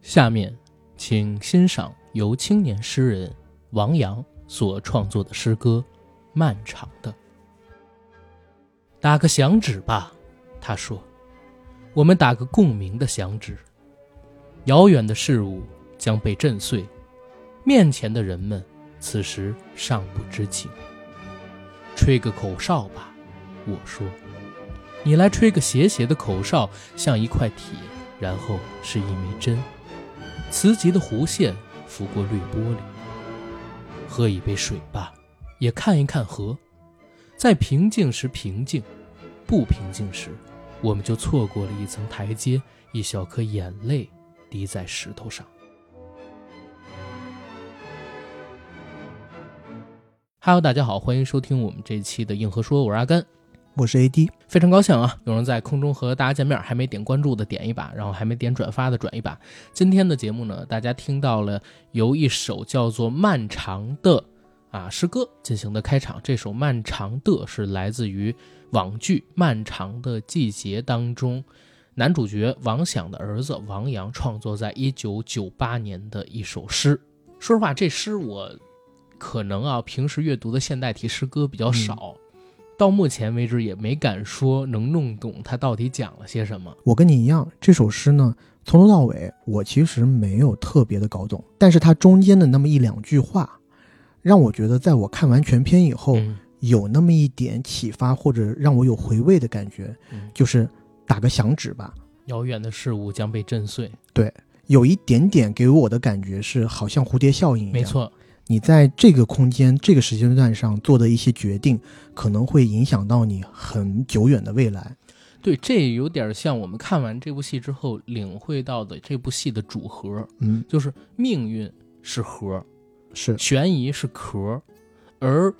下面，请欣赏由青年诗人王阳所创作的诗歌《漫长的》。打个响指吧，他说，我们打个共鸣的响指，遥远的事物将被震碎，面前的人们此时尚不知情。吹个口哨吧，我说，你来吹个斜斜的口哨，像一块铁，然后是一枚针。磁极的弧线拂过绿玻璃。喝一杯水吧，也看一看河。在平静时平静，不平静时，我们就错过了一层台阶，一小颗眼泪滴在石头上。Hello，大家好，欢迎收听我们这期的硬核说，我是阿甘。我是 AD，非常高兴啊！有人在空中和大家见面，还没点关注的点一把，然后还没点转发的转一把。今天的节目呢，大家听到了由一首叫做《漫长的》啊诗歌进行的开场。这首《漫长的》是来自于网剧《漫长的季节》当中，男主角王响的儿子王阳创作在一九九八年的一首诗。说实话，这诗我可能啊平时阅读的现代体诗歌比较少。到目前为止也没敢说能弄懂他到底讲了些什么。我跟你一样，这首诗呢，从头到尾我其实没有特别的搞懂，但是它中间的那么一两句话，让我觉得在我看完全篇以后，嗯有那么一点启发，或者让我有回味的感觉，嗯就是打个响指吧，遥远的事物将被震碎。有一点点给我的感觉是好像蝴蝶效应一样。没，错，你在这个空间、这个时间段上做的一些决定，可能会影响到你很久远的未来。对，这有点像我们看完这部戏之后领会到的这部戏的主核，嗯，就是命运是核，是悬疑是壳，而。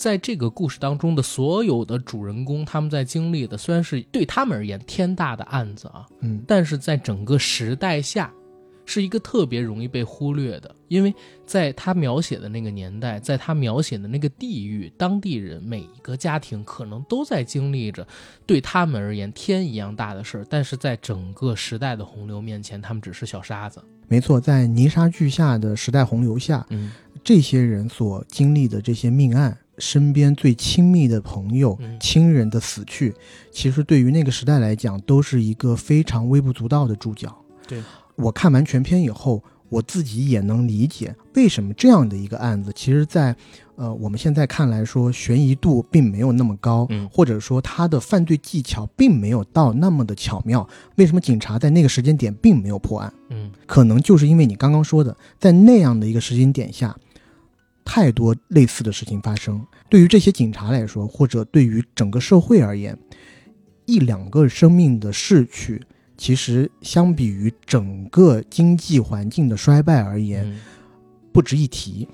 在这个故事当中的所有的主人公，他们在经历的虽然是对他们而言天大的案子啊，嗯，但是在整个时代下，是一个特别容易被忽略的，因为在他描写的那个年代，在他描写的那个地域，当地人每一个家庭可能都在经历着对他们而言天一样大的事儿，但是在整个时代的洪流面前，他们只是小沙子。没错，在泥沙俱下的时代洪流下，嗯这些人所经历的这些命案，身边最亲密的朋友、嗯亲人的死去，其实对于那个时代来讲，都是一个非常微不足道的注脚。对，我看完全片以后，我自己也能理解为什么这样的一个案子，其实在，呃我们现在看来说，悬疑度并没有那么高，嗯或者说他的犯罪技巧并没有到那么的巧妙，为什么警察在那个时间点并没有破案？嗯，可能就是因为你刚刚说的，在那样的一个时间点下，太多类似的事情发生。对于这些警察来说，或者对于整个社会而言，一两个生命的逝去，其实相比于整个经济环境的衰败而言，嗯不值一提。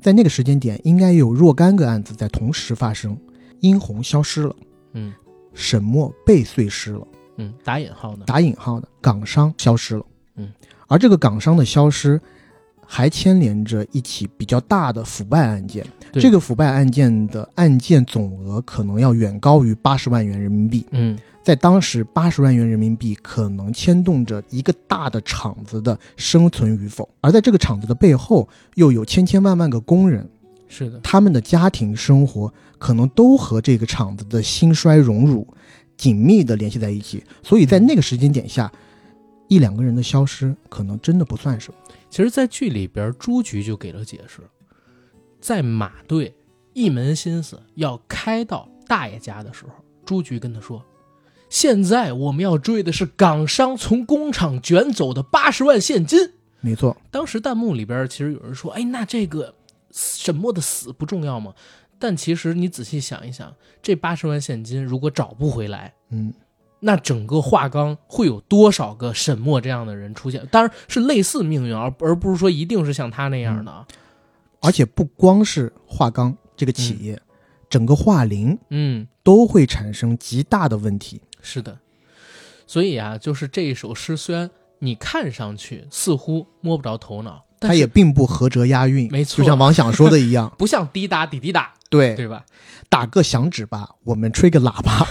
在那个时间点，应该有若干个案子在同时发生，殷红消失了，嗯沈墨被碎尸了。嗯，打引号呢？打引号的港商消失了。嗯，而这个港商的消失，还牵连着一起比较大的腐败案件。对这个腐败案件的案件总额可能要远高于八十万元人民币，嗯，在当时，八十万元人民币可能牵动着一个大的厂子的生存与否。而在这个厂子的背后，又有千千万万个工人，是的，他们的家庭生活可能都和这个厂子的兴衰荣辱紧密的联系在一起，所以在那个时间点下，一两个人的消失可能真的不算什么。其实，在剧里边，朱局就给了解释，在马队一门心思要开到大爷家的时候，朱局跟他说：“现在我们要追的是港商从工厂卷走的八十万现金。没错，”当时弹幕里边其实有人说：“哎，那这个沈墨的死不重要吗？”但其实你仔细想一想，这八十万现金如果找不回来，嗯，那整个华冈会有多少个沈墨这样的人出现？当然是类似命运，而而不是说一定是像他那样的啊。而且不光是华钢这个企业，整个华林嗯，都会产生极大的问题。是的。所以啊，就是这一首诗，虽然你看上去似乎摸不着头脑，但它是也并不合辙押韵，没错，就像王想说的一样 不像滴答滴滴答，对，对吧？打个响指 吧，我们吹个喇叭，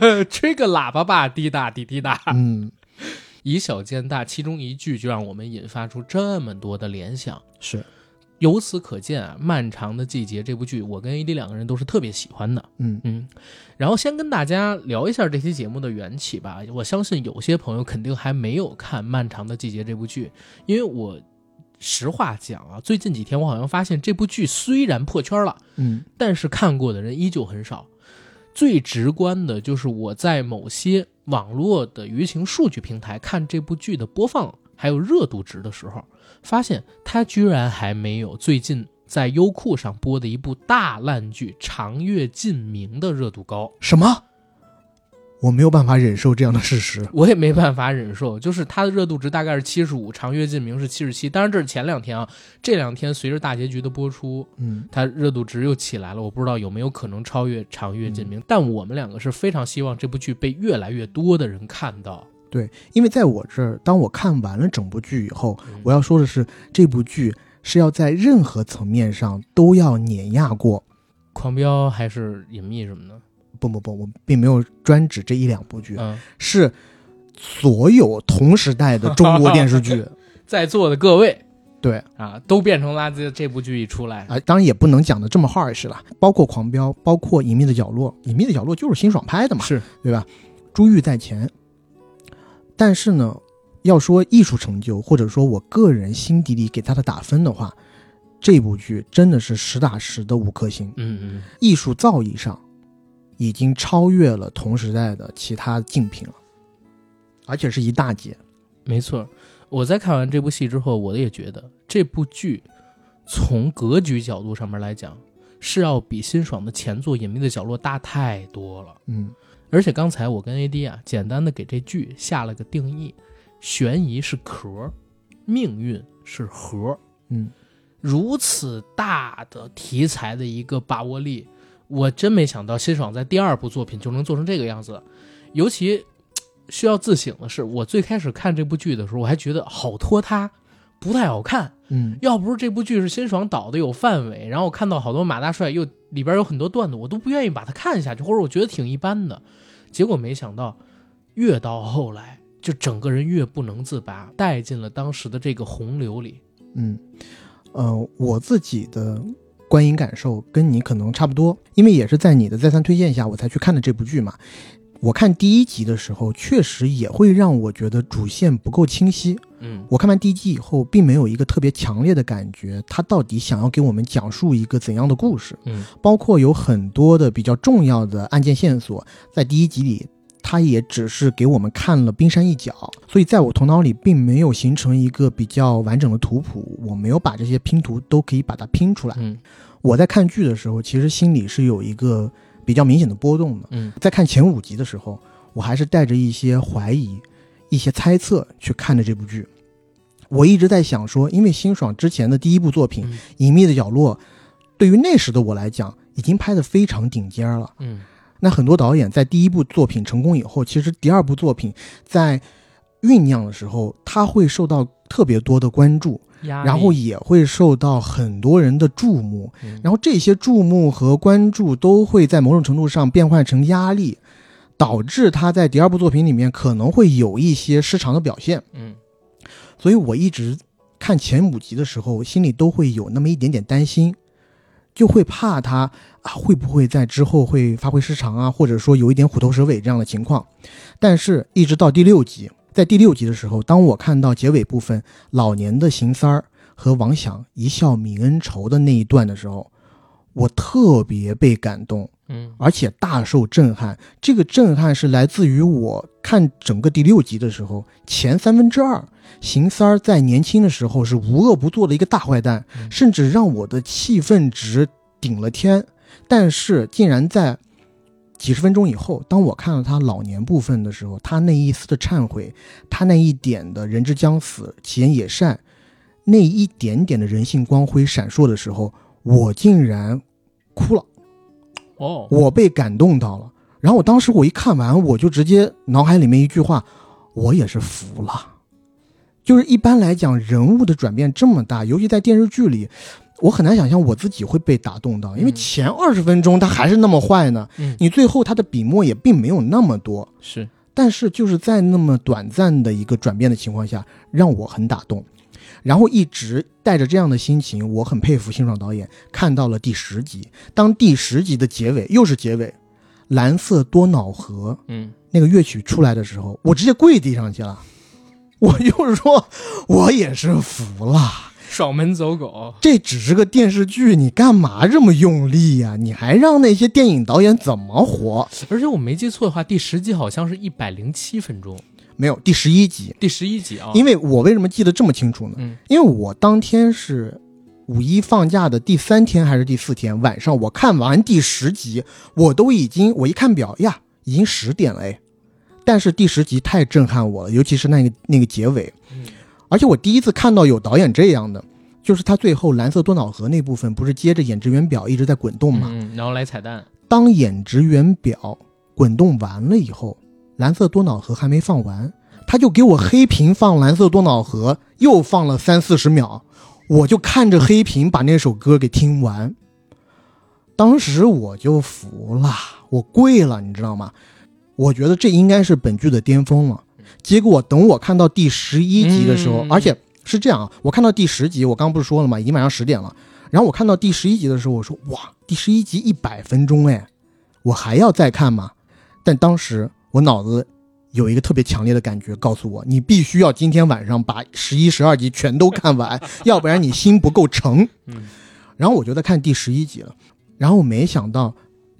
呃吹个喇叭吧，滴答滴滴答。嗯，以小见大，其中一句就让我们引发出这么多的联想。是，由此可见啊，《漫长的季节》这部剧，我跟 AD 两个人都是特别喜欢的。嗯，嗯，然后先跟大家聊一下这期节目的缘起吧。我相信有些朋友肯定还没有看《漫长的季节》这部剧，因为我实话讲啊，最近几天我好像发现这部剧虽然破圈了，嗯，但是看过的人依旧很少。最直观的就是我在某些网络的舆情数据平台看这部剧的播放还有热度值的时候，发现它居然还没有最近在优酷上播的一部大烂剧《长月烬明》的热度高。什么？我没有办法忍受这样的事实。我也没办法忍受，就是它的热度值大概是七十五，《长月烬明》是七十七。当然这是前两天啊，这两天随着大结局的播出，嗯，它热度值又起来了，我不知道有没有可能超越《长月烬明》但我们两个是非常希望这部剧被越来越多的人看到。对，因为在我这儿，当我看完了整部剧以后，嗯我要说的是，这部剧是要在任何层面上都要碾压过。狂飙还是隐秘什么的，不不不，我并没有专指这一两部剧，嗯，是所有同时代的中国电视剧。在座的各位对啊，都变成垃圾。这部剧一出来，啊，当然也不能讲的这么 harsh 了，包括《狂飙》，包括《隐秘的角落》，《隐秘的角落》就是辛爽拍的嘛，是对吧？珠玉在前，但是呢，要说艺术成就，或者说我个人心底里给他的打分的话，这部剧真的是实打实的五颗星，嗯嗯，艺术造诣上已经超越了同时代的其他竞品了，而且是一大截。没错。我在看完这部戏之后，我也觉得这部剧从格局角度上面来讲，是要比辛爽的前作《隐秘的角落》大太多了。嗯，而且刚才我跟 AD 啊，简单的给这剧下了个定义：悬疑是壳，命运是核。嗯，如此大的题材的一个把握力，我真没想到辛爽在第二部作品就能做成这个样子。尤其嘖需要自省的是，我最开始看这部剧的时候，我还觉得好拖沓，不太好看。嗯，要不是这部剧是辛爽导的有范围，然后我看到好多马大帅又里边有很多段子，我都不愿意把它看下去，或者我觉得挺一般的。结果没想到，越到后来就整个人越不能自拔，带进了当时的这个洪流里。嗯，呃，我自己的观影感受跟你可能差不多，因为也是在你的再三推荐下，我才去看的这部剧嘛。我看第一集的时候，确实也会让我觉得主线不够清晰。嗯我看完第一集以后，并没有一个特别强烈的感觉，它到底想要给我们讲述一个怎样的故事。嗯包括有很多的比较重要的案件线索，在第一集里，它也只是给我们看了冰山一角，所以在我头脑里并没有形成一个比较完整的图谱，我没有把这些拼图都可以把它拼出来。嗯我在看剧的时候，其实心里是有一个比较明显的波动的。嗯在看前五集的时候，我还是带着一些怀疑、一些猜测去看的这部剧。我一直在想说，因为辛爽之前的第一部作品《嗯隐秘的角落》，对于那时的我来讲，已经拍得非常顶尖了。嗯那很多导演在第一部作品成功以后，其实第二部作品在酝酿的时候，他会受到特别多的关注，压力然后也会受到很多人的注目。嗯然后这些注目和关注都会在某种程度上变换成压力，导致他在第二部作品里面可能会有一些失常的表现。嗯所以我一直看前五集的时候，心里都会有那么一点点担心，就会怕他啊会不会在之后会发挥失常啊，或者说有一点虎头蛇尾这样的情况。但是，一直到第六集，在第六集的时候，当我看到结尾部分老年的邢三儿和王响一笑泯恩仇的那一段的时候，我特别被感动。嗯而且大受震撼。这个震撼是来自于我看整个第六集的时候，前三分之二，邢三儿在年轻的时候是无恶不作的一个大坏蛋，嗯甚至让我的气愤值顶了天。但是竟然在几十分钟以后，当我看到他老年部分的时候，他那一丝的忏悔，他那一点的人之将死，其言也善，那一点点的人性光辉闪烁的时候，我竟然哭了。哦我被感动到了。然后我当时我一看完，我就直接脑海里面一句话，我也是服了。就是一般来讲，人物的转变这么大，尤其在电视剧里，我很难想象我自己会被打动到，因为嗯前二十分钟他还是那么坏呢，嗯你最后他的笔墨也并没有那么多。是但是就是在那么短暂的一个转变的情况下，让我很打动。然后一直带着这样的心情，我很佩服辛爽导演。看到了第十集，当第十集的结尾又是结尾，蓝色多瑙河嗯，那个乐曲出来的时候，我直接跪地上去了。 我就是说，我也是服了。爽门走狗，这只是个电视剧，你干嘛这么用力呀、你还让那些电影导演怎么活？而且我没记错的话，第十集好像是一百零七分钟，没有第十一集，第十一集啊，因为为我为什么记得这么清楚呢？嗯因为我当天是五一放假的第三天还是第四天晚上，我看完第十集，我都已经我一看表呀，已经十点了哎。但是第十集太震撼我了，尤其是那个那个结尾，嗯而且我第一次看到有导演这样的，就是他最后蓝色多瑙河那部分不是接着演职员表一直在滚动嘛？嗯，然后来彩蛋，当演职员表滚动完了以后，蓝色多瑙河还没放完，他就给我黑屏放蓝色多瑙河，又放了三四十秒，我就看着黑屏把那首歌给听完。当时我就服了，我跪了，你知道吗？我觉得这应该是本剧的巅峰了。结果等我看到第十一集的时候，嗯而且是这样啊，我看到第十集，我刚不是说了吗？已经晚上十点了。然后我看到第十一集的时候，我说哇，第十一集一百分钟哎，我还要再看吗？但当时我脑子有一个特别强烈的感觉，告诉我你必须要今天晚上把十一、十二集全都 看完，要不然你心不够诚。嗯然后我就在看第十一集了，然后我没想到，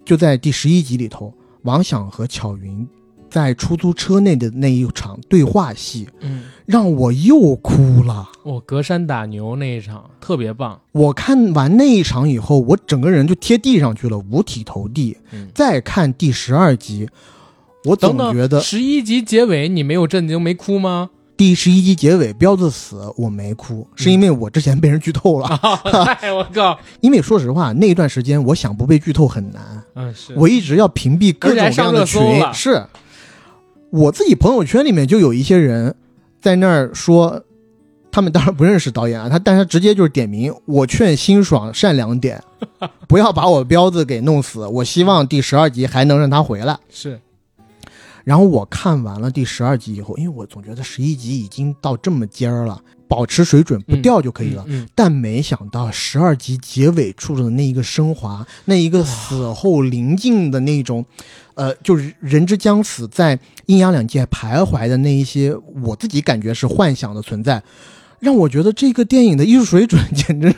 就在第十一集里头，王响和巧云在出租车内的那一场对话戏，嗯，让我又哭了。我隔山打牛那一场特别棒，我看完那一场以后，我整个人就贴地上去了，五体投地。嗯。再看第十二集，我总等等，觉得十一集结尾你没有震惊没哭 吗？第十一集结尾彪子死，我没哭，是因为我之前被人剧透了。哎，我靠， 因为说实话，那一段时间我想不被剧透很难，嗯是，我一直要屏蔽各种各样的群而且还上热搜。了是我自己朋友圈里面就有一些人在那儿说，他们当然不认识导演啊，他但他直接就是点名，我劝辛爽善 良点，不要把我彪子给弄死，我希望第十二集还能让他回来。是然后我看完了第十二集以后，因为我总觉得十一集已经到这么尖儿了，保持水准不掉就可以了。嗯，嗯但没想到十二集结尾处的那一个升华，那一个死后临近的那种，呃，就是人之将死，在阴阳两界徘徊的那一些，我自己感觉是幻想的存在，让我觉得这个电影的艺术水准简直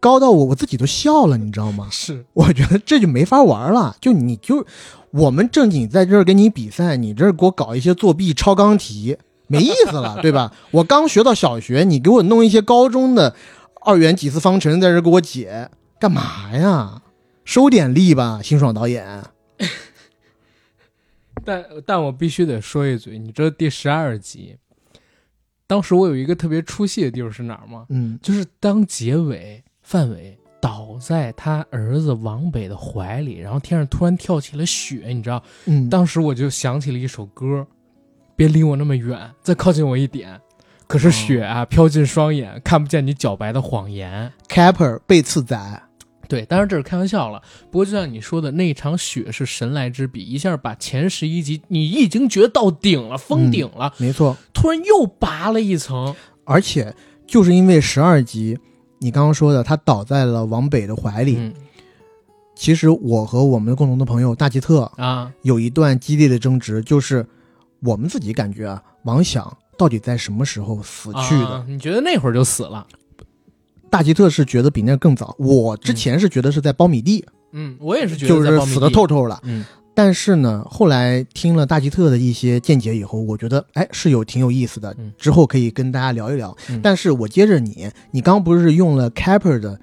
高到我我自己都笑了，你知道吗？嗯是我觉得这就没法玩了，就你就我们正经在这儿跟你比赛，你这儿给我搞一些作弊超纲题，没意思了，对吧？我刚学到小学，你给我弄一些高中的二元几次方程在这儿给我解，干嘛呀？收点力吧，辛爽导演。但但我必须得说一嘴，你知道第十二集，当时我有一个特别出戏的地方是哪儿吗？嗯，就是当结尾范伟倒在他儿子王北的怀里，然后天上突然跳起了雪，你知道，嗯，当时我就想起了一首歌，别离我那么远，再靠近我一点。可是雪啊，飘进双眼，看不见你皎白的谎言。 Capper 被刺宰，对，当然这是开玩笑了。不过就像你说的，那一场雪是神来之笔，一下把前十一集你已经觉得到顶了，嗯封顶了，没错。突然又拔了一层。而且就是因为十二集，你刚刚说的，他倒在了王北的怀里。嗯其实我和我们的共同的朋友大吉特，啊，有一段激烈的争执，就是我们自己感觉啊，王响到底在什么时候死去的？啊你觉得那会儿就死了？大吉特是觉得比那更早，我之前是觉得是在苞米地，嗯，我也是觉得就在是苞米死的地透透了。嗯但是呢，后来听了大吉特的一些见解以后，我觉得哎是有挺有意思的嗯，之后可以跟大家聊一聊。嗯但是我接着你，你刚不是用了 Capper 的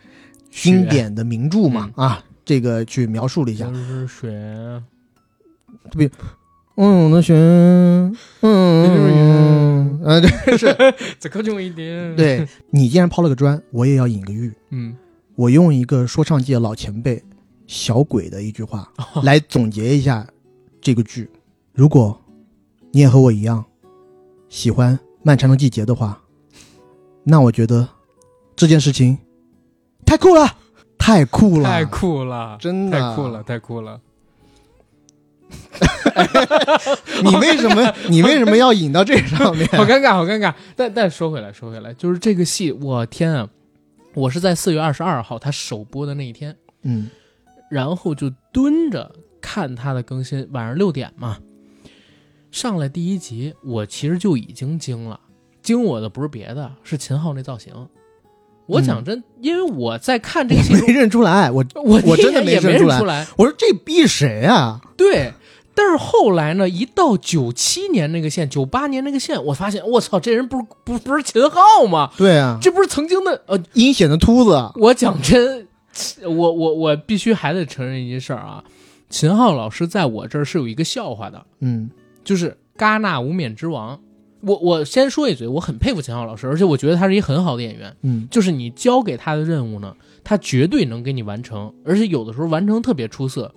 经雪典的名著嘛？嗯啊，这个去描述了一下，就是雪，嗯，我的雪，嗯嗯嗯，嗯，呃，对，是再靠近我一点。，对你既然抛了个砖，我也要引个玉。嗯，我用一个说唱界老前辈小鬼的一句话 来总结一下这个剧：如果你也和我一样喜欢漫长的季节的话，那我觉得这件事情太酷了，太酷了，太酷了，真的太酷了，太酷了。你为什 么你为什么要引到这上 面？好尴尬，好尴尬。但但说回来，说回来，就是这个戏，我天啊！我是在四月二十二号他首播的那一天，嗯然后就蹲着看他的更新，晚上六点嘛，上来第一集，我其实就已经惊了，惊我的不是别的，是秦昊那造型。我讲真，因为我在看 这个戏的时没认出来，我候，我我真的也没没认出来出来。我说这逼谁啊？对，但是后来呢，一到九七年那个线，九八年那个线，我发现我操，这人不是不不是秦昊吗？对啊，这不是曾经的呃，阴险的秃 子，我讲真，我我我必须还得承认一件事儿啊，秦昊老师在我这儿是有一个笑话的，嗯就是戛纳无冕之王。我我先说一嘴，我很佩服秦昊老师，而且我觉得他是一个很好的演员。嗯就是你交给他的任务呢，他绝对能给你完成，而且有的时候完成特别出色。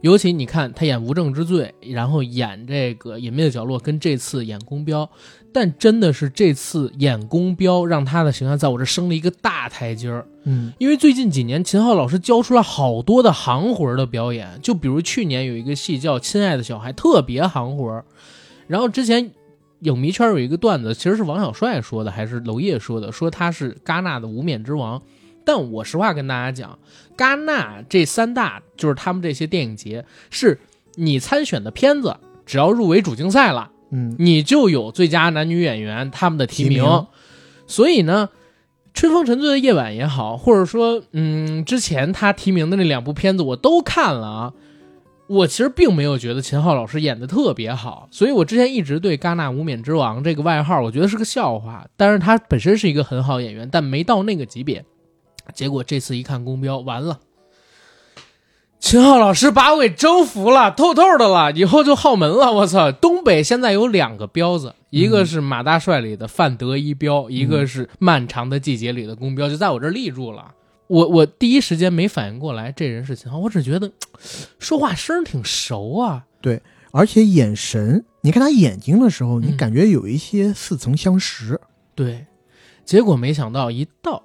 尤其你看他演《无证之罪》，然后演这个《隐秘的角落》，跟这次演《宫标》，但真的是这次演《宫标》让他的形象在我这升了一个大台阶儿。嗯因为最近几年秦昊老师教出来好多的行活儿的表演，就比如去年有一个戏叫《亲爱的小孩》，特别行活儿。然后之前影迷圈有一个段子，其实是王小帅说的，还是娄烨说的，说他是戛纳的无冕之王。但我实话跟大家讲，戛纳这三大就是他们这些电影节，是你参选的片子，只要入围主竞赛了，嗯，你就有最佳男女演员他们的提提名。名所以呢，《春风沉醉的夜晚》也好，或者说，嗯，之前他提名的那两部片子我都看了啊。我其实并没有觉得秦昊老师演的特别好，所以我之前一直对戛纳无冕之王这个外号，我觉得是个笑话。但是他本身是一个很好演员，但没到那个级别。结果这次一看公标，完了，秦昊老师把我给征服了，透透的了，以后就号门了。我操，东北现在有两个彪子，一个是马大帅里的范德一彪，一个是漫长的季节里的公彪，就在我这儿立住了。我我第一时间没反应过来这人是秦昊，我只觉得说话声儿挺熟啊。而且眼神，你看他眼睛的时候，你嗯感觉有一些似曾相识。对，结果没想到一到，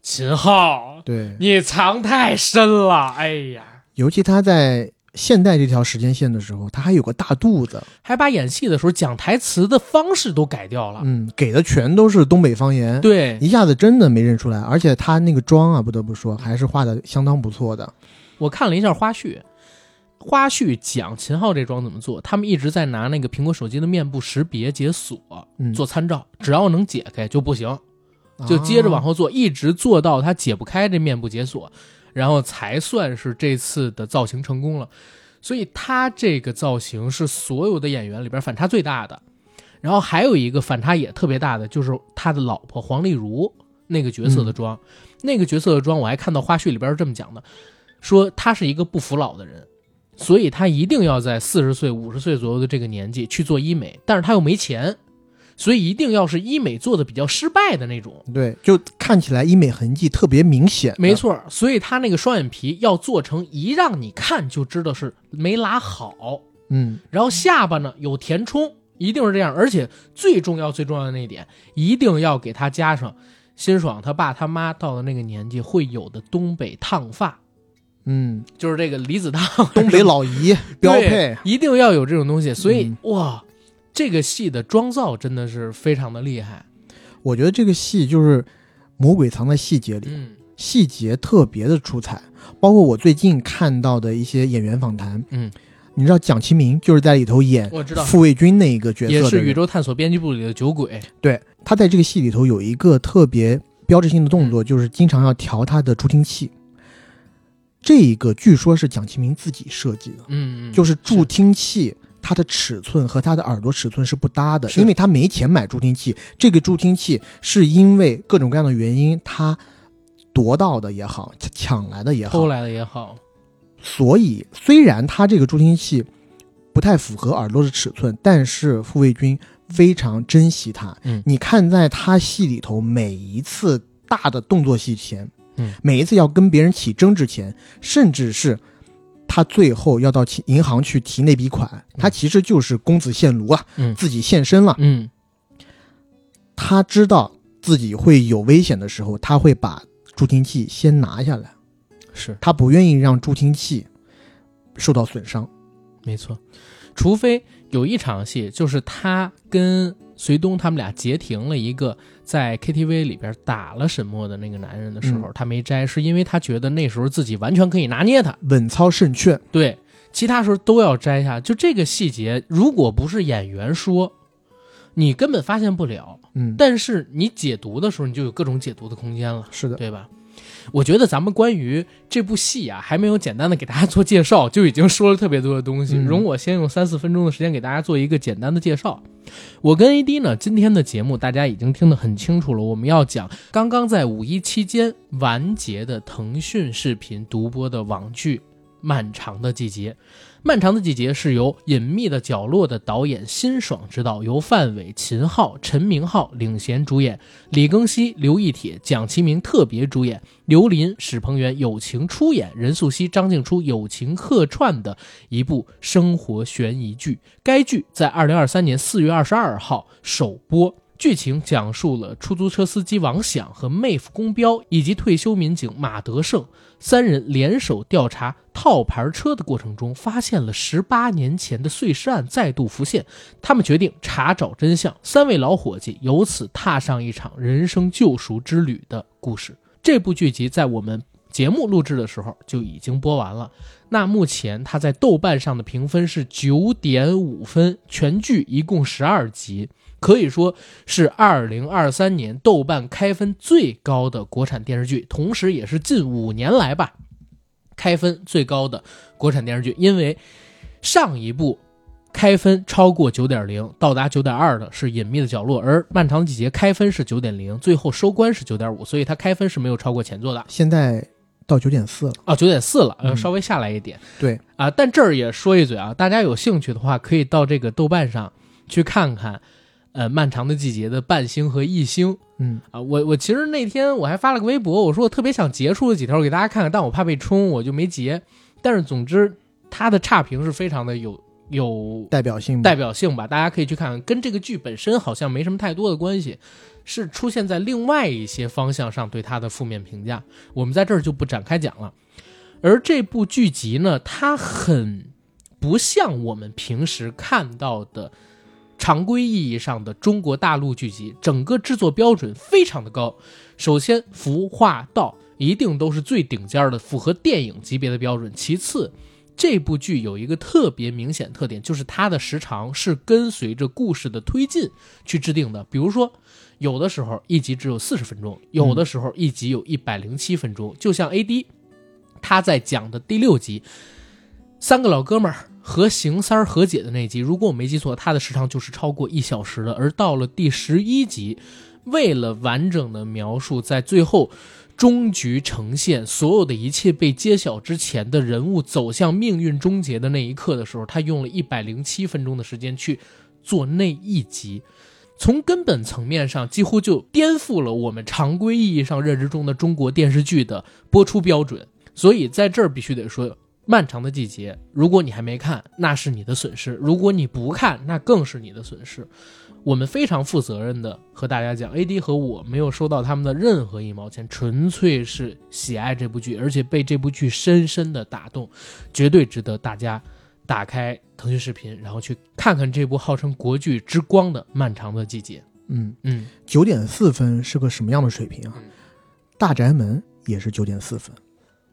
秦昊，对，你藏太深了，哎呀，尤其他在现代这条时间线的时候，他还有个大肚子，还把演戏的时候讲台词的方式都改掉了。嗯，给的全都是东北方言。对，一下子真的没认出来，而且他那个妆啊，不得嗯不说还是画的相当不错的。我看了一下花絮，花絮讲秦昊这桩怎么做，他们一直在拿那个苹果手机的面部识别解锁嗯，啊做参照，只要能解开就不行，就接着往后，后做，一直做到他解不开这面部解锁，然后才算是这次的造型成功了。所以他这个造型是所有的演员里边反差最大的。然后还有一个反差也特别大的，就是他的老婆黄丽茹那个角色的妆，那个角色的妆，我还看到花絮里边是这么讲的，说他是一个不服老的人，所以他一定要在四十岁、五十岁左右的这个年纪去做医美，但是他又没钱，所以一定要是医美做的比较失败的那种。对，就看起来医美痕迹特别明显。没，错儿，所以他那个双眼皮要做成一让你看就知道是没拉好，嗯，然后下巴呢有填充，一定是这样。而且最重要最重要的那一点，一定要给他加上辛爽他爸他妈到了那个年纪会有的东北烫发，嗯，就是这个离子烫， 东北老姨标配啊对，一定要有这种东西。所以、嗯哇，这个戏的妆造真的是非常的厉害。我觉得这个戏就是魔鬼藏在细节里，嗯细节特别的出彩。包括我最近看到的一些演员访谈，嗯，你知道蒋奇明就是在里头演我知道傅卫军那一个角色的也是人宇宙探索编辑部里的酒鬼，对，他在这个戏里头有一个特别标志性的嗯动作，就是经常要调他的助听器。这一个据说是蒋奇明自己设计的，嗯，嗯就是助听器它的尺寸和他的耳朵尺寸是不搭的，是因为他没钱买助听器。这个助听器是因为各种各样的原因，他夺到的也好，抢来的也偷好，来的也好，所以虽然他这个助听器不太符合耳朵的尺寸，但是傅卫军非常珍惜它。嗯你看在他戏里头每一次大的动作戏前，嗯每一次要跟别人起争执前，甚至是他最后要到起银行去提那笔款，他其实就是公子献炉啊，嗯自己献身了。嗯。他知道自己会有危险的时候，他会把助听器先拿下来。是他不愿意让助听器受到损伤，没错，除非有一场戏，就是他跟隋东他们俩截停了一个在 KTV 里边打了沈墨的那个男人的时候，他没摘，是因为他觉得那时候自己完全可以拿捏他，稳操胜券，对，其他时候都要摘下。就这个细节，如果不是演员说，你根本发现不了。嗯，但是你解读的时候，你就有各种解读的空间了，是的，对吧？我觉得咱们关于这部戏啊，还没有简单的给大家做介绍，就已经说了特别多的东西。嗯容我先用三四分钟的时间给大家做一个简单的介绍。我跟 AD 呢，今天的节目大家已经听得很清楚了，我们要讲刚刚在五一期间完结的腾讯视频独播的网剧《漫长的季节》。《漫长的季节》是由《隐秘的角落》的导演辛爽执导，由范伟、秦昊、陈明昊领衔主演，李庚希、刘亦铁、蒋奇明特别主演，刘琳、史鹏元友情出演，任素汐、张静初友情客串的一部生活悬疑剧。该剧在二零二三年四月二十二号首播。剧情讲述了出租车司机王响和妹夫公彪以及退休民警马德胜三人联手调查套牌车的过程中，发现了十八年前的碎尸案再度浮现。他们决定查找真相，三位老伙计由此踏上一场人生救赎之旅的故事。这部剧集在我们节目录制的时候就已经播完了。那目前它在豆瓣上的评分是九点五分，全剧一共十二集，可以说是二零二三年豆瓣开分最高的国产电视剧，同时也是近五年来吧开分最高的国产电视剧。因为上一部开分超过九点零，到达九点二的是《隐秘的角落》，而《漫长季节》开分是九点零，最后收官是九点五，所以它开分是没有超过前作的现在到九点四了，啊，九点四了，呃，嗯稍微下来一点。对，啊，但这儿也说一嘴啊，大家有兴趣的话，可以到这个豆瓣上去看看，呃，《漫长的季节》的半星和一星嗯，啊。我我其实那天我还发了个微博，我说我特别想截出了几条给大家看看，但我怕被冲，我就没截。但是总之，它的差评是非常的有有代表性吧代表性吧，大家可以去看看，跟这个剧本身好像没什么太多的关系，是出现在另外一些方向上对它的负面评价，我们在这儿就不展开讲了。而这部剧集呢，它很不像我们平时看到的常规意义上的中国大陆剧集，整个制作标准非常的高。首先，服化道一定都是最顶尖儿的，符合电影级别的标准。其次，这部剧有一个特别明显特点，就是它的时长是跟随着故事的推进去制定的。比如说，有的时候一集只有四十分钟，有的时候一集有一百零七分钟。就像 AD 他在讲的第六集，三个老哥们儿和邢三儿和解的那集，如果我没记错，它的时长就是超过一小时的。而到了第十一集，为了完整的描述，在最后终局呈现所有的一切被揭晓之前的人物走向命运终结的那一刻的时候，他用了一百零七分钟的时间去做那一集。从根本层面上，几乎就颠覆了我们常规意义上认知中的中国电视剧的播出标准。所以在这儿必须得说，《漫长的季节》，如果你还没看，那是你的损失；如果你不看，那更是你的损失。我们非常负责任的和大家讲，AD 和我没有收到他们的任何一毛钱，纯粹是喜爱这部剧，而且被这部剧深深的打动，绝对值得大家打开腾讯视频，然后去看看这部号称国剧之光的《漫长的季节》。嗯，嗯，九点四分是个什么样的水平啊？嗯大宅门也是九点四分，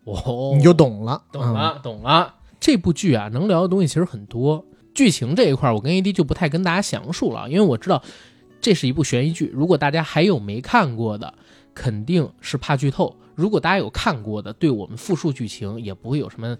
哦，你就懂了，啊懂了，懂了。嗯这部剧啊，能聊的东西其实很多。剧情这一块儿，我跟 AD 就不太跟大家详述了，因为我知道这是一部悬疑剧。如果大家还有没看过的，肯定是怕剧透；如果大家有看过的，对我们复述剧情也不会有什么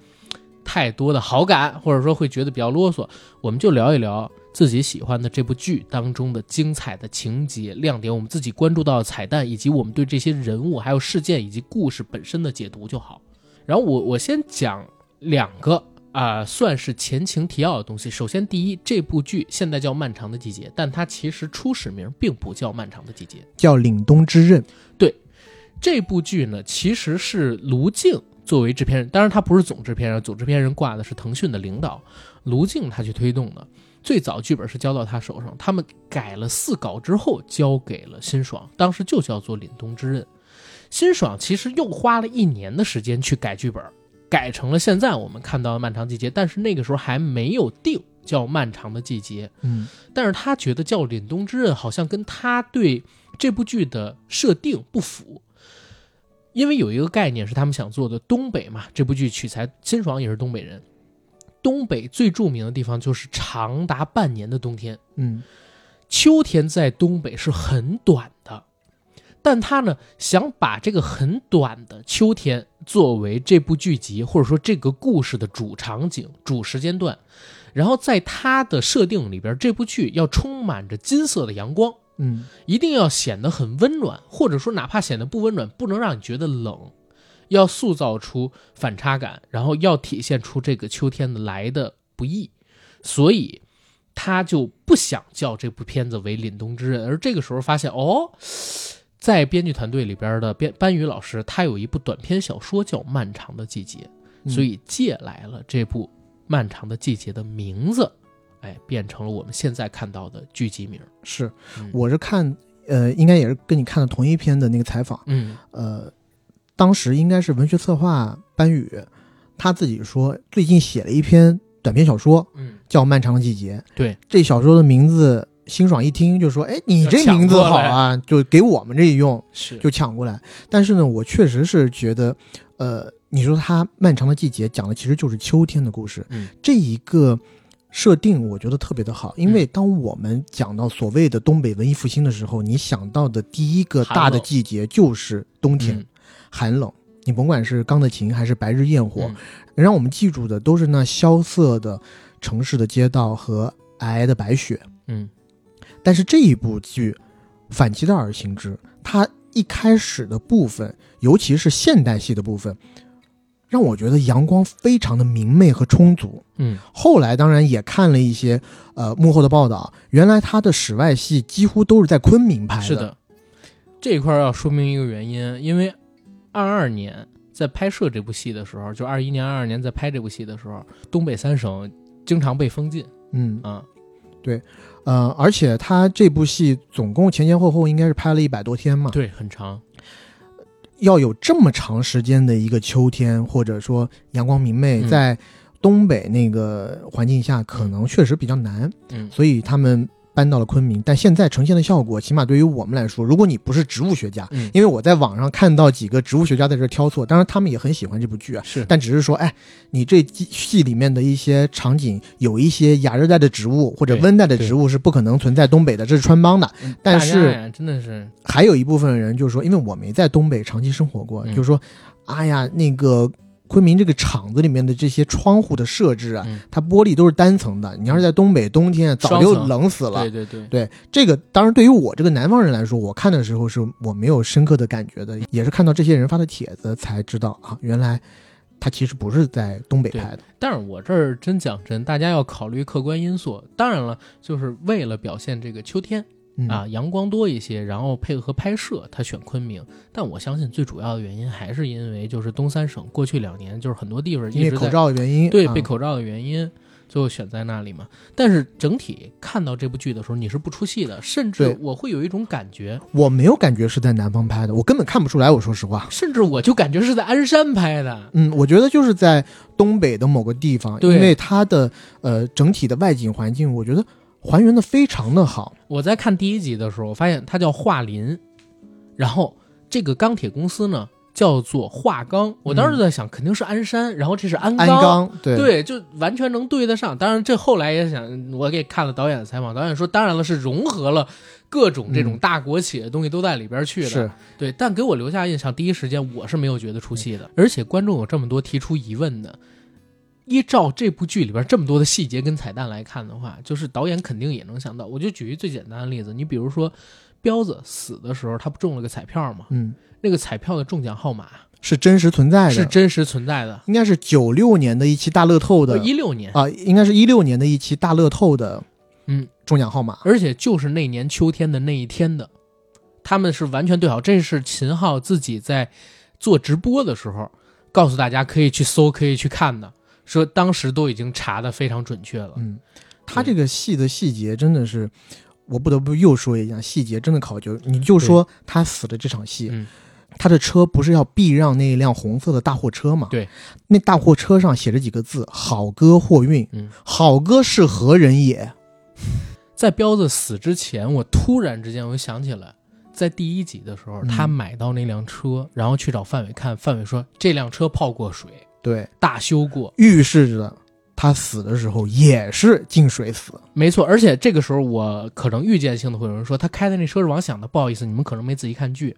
太多的好感，或者说会觉得比较啰嗦。我们就聊一聊自己喜欢的这部剧当中的精彩的情节、亮点，我们自己关注到的彩蛋，以及我们对这些人物、还有事件以及故事本身的解读就好。然后我我先讲两个啊、算是前情提要的东西。首先，第一，这部剧现在叫《漫长的季节》，但它其实初始名并不叫《漫长的季节》。叫《凛冬之刃》。这部剧呢，其实是卢静作为制片人，当然他不是总制片人，总制片人挂的是腾讯的领导，卢静他去推动的。最早剧本是交到他手上，他们改了四稿之后交给了辛爽，当时就叫做《凛冬之刃》。辛爽其实又花了一年的时间去改剧本，改成了现在我们看到的漫长季节，但是那个时候还没有定叫漫长的季节，嗯但是他觉得叫凛冬之刃好像跟他对这部剧的设定不符，因为有一个概念是他们想做的东北嘛，这部剧取材辛爽也是东北人，东北最著名的地方就是长达半年的冬天，嗯秋天在东北是很短的，但他呢想把这个很短的秋天作为这部剧集或者说这个故事的主场景、主时间段，然后在他的设定里边，这部剧要充满着金色的阳光，嗯一定要显得很温暖，或者说哪怕显得不温暖，不能让你觉得冷。要塑造出反差感，然后要体现出这个秋天的来的不易，所以他就不想叫这部片子为《凛冬之刃》。而这个时候发现，哦，在编剧团队里边的编班宇老师，他有一部短篇小说叫《漫长的季节》，嗯所以借来了这部《漫长的季节》的名字，哎，变成了我们现在看到的剧集名。是嗯我是看呃，应该也是跟你看的同一篇的那个采访，嗯呃，当时应该是文学策划班宇他自己说，最近写了一篇短篇小说，嗯，叫《漫长的季节》。对，这小说的名字，辛爽一听就说：“哎，你这名字好啊，就给我们这一用，是就抢过来。”但是呢，我确实是觉得，呃，你说他《漫长的季节》讲的其实就是秋天的故事，嗯这一个。设定我觉得特别的好，嗯因为当我们讲到所谓的东北文艺复兴的时候，你想到的第一个大寒的冷季节就是冬天，嗯寒冷。你甭管是钢的琴还是白日焰火，嗯让我们记住的都是那萧瑟的城市的街道和皑皑的白雪。嗯但是这一部剧反其道而行之，它一开始的部分，尤其是现代戏的部分，让我觉得阳光非常的明媚和充足。嗯后来当然也看了一些呃幕后的报道，原来它的室外戏几乎都是在昆明拍是的，这一块儿要说明一个原因，因为二二年在拍摄这部戏的时候，就二一年、二二年在拍这部戏的时候，东北三省经常被封禁嗯啊，呃，而且它这部戏总共前前后后应该是拍了一百多天嘛，对，很长，要有这么长时间的一个秋天，或者说阳光明媚，嗯在东北那个环境下，可能确实比较难，嗯，所以他们搬到了昆明。但现在呈现的效果，起码对于我们来说，如果你不是植物学家，嗯 因为我在网上看到几个植物学家在这挑错，当然他们也很喜欢这部剧啊。是，但只是说，哎，你这季戏里面的一些场景，有一些亚热带的植物或者对温带的植物是不可能存在东北的，这是穿帮的。嗯大但家是呀真的是，还有一部分人就是说，因为我没在东北长期生活过，嗯就是说，哎呀，那个昆明这个厂子里面的这些窗户的设置啊，嗯它玻璃都是单层的。你要是在东北冬天，早就双层冷死了对。对对，对这个，当然对于我这个南方人来说，我看的时候是我没有深刻的感觉的，也是看到这些人发的帖子才知道啊，原来他其实不是在东北对拍的。但是我这儿真讲真，大家要考虑客观因素，当然了，就是为了表现这个秋天。嗯啊，，阳光多一些，然后配合拍摄，他选昆明。但我相信最主要的原因还是因为就是东三省过去两年就是很多地方因一为直口在罩的原因，对啊被口罩的原因，最后选在那里嘛。但是整体看到这部剧的时候，你是不出戏的，甚对至我会有一种感觉，我没有感觉是在南方拍的，我根本看不出来。我说实话，甚至我就感觉是在鞍山拍的。嗯，我觉得就是在东北的某个地方，因对为它的呃整体的外景环境，我觉得还原的非常的好。我在看第一集的时候，我发现它叫华林，然后这个钢铁公司呢叫做华钢。我当时就在想，肯定是鞍山，然后这是鞍嗯鞍钢，对对，就完全能对得上。当然，这后来也想，我给看了导演的采访，导演说，当然了，是融合了各种这种嗯大国企的东西都在里边去的。是，对，但给我留下印象，第一时间我是没有觉得出戏嗯的。而且观众有这么多提出疑问的，依照这部剧里边这么多的细节跟彩蛋来看的话，就是导演肯定也能想到。我就举一最简单的例子，你比如说，彪子死的时候，他不中了个彩票吗？嗯，那个彩票的中奖号码是真实存在的，是真实存在的。应该是九六年的一期大乐透的哦一六年，啊、应该是一六年的一期大乐透的嗯，中奖号码。而且就是那年秋天的那一天的，他们是完全对好。这是秦昊自己在做直播的时候告诉大家可以去搜，可以去看的，说当时都已经查的非常准确了。嗯，他这个戏的细节真的是，我不得不又说一下，细节真的考究。你就说他死的这场戏，嗯他的车不是要避让那一辆红色的大货车嘛？对，那大货车上写着几个字：“好哥货运”。嗯，好哥是何人也？在彪子死之前，我突然之间我就想起来，在第一集的时候，嗯他买到那辆车，然后去找范伟看，范伟说这辆车泡过水，对，大修过，预示着他死的时候也是进水死。没错。而且这个时候，我可能预见性的会有人说，他开的那车是王响的，不好意思，你们可能没仔细看剧，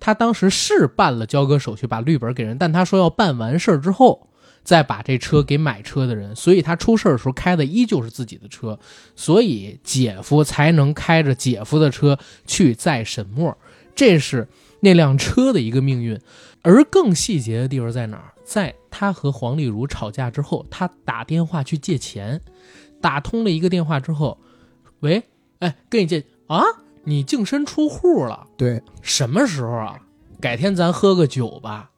他当时是办了交割手续，把绿本给人，但他说要办完事儿之后。再把这车给买车的人，所以他出事儿的时候开的依旧是自己的车，所以姐夫才能开着姐夫的车去载沈墨，这是那辆车的一个命运。而更细节的地方在哪儿？在他和黄丽茹吵架之后，他打电话去借钱，打通了一个电话之后，喂，哎，跟你借啊，你净身出户了，对，什么时候啊？改天咱喝个酒吧。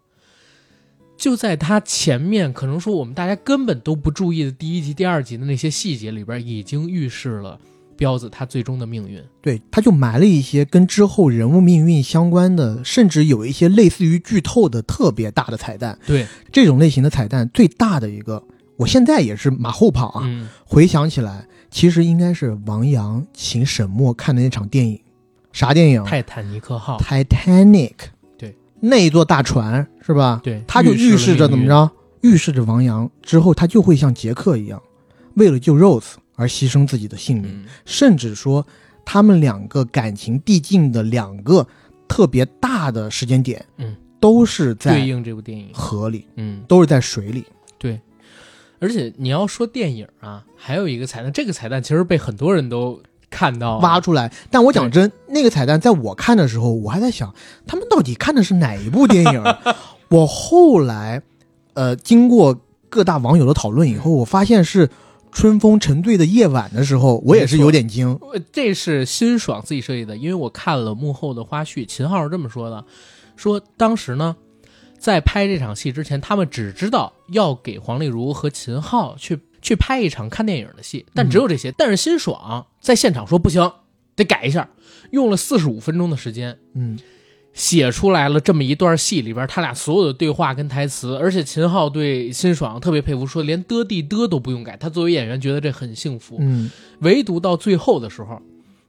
就在他前面，可能说我们大家根本都不注意的第一集、第二集的那些细节里边，已经预示了彪子他最终的命运。对，他就埋了一些跟之后人物命运相关的，甚至有一些类似于剧透的特别大的彩蛋。对，这种类型的彩蛋最大的一个，我现在也是马后炮啊。嗯，回想起来，其实应该是王阳请沈墨看的那场电影，啥电影？泰坦尼克号， Titanic。对，那一座大船是吧？对，他就预示示了着怎命么运？着？预示着王阳之后，他就会像杰克一样，为了救 Rose 而牺牲自己的性命，嗯，甚至说他们两个感情递进的两个特别大的时间点，嗯，都是对在应这部电影，河里，嗯，都是在水里。对。而且你要说电影啊，还有一个彩蛋，这个彩蛋其实被很多人都看到了挖出来。但我讲哦对真，那个彩蛋在我看的时候，我还在想，他们到底看的是哪一部电 影？我后来，呃，经过各大网友的讨论以后，我发现是《春风沉醉的夜晚》的时候，我也是没错有点惊。呃这是辛爽自己设计的，因为我看了幕后的花絮，秦昊是这么说的，说当时呢，在拍这场戏之前，他们只知道要给黄丽茹和秦昊去去拍一场看电影的戏，但只有这些。但是辛爽在现场说不行，得改一下，用了四十五分钟的时间。嗯，写出来了这么一段戏里边他俩所有的对话跟台词，而且秦昊对辛爽特别佩服，说连的地的都不用改，他作为演员觉得这很幸福。嗯，唯独到最后的时候，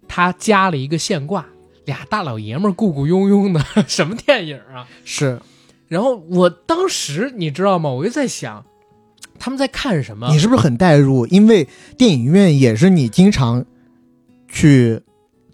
他加了一个现挂，俩大老爷们儿咕咕拥拥的，什么电影啊？是。然后我当时你知道吗？我就在想，他们在看什么你？是不是很代入？因为电影院也是你经常去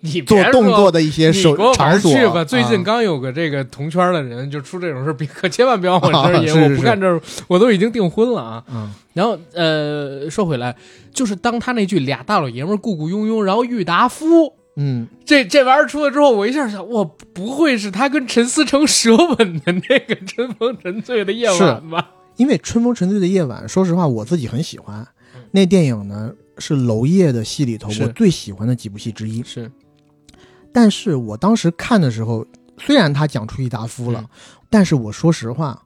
你别做说动作的一些你给手我玩场儿所去吧。最近啊刚有个这个同圈的人就出这种事儿，别可千万别往我这儿引，是 是我是不干这儿，我都已经订婚了啊。嗯，然后呃，说回来，就是当他那句俩大老爷们儿咕咕拥拥，然后郁达夫。嗯，这这玩意儿出了之后，我一下想，我不会是他跟陈思诚舌吻的那个《春风沉醉的夜晚》吧？因为《春风沉醉的夜晚》，说实话，我自己很喜欢嗯。那电影呢是娄烨的戏里头是我最喜欢的几部戏之一。是，但是我当时看的时候，虽然他讲出郁达夫了，嗯但是我说实话，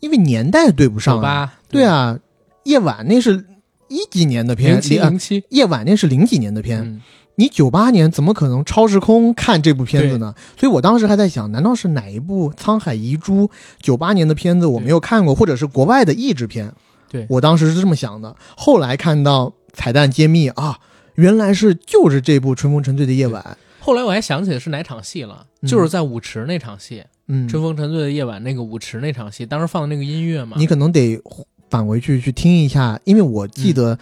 因为年代对不酒上啊。吧，对，啊，夜晚那是一几年的片零，七零啊零七，夜晚那是零几年的片，嗯，你九八年怎么可能超时空看这部片子呢？所以我当时还在想，难道是哪一部《沧海遗珠》九八年的片子我没有看过，或者是国外的译制片？对我当时是这么想的。后来看到彩蛋揭秘啊，原来是就是这部《春风沉醉的夜晚》。后来我还想起来是哪场戏了，嗯就是在舞池那场戏，嗯，春风沉醉的夜晚》那个舞池那场戏，当时放的那个音乐嘛，你可能得返回去去听一下，因为我记嗯得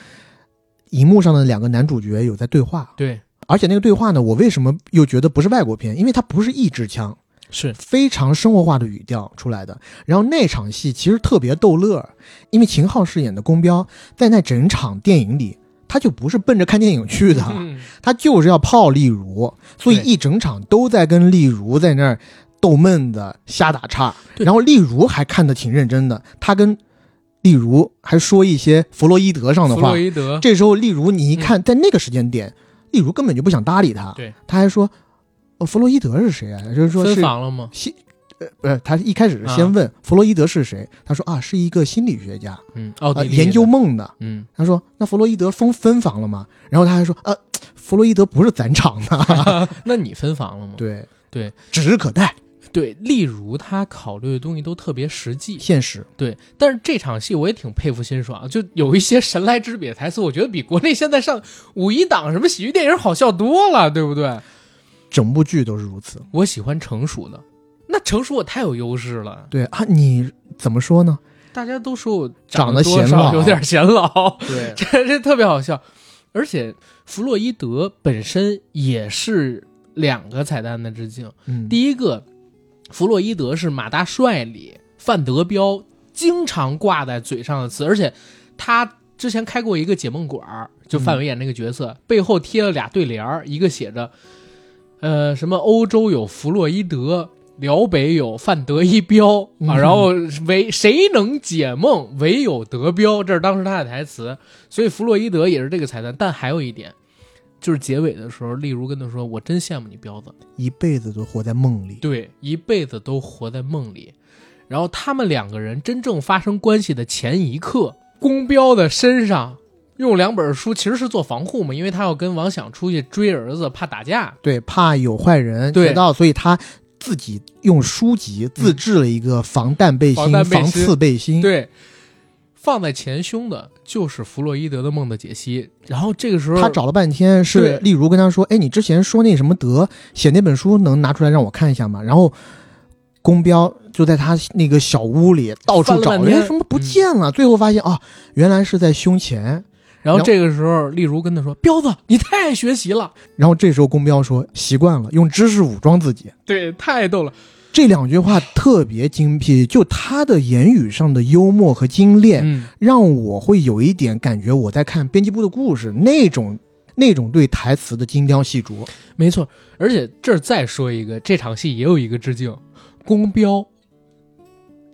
荧幕上的两个男主角有在对话，对，而且那个对话呢，我为什么又觉得不是外国片？因为它不是一支枪。是非常生活化的语调出来的。然后那场戏其实特别逗乐儿，因为秦昊饰演的宫彪在那整场电影里，他就不是奔着看电影去的，嗯他就是要泡丽茹，所以对一整场都在跟丽茹在那儿逗闷子、瞎打岔。对然后丽茹还看得挺认真的，他跟丽茹还说一些弗洛伊德上的弗话洛。伊德，嗯这时候，丽茹你一看，在那个时间点，丽茹根本就不想搭理他。对，他还说：“哦，弗洛伊德是谁啊？”就是说分是房了吗？心，呃，不是，他一开始是啊先问弗洛伊德是谁，他说啊，是一个心理学家，嗯，奥地呃、利的研究，梦的。嗯，他说那弗洛伊德分分房了吗？然后他还说，呃，弗洛伊德不是咱厂的， 那你分房了吗？对对，指日可待。对，例如他考虑的东西都特别实际，现实。对，但是这场戏我也挺佩服辛爽，啊就有一些神来之笔的台词，我觉得比国内现在上五一档什么喜剧电影好笑多了，对不对？整部剧都是如此。我喜欢成熟的，那成熟我太有优势了，对啊，你怎么说呢？大家都说我长得得多显少老有点显老， 对，这这特别好笑。而且弗洛伊德本身也是两个彩蛋的致敬，嗯，第一个，弗洛伊德是马大帅里范德彪经常挂在嘴上的词，而且他之前开过一个解梦馆儿，就范伟演那个角色、背后贴了俩对联儿，一个写着，呃，什么欧洲有弗洛伊德。辽北有范德一彪啊，嗯然后唯谁能解梦，唯有德彪，这是当时他的台词，所以弗洛伊德也是这个彩蛋。但还有一点，就是结尾的时候，例如跟他说：“我真羡慕你彪子，一辈子都活在梦里。对，一辈子都活在梦里。然后他们两个人真正发生关系的前一刻，宫彪的身上用两本书其实是做防护嘛，因为他要跟王想出去追儿子，怕打架。对，怕有坏人对知道，所以他自己用书籍自制了一个防弹背心、防弹背心防刺背心。，对，放在前胸的就是弗洛伊德的梦的解析。然后这个时候，他找了半天对是例如跟他说：“哎，你之前说那什么德写那本书能拿出来让我看一下吗？”然后宫彪就在他那个小屋里到翻了嗯处找，半天哎，什么不见了？最后发现啊，原来是在胸前。然然后后这个时候，例如跟他说：“彪子，你太爱学习了。然后这时候宫彪说：“习惯了，用知识武装自己。””对，太逗了。这两句话特别精辟，就他的言语上的幽默和精炼，嗯，让我会有一点感觉我在看编辑部的故事那种那种对台词的精雕细琢。没错，而且这儿再说一个，这场戏也有一个致敬，宫彪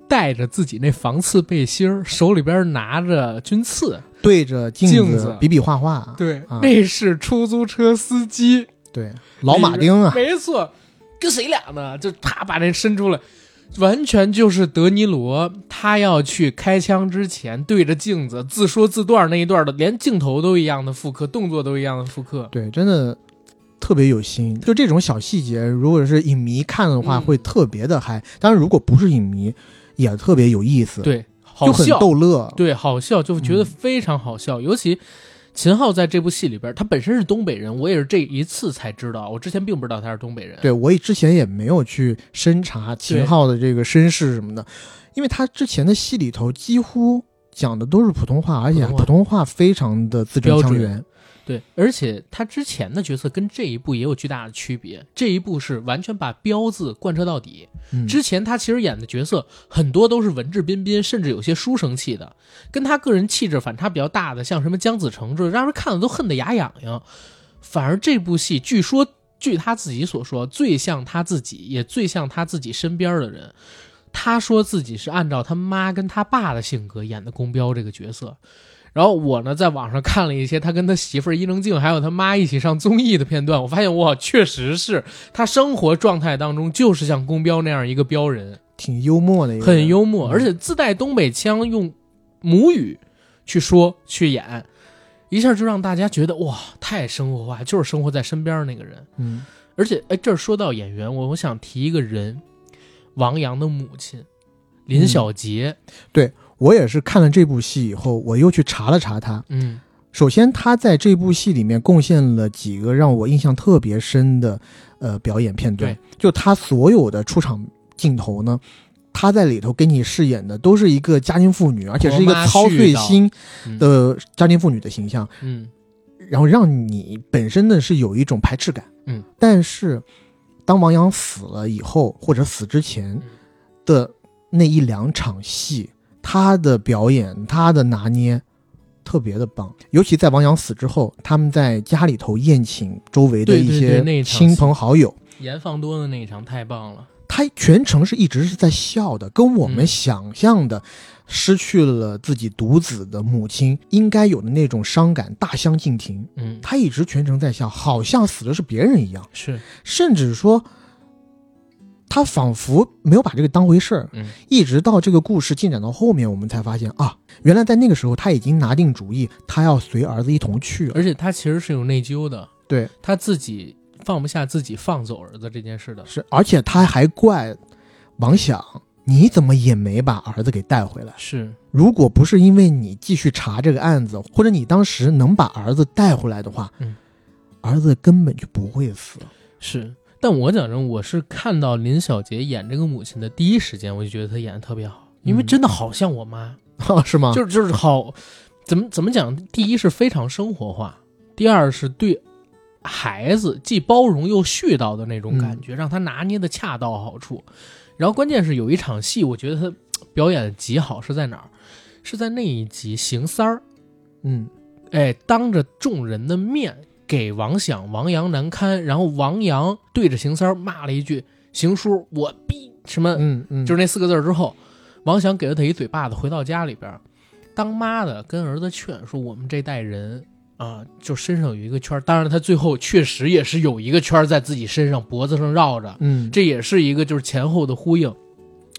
带着自己那防刺背心儿，手里边拿着军刺，对着镜镜子比比划划，对啊那是出租车司机对老马丁啊，没错，跟谁俩呢？就啪把那伸出来，完全就是德尼罗他要去开枪之前对着镜子自说自段那一段的，连镜头都一样的复刻，动作都一样的复刻。对，真的特别有心。就这种小细节，如果是影迷看的话，嗯会特别的嗨。当然，如果不是影迷，也特别有意思，，对，好就很笑。逗乐。对，好笑，就觉得非常好笑。尤其秦昊在这部戏里边，他本身是东北人，我也是这一次才知道，我之前并不知道他是东北人。对我也之前也没有去深查秦昊的这个身世什么的，因为他之前的戏里头几乎讲的都是普通话，而且普通话普通话非常的字正腔圆。对而且他之前的角色跟这一部也有巨大的区别，这一部是完全把“彪”字贯彻到底。嗯，之前他其实演的角色很多都是文质彬彬，甚至有些书生气的，跟他个人气质反差比较大的，像什么姜子成这种，让人看了都恨得牙痒痒。反而这部戏，据说据他自己所说，最像他自己，也最像他自己身边的人。他说自己是按照他妈跟他爸的性格演的宫彪这个角色。然后我呢，在网上看了一些他跟他媳妇儿伊能静还有他妈一起上综艺的片段，我发现哇，确实是他生活状态当中就是像宫彪那样一个彪人，挺幽默的一个，很幽默，嗯而且自带东北腔，用母语去说去演，一下就让大家觉得哇，太生活化，就是生活在身边的那个人。嗯，而且，哎，这儿说到演员，我我想提一个人，王阳的母亲林小杰，我也是看了这部戏以后，我又去查了查他。嗯首先，他在这部戏里面贡献了几个让我印象特别深的呃表演片段对。就他所有的出场镜头呢，他在里头给你饰演的都是一个家庭妇女，而且是一个婆妈操碎絮叨心嗯的家庭妇女的形象，嗯然后让你本身呢是有一种排斥感。嗯，但是当王阳死了以后，或者死之前嗯的那一两场戏，他的表演，他的拿捏。特别的棒，尤其在王阳死之后，他们在家里头宴请周围的对一对对那些一场亲戏朋好友，严放多的那一场太棒了，他全程是一直是在笑的，跟我嗯们想象的失去了自己独子的母亲应该有的那种伤感大相径庭。嗯，他一直全程在笑，好像死的是别人一样，是，甚至说他仿佛没有把这个当回事儿。嗯一直到这个故事进展到后面，我们才发现啊，原来在那个时候他已经拿定主意，他要随儿子一同去了。而且他其实是有内疚的，对他自己放不下自己放走儿子这件事的。是，而且他还怪王想，你怎么也没把儿子给带回来？是，如果不是因为你继续查这个案子，或者你当时能把儿子带回来的话，嗯儿子根本就不会死。 是，但我讲真，我是看到林小杰演这个母亲的第一时间，我就觉得她演的特别好，因为嗯真的好像我妈，啊，是吗？就是就是好，怎么怎么讲？第一是非常生活化，第二是对孩子既包容又絮叨的那种嗯感觉，让他拿捏的恰到好处。然后关键是有一场戏，我觉得他表演的极好，是在哪儿？是在那一集邢三儿，嗯，哎，当着众人的面给王想、王阳难堪，然后王阳对着邢三儿骂了一句：“邢叔，我逼什么？”嗯嗯，就是那四个字儿之后，王想给了他一嘴巴子，回到家里边儿，当妈的跟儿子劝说：“我们这代人啊，就身上有一个圈儿，当然他最后确实也是有一个圈儿在自己身上脖子上绕着，嗯，这也是一个就是前后的呼应。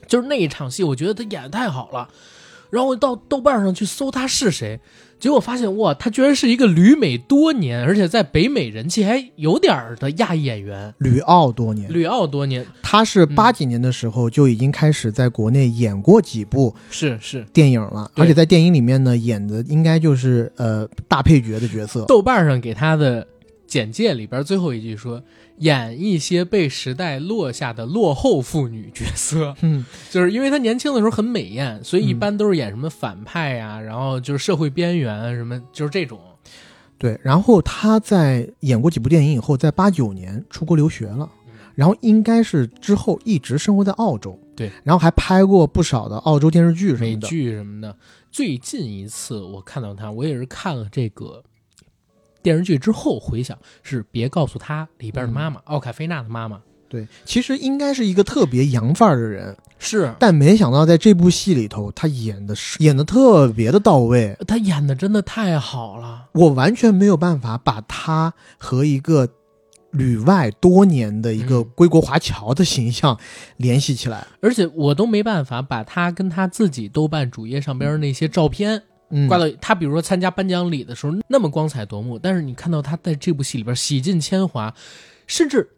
就是那一场戏，我觉得他演的太好了。然后我到豆瓣上去搜他是谁，结果发现哇，他居然是一个旅美多年，而且在北美人气还有点儿的亚裔演员，吕奥多年，旅澳多年，他是嗯八几年的时候就已经开始在国内演过几部是是。电影了，对而且在电影里面呢，演的应该就是呃大配角的角色。豆瓣上给他的简介里边最后一句说，演一些被时代落下的落后妇女角色， 嗯，就是因为他年轻的时候很美艳，所以一般都是演什么反派呀、然后就是社会边缘啊什么，就是这种。对。然后他在演过几部电影以后，在八九年出国留学了嗯，然后应该是之后一直生活在澳洲。对，然后还拍过不少的澳洲电视剧什美么的。剧什么的。最近一次我看到他，我也是看了这个电视剧之后回想，是《别告诉他》里边的妈嗯妈、奥卡菲娜的妈妈，对，其实应该是一个特别洋范儿的人，是但没想到在这部戏里头，他演的是演的特别的到位。她演的真的太好了。我完全没有办法把他和一个旅外多年的一个嗯归国华侨的形 象联系起来。而且我都没办法把她跟她自己豆瓣主页上边那些照片嗯，挂到她，比如说参加颁奖礼的时候那么光彩夺目，但是你看到她在这部戏里边洗尽铅华，甚至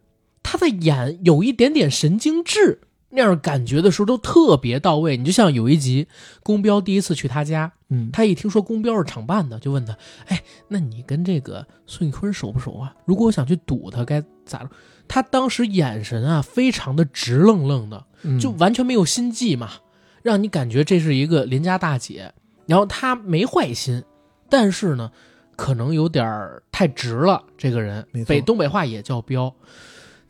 她在演有一点点神经质那样感觉的时候都特别到位。你就像有一集宫彪第一次去她家，嗯，他一听说宫彪是厂办的，就问他：“哎，那你跟这个孙宇坤熟不熟啊？如果我想去堵他，该咋着？”他当时眼神啊，非常的直愣愣的，嗯就完全没有心计嘛，让你感觉这是一个邻家大姐。然后她没坏心，但是呢，可能有点儿太直了。这个人没，错北东北话也叫彪，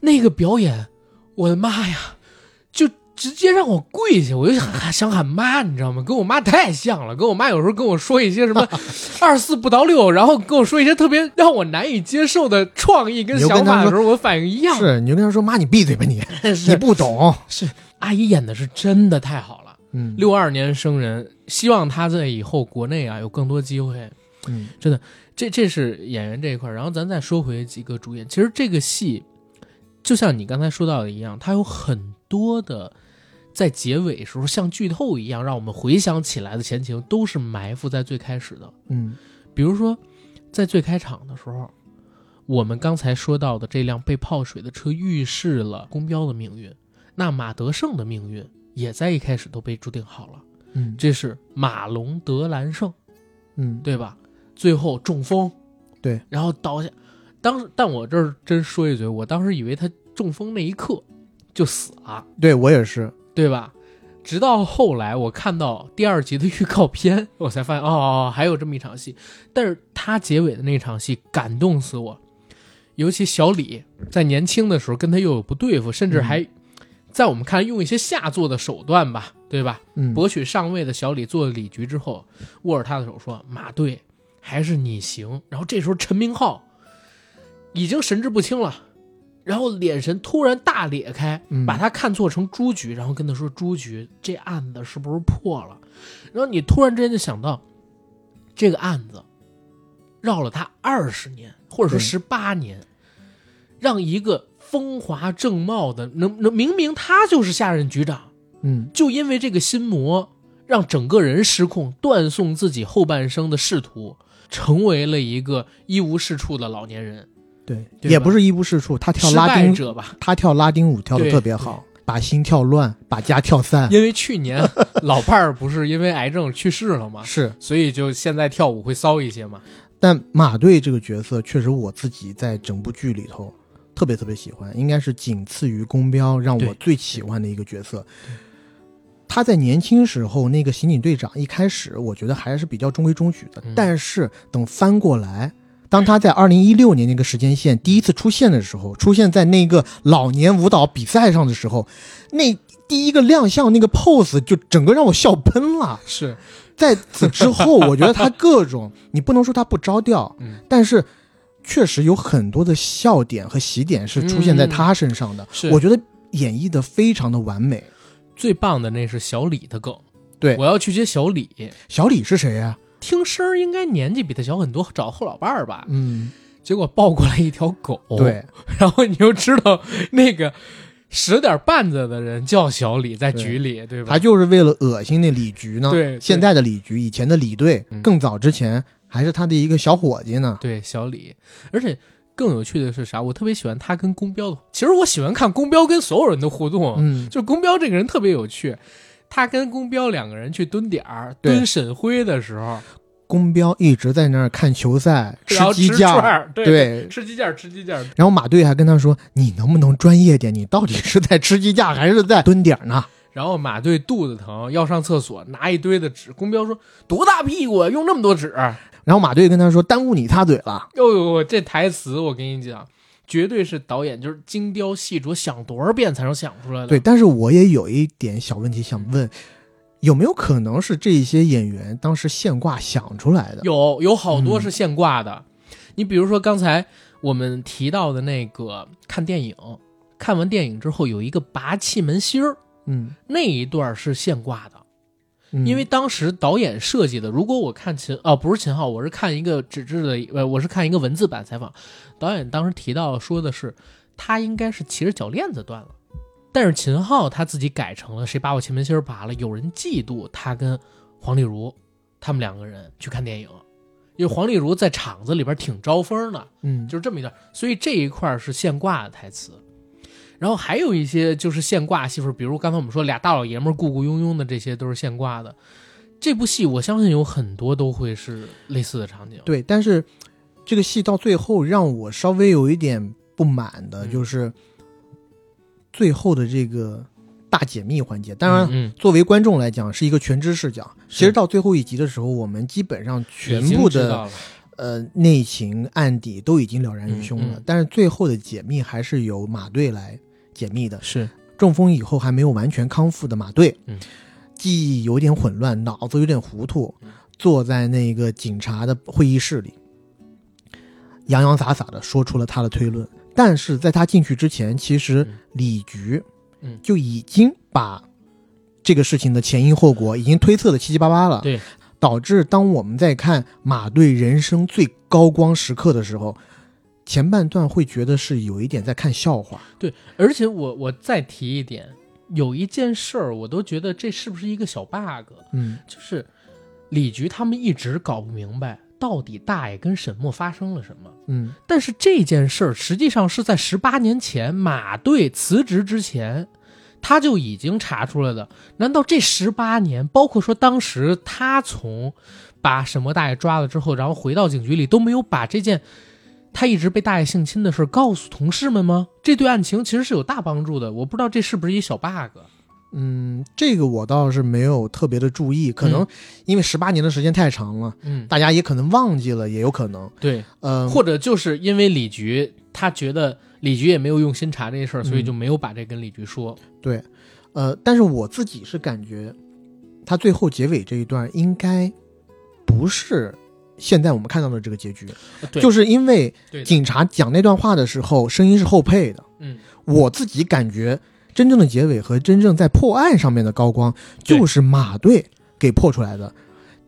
那个表演，我的妈呀，就直接让我跪下，我就想想喊妈，你知道吗？跟我妈太像了，跟我妈有时候跟我说一些 什么二四不到六，然后跟我说一些特别让我难以接受的创意跟你就跟想她法的说时候，我反应一样。是你就跟他说妈，你闭嘴吧你，你 是不懂。阿姨演的是真的太好了。嗯，六二年生人，希望他在以后国内啊有更多机会。嗯这这是演员这一块儿，然后咱再说回几个主演。其实这个戏，就像你刚才说到的一样，它有很多的在结尾时候像剧透一样，让我们回想起来的前情都是埋伏在最开始的。嗯比如说，在最开场的时候，我们刚才说到的这辆被泡水的车预示了公标的命运，那马德胜的命运也在一开始都被注定好了。嗯这是马龙德兰胜，嗯，对吧？最后中风，对，然后倒下。当时，但我这儿真说一嘴，我当时以为他中风那一刻就死了，对我也是。对吧？直到后来我看到第二集的预告片，我才发现哦哦，还有这么一场戏。但是他结尾的那场戏感动死我，尤其小李在年轻的时候跟他又有不对付，甚至还在我们看来用一些下作的手段吧，对吧？嗯，博取上位的小李做了李局之后，握着他的手说：“马队，还是你行。”然后这时候陈明昊已经神志不清了，然后眼神突然大裂开，嗯把他看错成朱局，然后跟他说：“朱局，这案子是不是破了？”然后你突然之间就想到，这个案子绕了他二十年，或者说对十八年，让一个风华正茂的，能能明明他就是下任局长。嗯就因为这个心魔，让整个人失控，断送自己后半生的仕途，成为了一个一无是处的老年人。对，对也吧不是一无是处。他跳失拉败丁，者吧，他跳拉丁舞跳的对特别好，把心跳乱，把家跳散，因为去 年老伴儿不是因为癌症去世了嘛，是。所以就现在跳舞会骚一些嘛。但马队这个角色，确实我自己在整部剧里头特别特别喜欢，应该是仅次于宫彪让对我最喜欢的一个角色。他在年轻时候那个刑警队长，一开始我觉得还是比较中规中矩的，嗯但是等翻过来。当他在二零一六年那个时间线第一次出现的时候，出现在那个老年舞蹈比赛上的时候，那第一个亮相那个 pose 就整个让我笑喷了。是，在此 之后，我觉得他各种，你不能说他不着调，嗯但是确实有很多的笑点和喜点是出现在他身上的。是我觉得演绎的非常的完美。最棒的那是小李的梗，对我要去接小李。小李是谁啊呀、听声儿应该年纪比他小很多，找后老伴儿吧。嗯，结果抱过来一条狗，，对， 然后你就知道那个使点绊子的人叫小李，在局里，对吧他？就是为了恶心那李局呢。对对现在的李局，以前的李队嗯，更早之前还是他的一个小伙计呢。对，小李。而且更有趣的是啥？我特别喜欢他跟宫彪的。其实我喜欢看宫彪跟所有人的互动，嗯，就宫彪这个人特别有趣。他跟宫彪两个人去蹲点儿，对蹲沈辉的时候，宫彪一直在那儿看球赛，吃然后鸡吃架串儿，对，对，吃鸡架儿，吃鸡架儿。然后马队还跟他说：“你能不能专业点？你到底是在吃鸡架还是在蹲点呢然后马队肚子疼，要上厕所，拿一堆的纸。宫彪说：“多大屁股啊，用那么多纸？”？”然后马队跟他说：“耽误你擦嘴了。哟呦，呦，这台词我跟你讲，绝对是导演就是精雕细琢，想多少遍才能想出来”的。对，，但是我也有一点小问题想问，有没有可能是这些演员当时现挂想出来的？有有好多是现挂的。你比如说刚才我们提到的那个看电影，看完电影之后有一个拔气门芯儿，嗯，那一段是现挂的。嗯因为当时导演设计的，如果我看秦哦不是秦昊，我是看一个纸质的，呃，我是看一个文字版采访，导演当时提到说的是他应该是骑着脚链子断了，但是秦昊他自己改成了谁把我前门芯儿拔了，有人嫉妒他跟黄丽茹他们两个人去看电影，因为黄丽茹在厂子里边挺招风的，嗯，就是这么一段，所以这一块儿是现挂的台词。然后还有一些就是现挂戏份，比如刚才我们说俩大老爷们儿咕咕拥拥的，这些都是现挂的。这部戏我相信有很多都会是类似的场景。对，但是这个戏到最后让我稍微有一点不满的，嗯就是最后的这个大解密环节。当然，嗯，作为观众来讲，是一个全知视角。是其实到最后一集的时候，我们基本上全已经部知的道了呃内情案底都已经了然于胸了，嗯嗯但是最后的解密还是由马队来解密的。是中风以后还没有完全康复的马队，嗯记忆有点混乱，脑子有点糊涂嗯，坐在那个警察的会议室里，洋洋洒洒的说出了他的推论。但是在他进去之前，其实嗯李局嗯就已经把这个事情的前因后果已经推测的七七八八了。对，导致当我们在看马队人生最高光时刻的时候，前半段会觉得是有一点在看笑话。而且我我再提一点，有一件事儿我都觉得这是不是一个小 bug，嗯，就是李局他们一直搞不明白到底大爷跟沈墨发生了什么。嗯，但是这件事儿实际上是在十八年前马队辞职之前，他就已经查出来的。难道这十八年，包括说当时他从把沈墨大爷抓了之后，然后回到警局里，都没有把这件他一直被大爷性侵的事儿告诉同事们吗？这对案情其实是有大帮助的。我不知道这是不是一小 bug。嗯，这个我倒是没有特别的注意，可能因为十八年的时间太长了，嗯，大家也可能忘记了，也有可能。对，嗯、或者就是因为李局他觉得李局也没有用心查这事儿，所以就没有把这跟李局说。对，呃，但是我自己是感觉，他最后结尾这一段应该不是现在我们看到的这个结局，对就是因为对的警察讲那段话的时候，声音是后配的。嗯，我自己感觉，真正的结尾和真正在破案上面的高光，对就是马队给破出来的，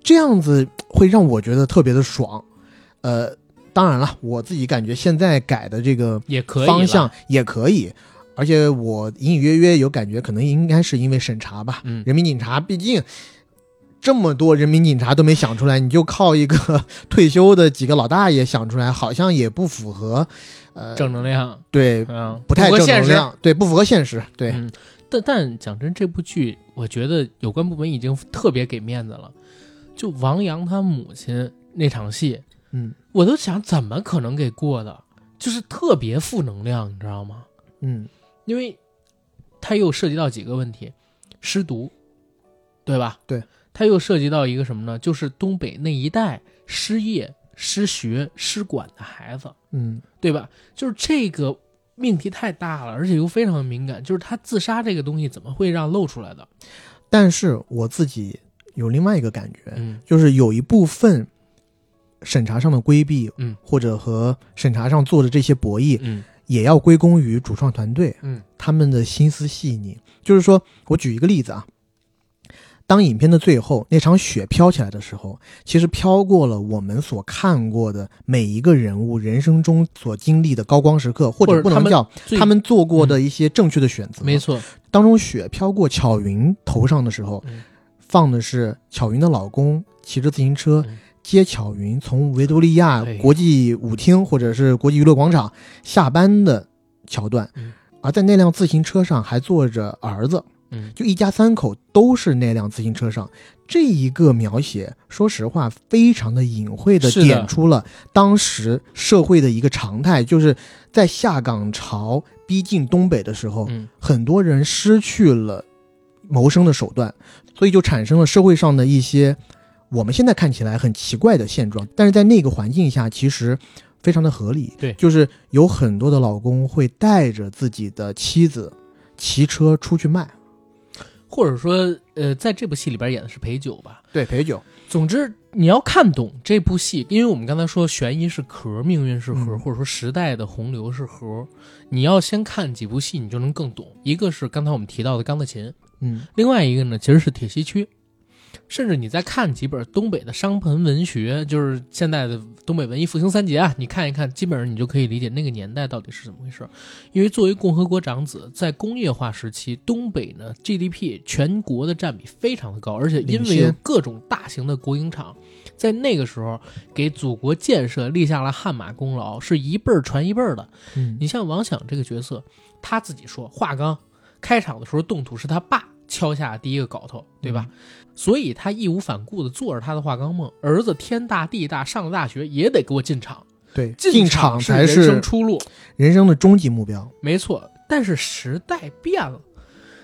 这样子会让我觉得特别的爽。呃，当然了，我自己感觉现在改的这个也可以方了向也可以，而且我隐隐约约有感觉，可能应该是因为审查吧。嗯人民警察毕竟这么多人民警察都没想出来，你就靠一个 退休的几个老大爷想出来，好像也不符合，呃，正能量，对，嗯，不太符合正现能实。量，对，不符合现实，对，嗯，但但讲真，这部剧我觉得有关部门已经特别给面子了。就王阳他母亲那场戏，嗯我都想怎么可能给过的，就是特别负能量，你知道吗？嗯因为它又涉及到几个问题，失毒，对吧？对，它又涉及到一个什么呢？就是东北那一带失业、失学、失管的孩子，嗯对吧？就是这个命题太大了，而且又非常敏感。就是他自杀这个东西怎么会让露出来的？但是我自己有另外一个感觉，嗯就是有一部分审查上的规避，嗯，或者和审查上做的这些博弈，嗯也要归功于主创团队嗯他们的心思细腻。就是说，我举一个例子啊，当影片的最后那场雪飘起来的时候，其实飘过了我们所看过的每一个人物人生中所经历的高光时刻，或或者者不他能们叫最他们做过的一些正确的选择。没错，当中雪飘过巧云头上的时候，嗯放的是巧云的老公骑着自行车、嗯接巧云从维多利亚哎国际舞厅或者是国际娱乐广场下班的桥段，嗯而在那辆自行车上还坐着儿子，嗯就一家三口都是那辆自行车上。这一个描写，说实话，非常的隐晦的是的点出了当时社会的一个常态，就是在下岗潮逼近东北的时候，嗯很多人失去了谋生的手段，所以就产生了社会上的一些我们现在看起来很奇怪的现状，但是在那个环境下，其实非常的合理。对就是有很多的老公会带着自己的妻子骑车出去卖，或者说呃，在这部戏里边演的是陪酒吧。对，陪酒，总之，你要看懂这部戏，因为我们刚才说悬疑是壳，命运是核，嗯或者说时代的洪流是核。你要先看几部戏，你就能更懂。一个是刚才我们提到的《钢的琴》，嗯另外一个呢，其实是铁西区，甚至你再看几本东北的商盆文学，就是现在的东北文艺复兴三杰啊，你看一看，基本上你就可以理解那个年代到底是怎么回事儿。因为作为共和国长子，在工业化时期，东北呢 GDP 全国的占比非常的高，而且因领为先有各种大型的国营厂，在那个时候给祖国建设立下了汗马功劳，是一辈儿传一辈儿的。嗯你像王响这个角色，他自己说华钢开场的时候动土是他爸敲下第一个镐头，对嗯吧？所以他义无反顾的做着他的华钢梦。儿子天大地大，上了大学也得给我进厂，对，厂场是才人是生出路，人生的终极目标。没错。但是时代变了。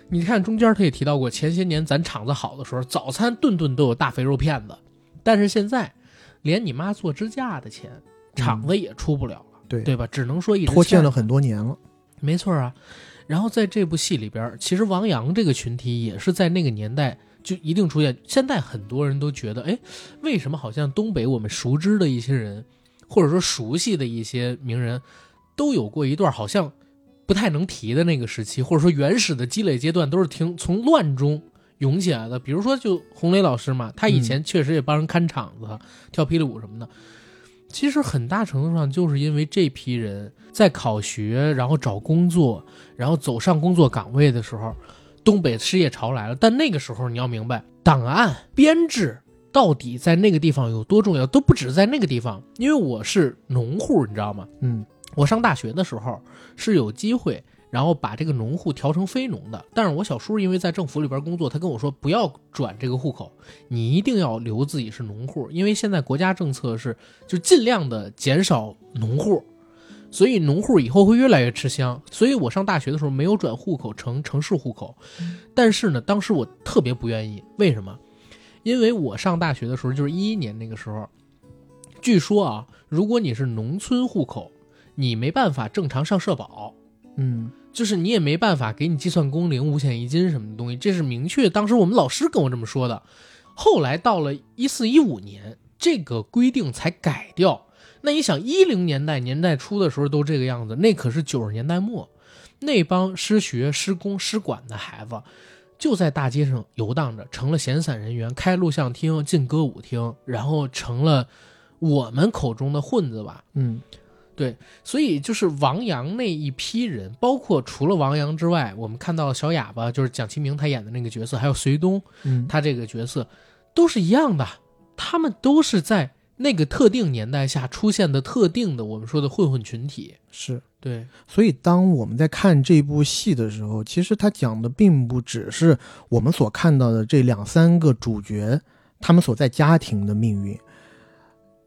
你看，中间他也提到过，前些年咱厂子好的时候，早餐顿顿都有大肥肉片子，但是现在，连你妈做支架的钱，厂子也出不了了，嗯对对吧？只能说一直拖欠欠了很多年了，没错啊。然后在这部戏里边儿，其实王阳这个群体也是在那个年代就一定出现。现在很多人都觉得，哎，为什么好像东北我们熟知的一些人，或者说熟悉的一些名人，都有过一段好像不太能提的那个时期，或者说原始的积累阶段，都是听从乱中涌起来的。比如说，就洪磊老师嘛，他以前确实也帮人看场子、跳霹雳舞什么的。其实很大程度上就是因为这批人在考学，然后找工作，然后走上工作岗位的时候，东北失业潮来了。但那个时候你要明白，档案编制到底在那个地方有多重要，都不止在那个地方。因为我是农户，你知道吗？嗯我上大学的时候是有机会，然后把这个农户调成非农的。但是我小叔因为在政府里边工作，他跟我说不要转这个户口，你一定要留自己是农户，因为现在国家政策是就尽量的减少农户。所以农户以后会越来越吃香，所以我上大学的时候没有转户口成城市户口，但是呢，当时我特别不愿意，为什么？因为我上大学的时候就是一一年那个时候，据说啊，如果你是农村户口，你没办法正常上社保，嗯，就是你也没办法给你计算工龄、五险一金什么东西，这是明确当时我们老师跟我这么说的。后来到了一四一五年，这个规定才改掉。那你想，一零年代年代初的时候都这个样子，那可是九十年代末，那帮失学、失工、失管的孩子，就在大街上游荡着，成了闲散人员，开录像厅、进歌舞厅，然后成了我们口中的混子吧。嗯所以就是王阳那一批人，包括除了王阳之外，我们看到小哑巴，就是蒋奇明他演的那个角色，还有隋东嗯，他这个角色，都是一样的，他们都是在那个特定年代下出现的特定的我们说的混混群体。是。对，所以，当我们在看这部戏的时候，其实它讲的并不只是我们所看到的这两三个主角他们所在家庭的命运。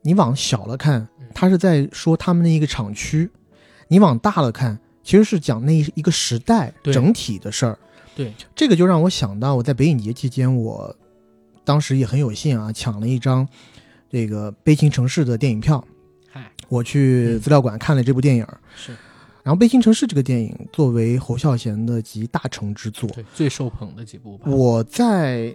你往小了看嗯，它是在说他们的一个厂区；你往大了看，其实是讲那一个时代对整体的事儿。对，这个就让我想到，我在北影节期间，我当时也很有幸啊，抢了一张这个《悲情城市》的电影票，嗨，我去嗯资料馆看了这部电影。是然后《悲情城市》这个电影作为侯孝贤的集大成之作，对最受捧的几部吧。我在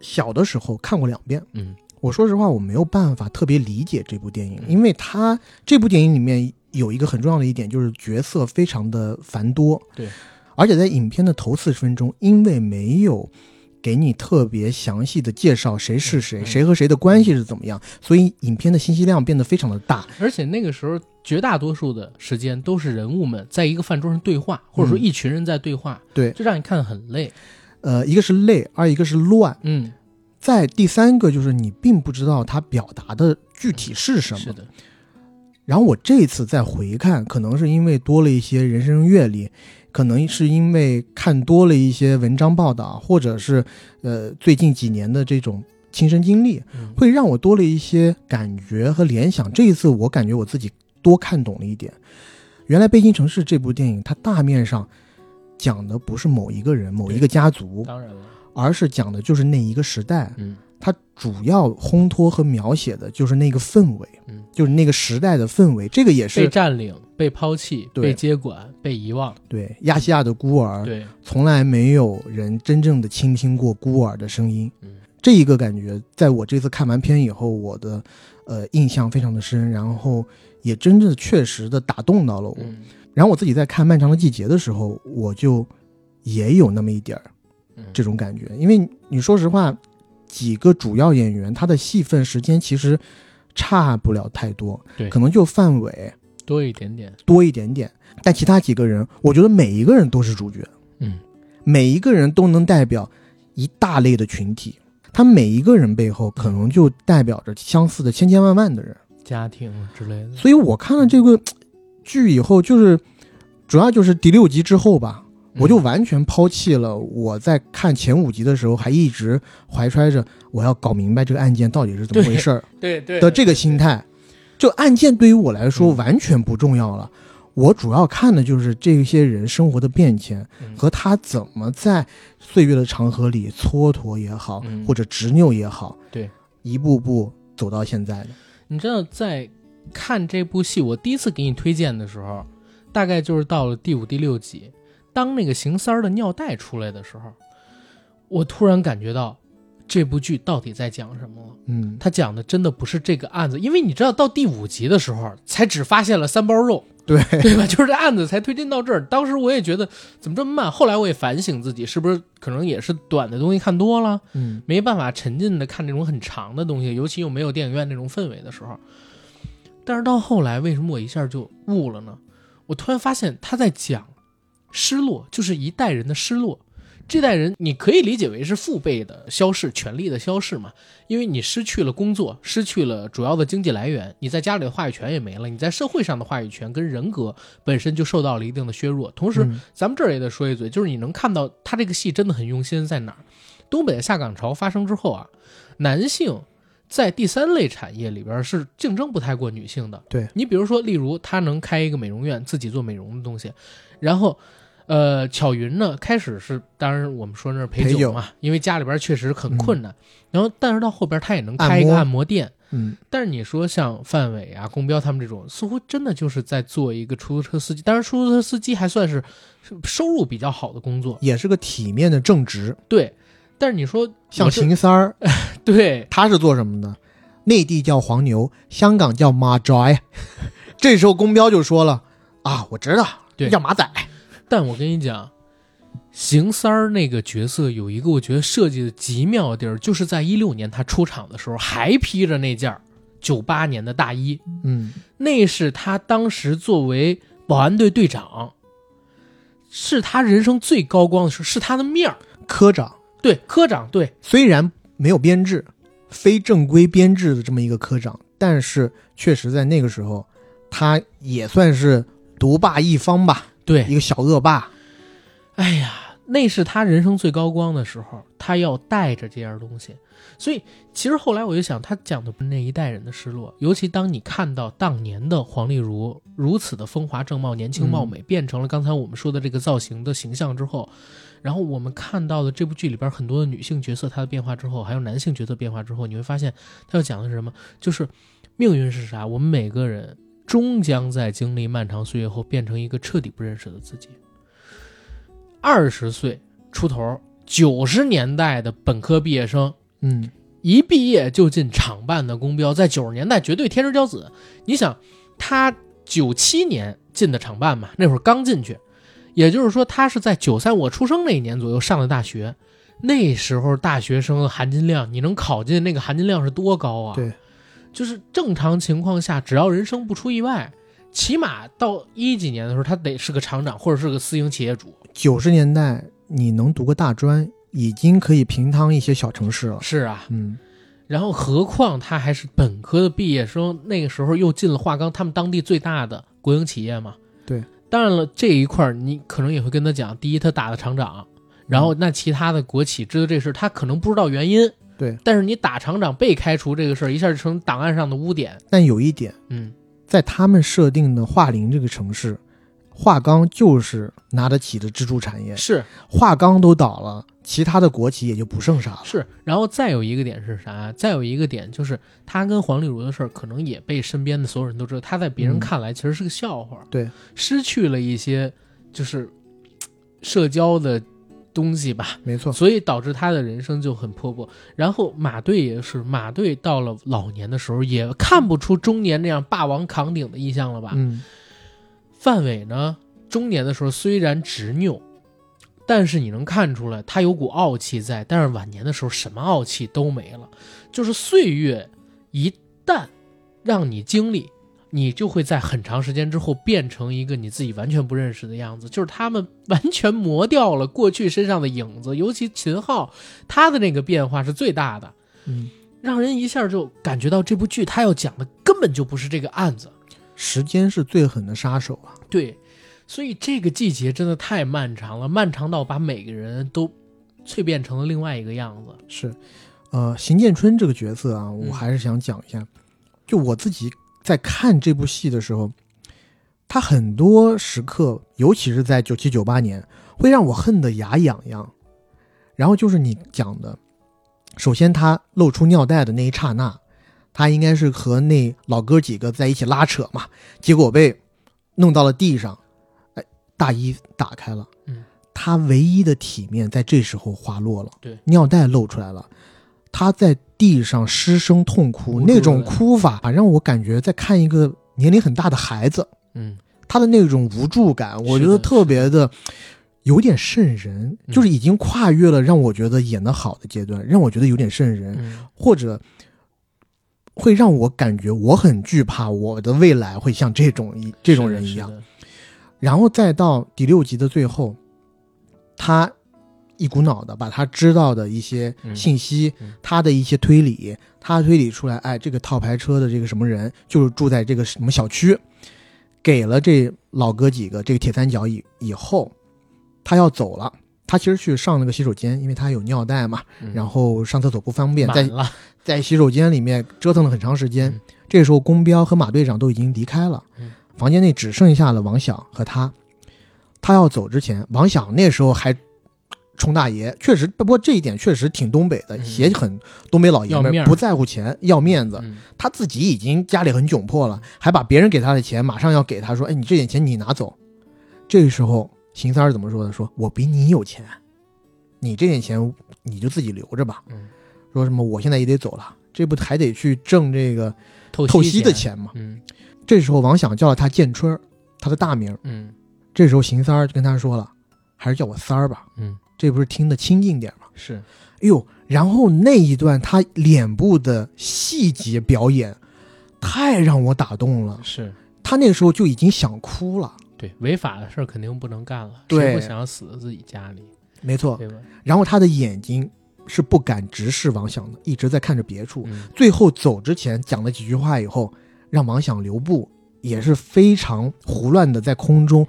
小的时候看过两遍。嗯，我说实话，我没有办法特别理解这部电影，嗯因为它这部电影里面有一个很重要的一点，就是角色非常的繁多。对，而且在影片的头四十分钟，因为没有给你特别详细的介绍谁是谁、嗯嗯谁和谁的关系是怎么样，所以影片的信息量变得非常的大。而且那个时候绝大多数的时间都是人物们在一个饭桌上对话，或者说嗯一群人在对话，对这让你看得很累。呃，一个是累，二一个是乱。嗯，在第三个就是你并不知道他表达的具体是什是么。的，然后我这次再回看，可能是因为多了一些人生阅历，可能是因为看多了一些文章报道，或者是呃最近几年的这种亲身经历，嗯，会让我多了一些感觉和联想。这一次我感觉我自己多看懂了一点。原来《悲情城市》这部电影，它大面上讲的不是某一个人、某一个家族，当然了，而是讲的就是那一个时代。嗯，它主要烘托和描写的就是那个氛围，嗯就是那个时代的氛围。这个也被是占领、被抛弃、对啊被接管、被遗忘，对亚细亚的孤儿，对，从来没有人真正的倾听过孤儿的声音。嗯这一个感觉，在我这次看完片以后，我的呃印象非常的深，然后也真正确实的打动到了我。嗯然后我自己在看《漫长的季节》的时候，我就也有那么一点儿嗯，这种感觉，因为你说实话，几个主要演员他的戏份时间其实差不了太多，对可能就范伟嗯多一点点，多一点点，但其他几个人，我觉得每一个人都是主角，嗯，每一个人都能代表一大类的群体，他每一个人背后可能就代表着相似的千千万万的人，家庭之类的，所以我看了这个剧以后，就是主要就是第六集之后吧，我就完全抛弃了我在看前五集的时候还一直怀揣着我要搞明白这个案件到底是怎么回事儿嗯对对的这个心，态。这个案件对于我来说嗯完全不重要了，我主要看的就是这些人生活的变迁嗯和他怎么在岁月的长河里蹉跎也好嗯，或者执拗也好，对，一步步走到现在的。你知道，在看这部戏，我第一次给你推荐的时候，大概就是到了第五、第六集，当那个邢三儿的尿袋出来的时候，我突然感觉到这部剧到底在讲什么了。嗯，他讲的真的不是这个案子，因为你知道，到第五集的时候才只发现了三包肉，对，对吧？ 就是这案子才推进到这儿。当时我也觉得怎么这么慢，后来我也反省自己，是不是可能也是短的东西看多了，嗯，没办法沉浸的看这种很长的东西，尤其又没有电影院那种氛围的时候。但是到后来，为什么我一下就悟了呢？我突然发现他在讲失落，就是一代人的失落。这代人你可以理解为是父辈的消逝，权力的消逝嘛，因为你失去了工作，失去了主要的经济来源，你在家里的话语权也没了，你在社会上的话语权跟人格本身就受到了一定的削弱。同时，嗯咱们这儿也得说一嘴，就是你能看到他这个戏真的很用心在哪儿。东北下岗潮发生之后啊，男性在第三类产业里边是竞争不太过女性的。对你比如说，例如他能开一个美容院，自己做美容的东西，然后。呃，巧云呢，开始是当然我们说那是陪陪酒酒嗯嘛，因为家里边确实很困难。然后，但是到后边他也能按开一个摩按摩店，嗯，但是你说像范伟啊、龚彪他们这种，似乎真的就是在做一个出租车司机。当然，出租车司机还算是是收入比较好的工作，也是个体面的正直。对。但是你说 像我这邢三儿，对他是做什么的？内地叫黄牛，香港叫马拽。 这时候公标就说了：“啊，我知道，对叫马仔。但我跟你讲，邢三儿那个角色有一个我觉得设计的极妙的地儿，就是在一六年他出场的时候，还披着那件九八年的大衣，”嗯，那是他当时作为保安队队长，是他人生最高光的时候，是他的面儿。科长对，科长，对，虽然没有编制，非正规编制的这么一个科长，但是确实在那个时候，他也算是独霸一方吧，对，一个小恶霸。哎呀，那是他人生最高光的时候，他要带着这样东西。所以其实后来我就想，他讲的不是那一代人的失落，尤其当你看到当年的黄丽茹如此的风华正茂、年轻貌美，变成了刚才我们说的这个造型的形象之后，然后我们看到的这部剧里边很多的女性角色她的变化之后，还有男性角色变化之后，你会发现他要讲的是什么？就是命运是啥？我们每个人终将在经历漫长岁月后，变成一个彻底不认识的自己。二十岁出头，九十年代的本科毕业生，嗯，一毕业就进厂办的公标，在九十年代绝对天之骄子。你想，他九七年进的厂办嘛，那会儿刚进去，也就是说他是在九三我出生那一年左右上的大学。那时候大学生的含金量，你能考进那个含金量是多高啊？对，就是正常情况下，只要人生不出意外，起码到一几年的时候，他得是个厂长或者是个私营企业主。九十年代你能读个大专，已经可以平趟一些小城市了。是啊，嗯，然后何况他还是本科的毕业生，那个时候又进了华钢，他们当地最大的国营企业嘛。对，当然了，这一块儿你可能也会跟他讲，第一他打的厂长，然嗯后那其他的国企知道这事儿，他可能不知道原因。对，但是你打厂长被开除这个事儿，一下就成档案上的污点。但有一点，嗯，在他们设定的桦林这个城市，桦钢就是拿得起的支柱产业。是桦钢都倒了，其他的国企也就不剩啥了。是。然后再有一个点是啥？再有一个点就是他跟黄丽茹的事儿，可能也被身边的所有人都知道，他在别人嗯看来其实是个笑话。对，失去了一些就是嘖社交的东西吧，没错，所以导致他的人生就很破破。然后马队也是，马队到了老年的时候，也看不出中年那样霸王扛鼎的意象了吧？嗯，范伟呢，中年的时候虽然执拗，但是你能看出来他有股傲气在，但是晚年的时候什么傲气都没了。就是岁月一旦让你经历，你就会在很长时间之后变成一个你自己完全不认识的样子。就是他们完全磨掉了过去身上的影子，尤其秦昊他的那个变化是最大的，嗯，让人一下就感觉到这部剧他要讲的根本就不是这个案子。时间是最狠的杀手啊。对，所以这个季节真的太漫长了，漫长到把每个人都蜕变成了另外一个样子。是，呃，邢建春这个角色啊，嗯我还是想讲一下。就我自己在看这部戏的时候，他很多时刻，尤其是在九七九八年，会让我恨得牙痒痒。然后就是你讲的，首先他露出尿袋的那一刹那，他应该是和那老哥几个在一起拉扯嘛，结果被弄到了地上，哎，大衣打开了，嗯，他唯一的体面在这时候滑落了，对，尿袋露出来了，他在地上失声痛无哭，助那种的哭法让我感觉在看一个年龄很大的孩子，嗯，他的那种无助感，我是觉的得特别的有点瘆人，嗯就是已经跨越了让我觉得演得好的阶段，让我觉得有点瘆人，嗯或者会让我感觉我很惧怕我的未来会像这种一这种人一样。是。的然后再到第六集的最后，他一股脑的把他知道的一些信息，嗯嗯他的一些推理，他推理出来，哎，这个套牌车的这个什么人，就是住在这个什么小区，给了这老哥几个这个铁三角以以后，他要走了。他其实去上了个洗手间，因为他有尿袋嘛，是的嗯然后上厕所不方便，在满了，在洗手间里面折腾了很长时间。嗯这个时候，宫彪和马队长都已经离开了，嗯房间内只剩下了王响和他。他要走之前，王响那时候还冲大爷，确实，不过这一点确实挺东北的，嗯也很东北老爷要们面儿，儿不在乎钱，要面子。嗯他自己已经家里很窘迫了，还把别人给他的钱马上要给他说：“哎，你这点钱你拿走。”这个时候，邢三儿怎么说的？说：“我比你有钱，你这点钱你就自己留着吧。”嗯，说什么我现在也得走了，这不还得去挣这个透透析的钱，钱吗？嗯这时候王想叫了他建春儿，他的大名儿。嗯这时候邢三儿就跟他说了，还是叫我三儿吧，嗯，这不是听得亲近点儿吗？是哎呦，然后那一段他脸部的细节表演，太让我打动了。是，他那个时候就已经想哭了，对，违法的事儿肯定不能干了，对哦谁不想要死在自己家里，没错。对吧？然后他的眼睛是不敢直视王想的，一直在看着别处。嗯最后走之前讲了几句话以后，让王想留步，也是非常胡乱的在空中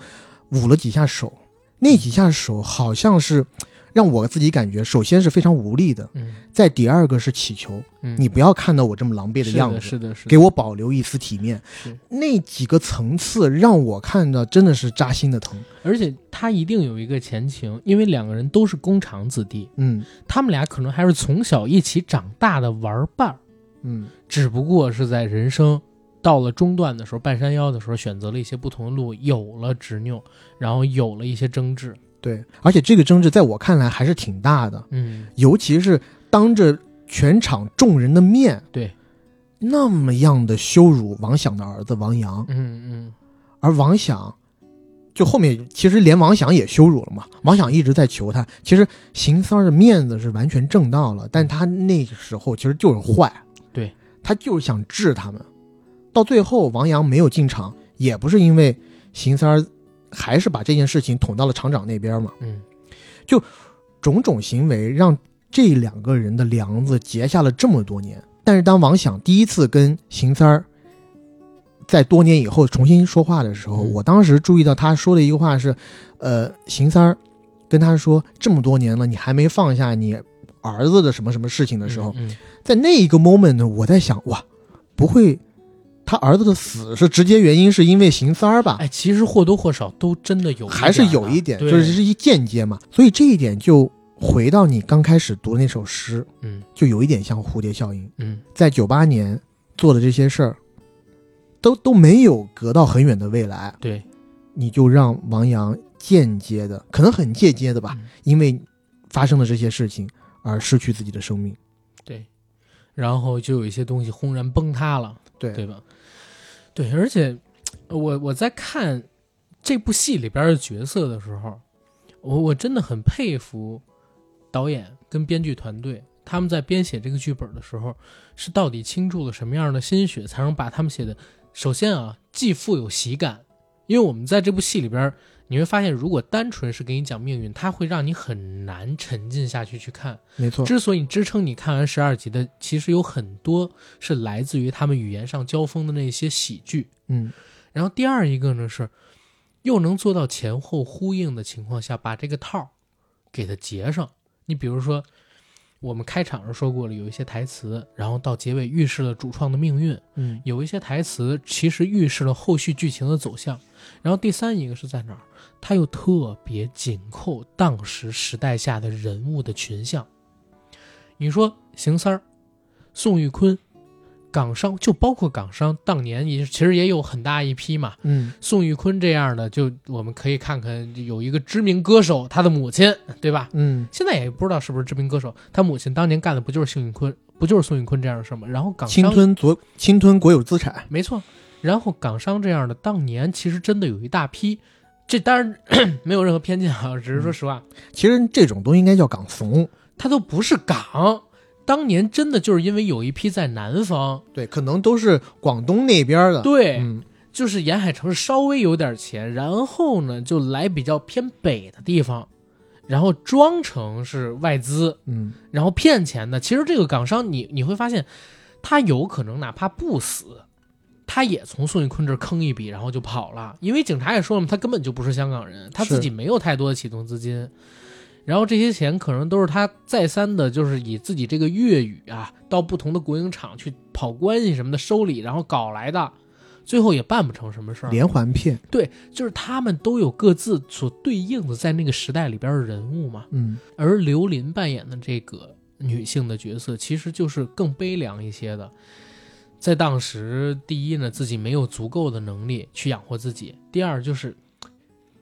舞了几下手。那几下手好像是让我自己感觉，首先是非常无力的，嗯再第二个是祈求嗯，你不要看到我这么狼狈是样的，子，是的，是的，给我保留一丝体面是。那几个层次让我看的真的是扎心的疼。而且他一定有一个前情，因为两个人都是工厂子弟，嗯他们俩可能还是从小一起长大的玩伴儿，嗯只不过是在人生到了中段的时候，半山腰的时候，选择了一些不同的路，有了执拗，然后有了一些争执。对，而且这个争执在我看来还是挺大的，嗯，尤其是当着全场众人的面，对，那么样的羞辱王想的儿子王阳，嗯而王想。就后面其实连王想也羞辱了嘛，王想一直在求他。其实邢三儿的面子是完全挣到了，但他那个时候其实就是坏，对他就是想治他们。到最后王阳没有进场，也不是因为邢三儿还是把这件事情捅到了厂长那边嘛，嗯嗯，种种行为让这两个人的梁子结下了这么多年。但是当王想第一次跟邢三儿在多年以后重新说话的时候，嗯我当时注意到他说的一句话是：“呃，邢三儿跟他说这么多年了，你还没放下你儿子的什么什么事情的时候，嗯，嗯在那一个 moment 呢，我在想，哇，不会他儿子的死是直接原因是因为邢三儿吧？哎，其实或多或少都真的有一点儿的，还是有一点，对就是是一间接嘛。所以这一点就回到你刚开始读那首诗，嗯就有一点像蝴蝶效应。嗯在九八年做的这些事儿，都都没有隔到很远的未来，对你就让王阳间接的，可能很间接的吧，嗯因为发生了这些事情而失去自己的生命。对，然后就有一些东西轰然崩塌了。对对吧？对，而且呃我我在看这部戏里边的角色的时候，我我真的很佩服导演跟编剧团队，他们在编写这个剧本的时候，是到底倾注了什么样的心血，才能把他们写的首先啊，既富有喜感，因为我们在这部戏里边。你会发现，如果单纯是给你讲命运，它会让你很难沉浸下去去看。没错，之所以支撑你看完十二集的，其实有很多是来自于他们语言上交锋的那些喜剧。嗯，然后第二一个呢是，又能做到前后呼应的情况下，把这个套儿给它结上。你比如说，我们开场时说过了，有一些台词，然后到结尾预示了主创的命运；嗯，有一些台词其实预示了后续剧情的走向。然后第三一个是在哪儿？它又特别紧扣当时时代下的人物的群像。你说邢三儿、宋玉坤、港商，就包括港商当年也其实也有很大一批嘛。嗯，宋玉坤这样的，就我们可以看看有一个知名歌手，他的母亲，对吧？嗯，现在也不知道是不是知名歌手，他母亲当年干的不就是宋玉坤，不就是宋玉坤这样的事吗？然后港侵商吞国侵吞国有资产，没错。然后港商这样的，当年其实真的有一大批，这当然 没有任何偏见嗯啊，只是说实话，其实这种都应该叫港怂。他都不是港，当年真的就是因为有一批在南方，对，可能都是广东那边的。对，嗯，就是沿海城市稍微有点钱，然后呢就来比较偏北的地方，然后装成是外资，嗯然后骗钱的。其实这个港商你你会发现，他有可能哪怕不死，他也从宋玉坤这儿坑一笔，然后就跑了。因为警察也说了嘛，他根本就不是香港人，他自己没有太多的启动资金。然后这些钱可能都是他再三的，就是以自己这个粤语啊，到不同的国营厂去跑关系什么的收礼，然后搞来的，最后也办不成什么事儿。连环骗。对，就是他们都有各自所对应的在那个时代里边的人物嘛。嗯，而刘琳扮演的这个女性的角色，其实就是更悲凉一些的。在当时，第一呢，自己没有足够的能力去养活自己；第二就是，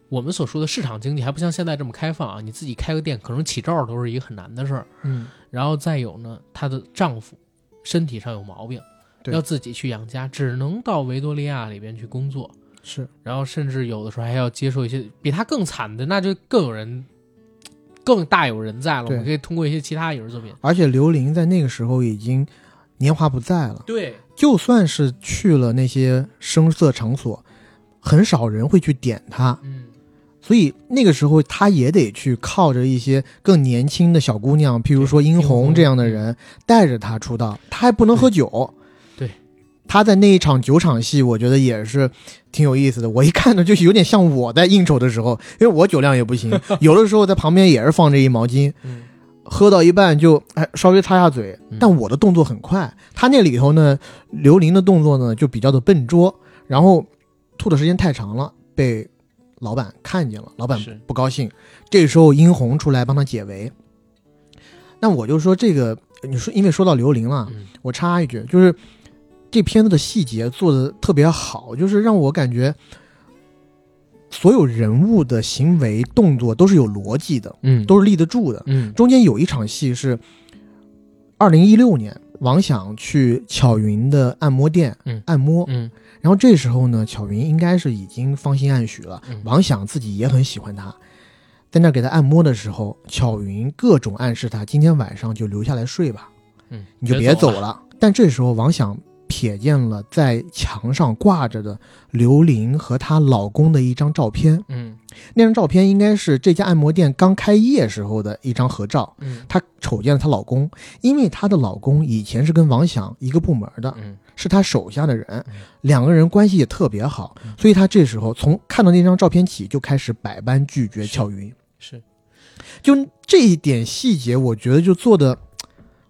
我们所说的市场经济还不像现在这么开放啊，你自己开个店，可能起照都是一个很难的事儿。嗯，然后再有呢，她的丈夫身体上有毛病，对要自己去养家，只能到维多利亚里边去工作。是然后甚至有的时候还要接受一些比他更惨的，那就更有人，更大有人在了。我对们可以通过一些其他影视作品，而且刘玲在那个时候已经年华不在了，对就算是去了那些声色场所，很少人会去点她。嗯，所以那个时候他也得去靠着一些更年轻的小姑娘，譬如说殷殷红红嗯这样的人带着他出道，他还不能喝酒。对对他在那一场酒场戏，我觉得也是挺有意思的。我一看呢，就是有点像我在应酬的时候，因为我酒量也 不行，有的时候在旁边也是放着一毛巾，嗯喝到一半就哎稍微擦下嘴嗯，但我的动作很快，他那里头呢，刘琳的动作呢就比较的笨拙，然后吐的时间太长了，被老板看见了，老板是不高兴，这时候殷红出来帮他解围。那我就说这个，你说因为说到刘琳了，嗯我插一句，就是这片子的细节做的特别好，就是让我感觉所有人物的行为动作都是有逻辑的，嗯都是立得住的。嗯中间有一场戏是二零一六年，王想去巧云的按摩店嗯按摩，嗯然后这时候呢，巧云应该是已经芳心暗许了，嗯王想自己也很喜欢她，在那儿给她按摩的时候，巧云各种暗示她今天晚上就留下来睡吧，嗯，你就别走了。了。但这时候王想瞥见了在墙上挂着的刘琳和她老公的一张照片，嗯那张照片应该是这家按摩店刚开业时候的一张合照。嗯她瞅见了她老公，因为她的老公以前是跟王想一个部门的，嗯是她手下的人嗯，两个人关系也特别好，所以她这时候从看到那张照片起就开始百般拒绝是巧云。是就这一点细节，我觉得就做的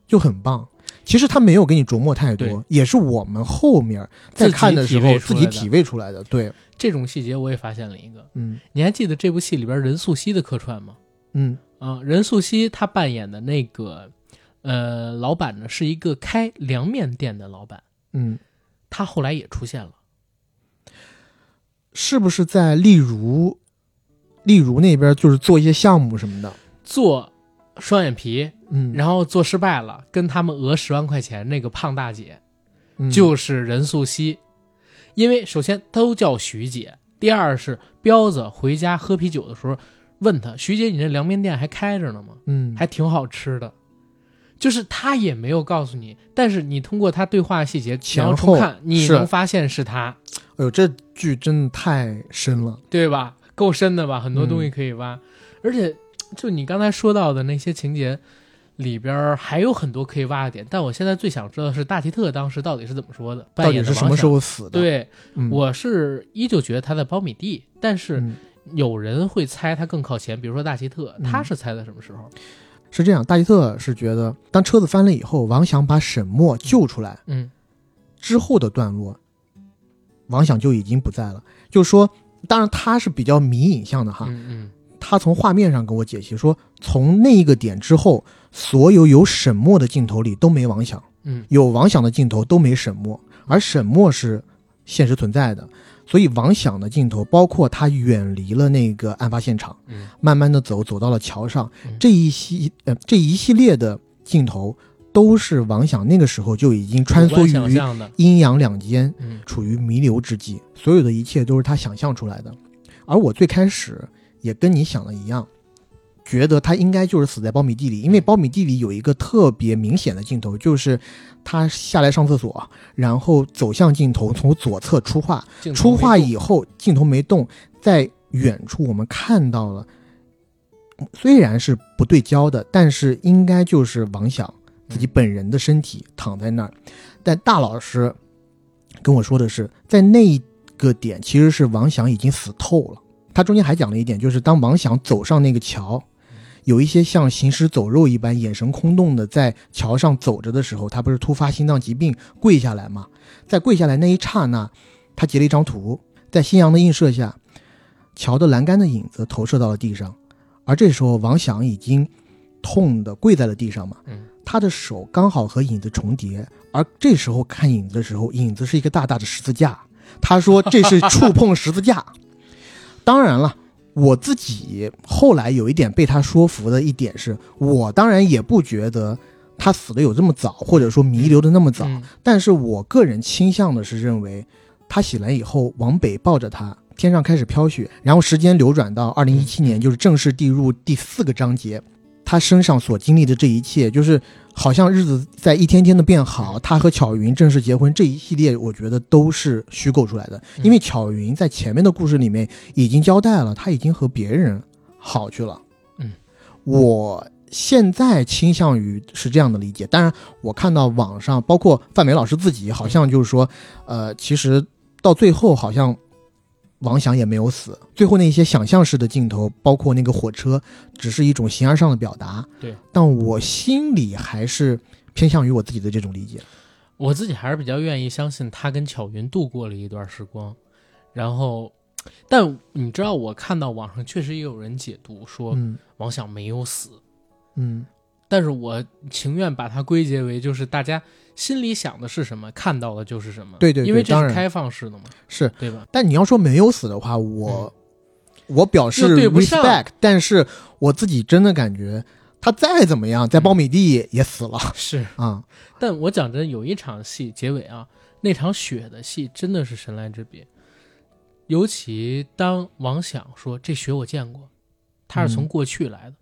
就很棒。其实他没有给你琢磨太对多，也是我们后面在看的时候自自己体味出来的己体味出来的。对，这种细节我也发现了一个。嗯你还记得这部戏里边任素汐的客串吗？嗯啊、任素汐她扮演的那个呃老板呢，是一个开凉面店的老板，嗯，他后来也出现了。是不是在例如，例如那边就是做一些项目什么的？做双眼皮，嗯，然后做失败了，跟他们讹十万块钱那个胖大姐嗯就是任素汐，因为首先都叫徐姐，第二是彪子回家喝啤酒的时候问她，徐姐你这凉面店还开着呢吗？嗯还挺好吃的。就是他也没有告诉你，但是你通过他对话细节前然后后重看，你是能发现是他，哎呦，这剧真的太深了。对吧？够深的吧？很多嗯东西可以挖，而且就你刚才说到的那些情节里边儿还有很多可以挖的点，但我现在最想知道的是大提特当时到底是怎么说的，到扮底演的是什么时候？候死的？，对，嗯、我是依旧觉得他在苞米地，但是嗯有人会猜他更靠前，比如说大奇特，嗯他是猜的什么时候？是这样。大吉特是觉得，当车子翻了以后，王想把沈墨救出来嗯之后的段落，王想就已经不在了。就说，当然他是比较迷影像的哈，嗯嗯他从画面上跟我解析说，从那一个点之后，所有有沈墨的镜头里都没王想，嗯有王想的镜头都没沈墨，而沈墨是现实存在的。所以王想的镜头，包括他远离了那个案发现场，嗯慢慢的走，走到了桥上嗯，这一系呃这一系列的镜头都是王想那个时候就已经穿主梭观想于象的，阴阳两间，嗯。处于弥留之际，所有的一切都是他想象出来的。而我最开始也跟你想的一样，觉得他应该就是死在苞米地里，因为苞米地里有一个特别明显的镜头，就是他下来上厕所，然后走向镜头，从左侧出画，镜头出画没动以后镜头没动，在远处我们看到了，虽然是不对焦的，但是应该就是王想嗯自己本人的身体躺在那儿。但大老师跟我说的是，在那一个点其实是王想已经死透了。他中间还讲了一点，就是当王想走上那个桥。有一些像行尸走肉一般眼神空洞的在桥上走着的时候，他不是突发心脏疾病跪下来吗？在跪下来那一刹那，他截了一张图，在新阳的映射下，桥的栏杆的影子投射到了地上，而这时候王想已经痛的跪在了地上嘛，嗯他的手刚好和影子重叠，而这时候看影子的时候，影子是一个大大的十字架，他说这是触碰十字架。 当然了。我自己后来有一点被他说服的一点是，我当然也不觉得他死的有这么早，或者说弥留的那么早，嗯但是我个人倾向的是认为，他醒来以后往北抱着他，嗯天上开始飘雪，然后时间流转到二零一七年，就是正式递入第四个章节。他身上所经历的这一切，就是好像日子在一天天的变好。嗯他和巧云正式结婚这一系列，我觉得都是虚构出来的，嗯因为巧云在前面的故事里面已经交代了，他已经和别人好去了。嗯，我现在倾向于是这样的理解。当然，我看到网上包括范梅老师自己，好像就是说，呃，其实到最后好像王想也没有死，最后那些想象式的镜头，包括那个火车，只是一种形而上的表达。对，但我心里还是偏向于我自己的这种理解。我自己还是比较愿意相信他跟巧云度过了一段时光，然后，但你知道，我看到网上确实也有人解读说嗯王想没有死，嗯但是我情愿把它归结为就是大家心里想的是什么，看到的就是什么。对对对因为这当是然开放式的嘛，是，对 吧？但你要说没有死的话，我、我表示嗯又对不上 respect，但是我自己真的感觉他再怎么样，嗯在苞米地也死了是。啊、但我讲真，有一场戏结尾啊，那场雪的戏真的是神来之笔。尤其当王想说这雪我见过，它是从嗯过去来的，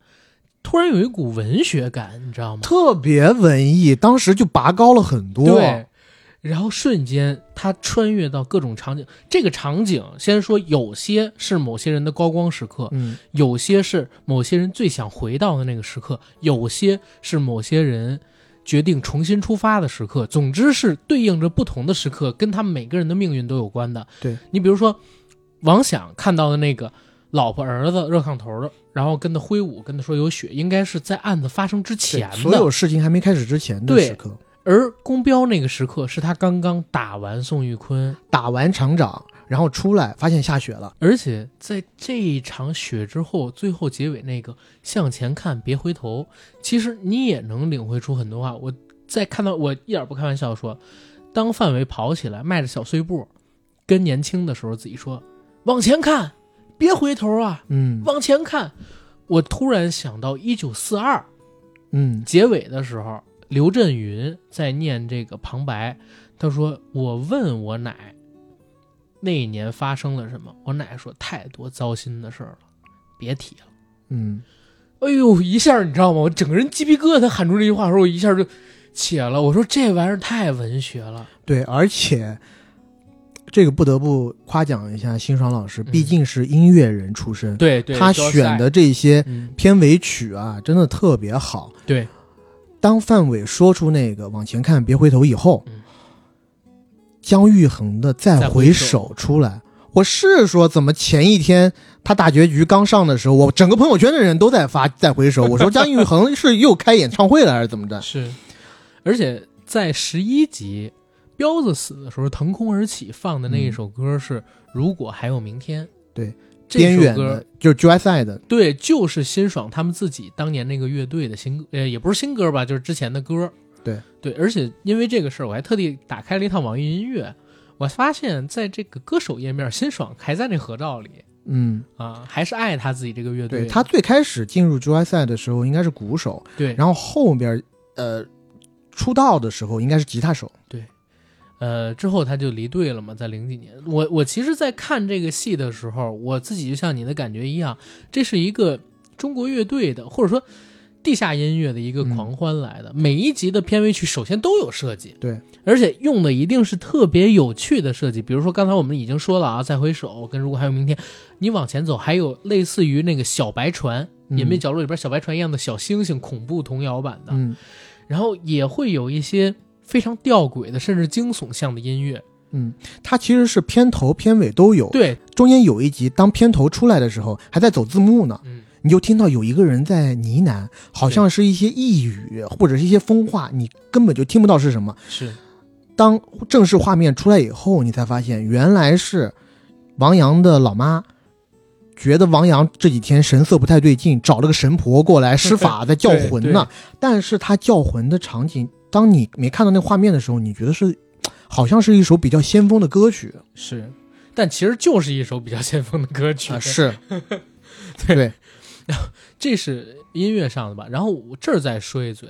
突然有一股文学感，你知道吗？特别文艺，当时就拔高了很多。对，然后瞬间他穿越到各种场景，这个场景先说有些是某些人的高光时刻，嗯，有些是某些人最想回到的那个时刻，有些是某些人决定重新出发的时刻。总之是对应着不同的时刻，跟他们每个人的命运都有关的。对你比如说，王想看到的那个老婆儿子热炕头的，然后跟他挥舞，跟他说有雪，应该是在案子发生之前对的。嗯所有事情还没开始之前的对时刻，而宫彪那个时刻是他刚刚打完宋玉坤，打完厂长，然后出来发现下雪了。而且在这一场雪之后，最后结尾那个向前看，别回头，其实你也能领会出很多话。我在看到，我一点不开玩笑地说，当范伟跑起来迈着小碎步，跟年轻的时候自己说：“往前看，别回头啊，嗯往前看。”我突然想到《一九四二》嗯结尾的时候，刘震云在念这个旁白，他说：“我问我奶，那一年发生了什么？”我奶说：“太多糟心的事儿了，别提了。嗯，”哎呦，一下你知道吗？我整个人鸡皮疙瘩，喊出这句话的时候，我一下就起来了。我说这玩意儿太文学了，对，而且这个不得不夸奖一下辛爽老师，嗯毕竟是音乐人出身，对对，他 George 选 Said，的这些嗯，片尾曲啊，真的特别好。对，当范伟说出那个“往前看，别回头”以后，嗯姜育恒的“再再回回首”出来。我是说，怎么前一天他大结局刚上的时候，我整个朋友圈的人都在发“再回 首”。我说姜育恒是又开演唱会了还是怎么着？是，而且在十一集。彪子死的时候，腾空而起放的那一首歌是《如果还有明天》。嗯对，这边首远歌的，就是 JSI 的，对，就是辛爽他们自己当年那个乐队的新，呃，也不是新歌吧，就是之前的歌。对对，而且因为这个事儿，我还特地打开了一趟网易音乐，我发现在这个歌手页面，辛爽还在那合照里嗯，啊，还是爱他自己这个乐队对的。他最开始进入 JSI 的时候应该是鼓手，对，然后后边呃出道的时候应该是吉他手。呃，之后他就离队了嘛，在零几年。我我其实，在看这个戏的时候，我自己就像你的感觉一样，这是一个中国乐队的，或者说地下音乐的一个嗯狂欢来的。每一集的片尾曲首先都有设计，对，而且用的一定是特别有趣的设计。比如说，刚才我们已经说了啊，再回首跟如果还有明天，你往前走，还有类似于那个小白船《隐秘嗯角落》里边小白船一样的小星星恐怖童谣版的，嗯然后也会有一些非常吊诡的，甚至惊悚向的音乐。嗯，他其实是片头片尾都有，对，中间有一集当片头出来的时候还在走字幕呢，嗯，你就听到有一个人在呢喃，好像是一些呓语或者是一些疯话，你根本就听不到是什么。是当正式画面出来以后，你才发现原来是王阳的老妈。觉得王阳这几天神色不太对劲，找了个神婆过来施法，在叫魂呢。但是他叫魂的场景，当你没看到那画面的时候，你觉得是好像是一首比较先锋的歌曲是，但其实就是一首比较先锋的歌曲啊、是对对，这是音乐上的吧？然后我这儿再说一嘴，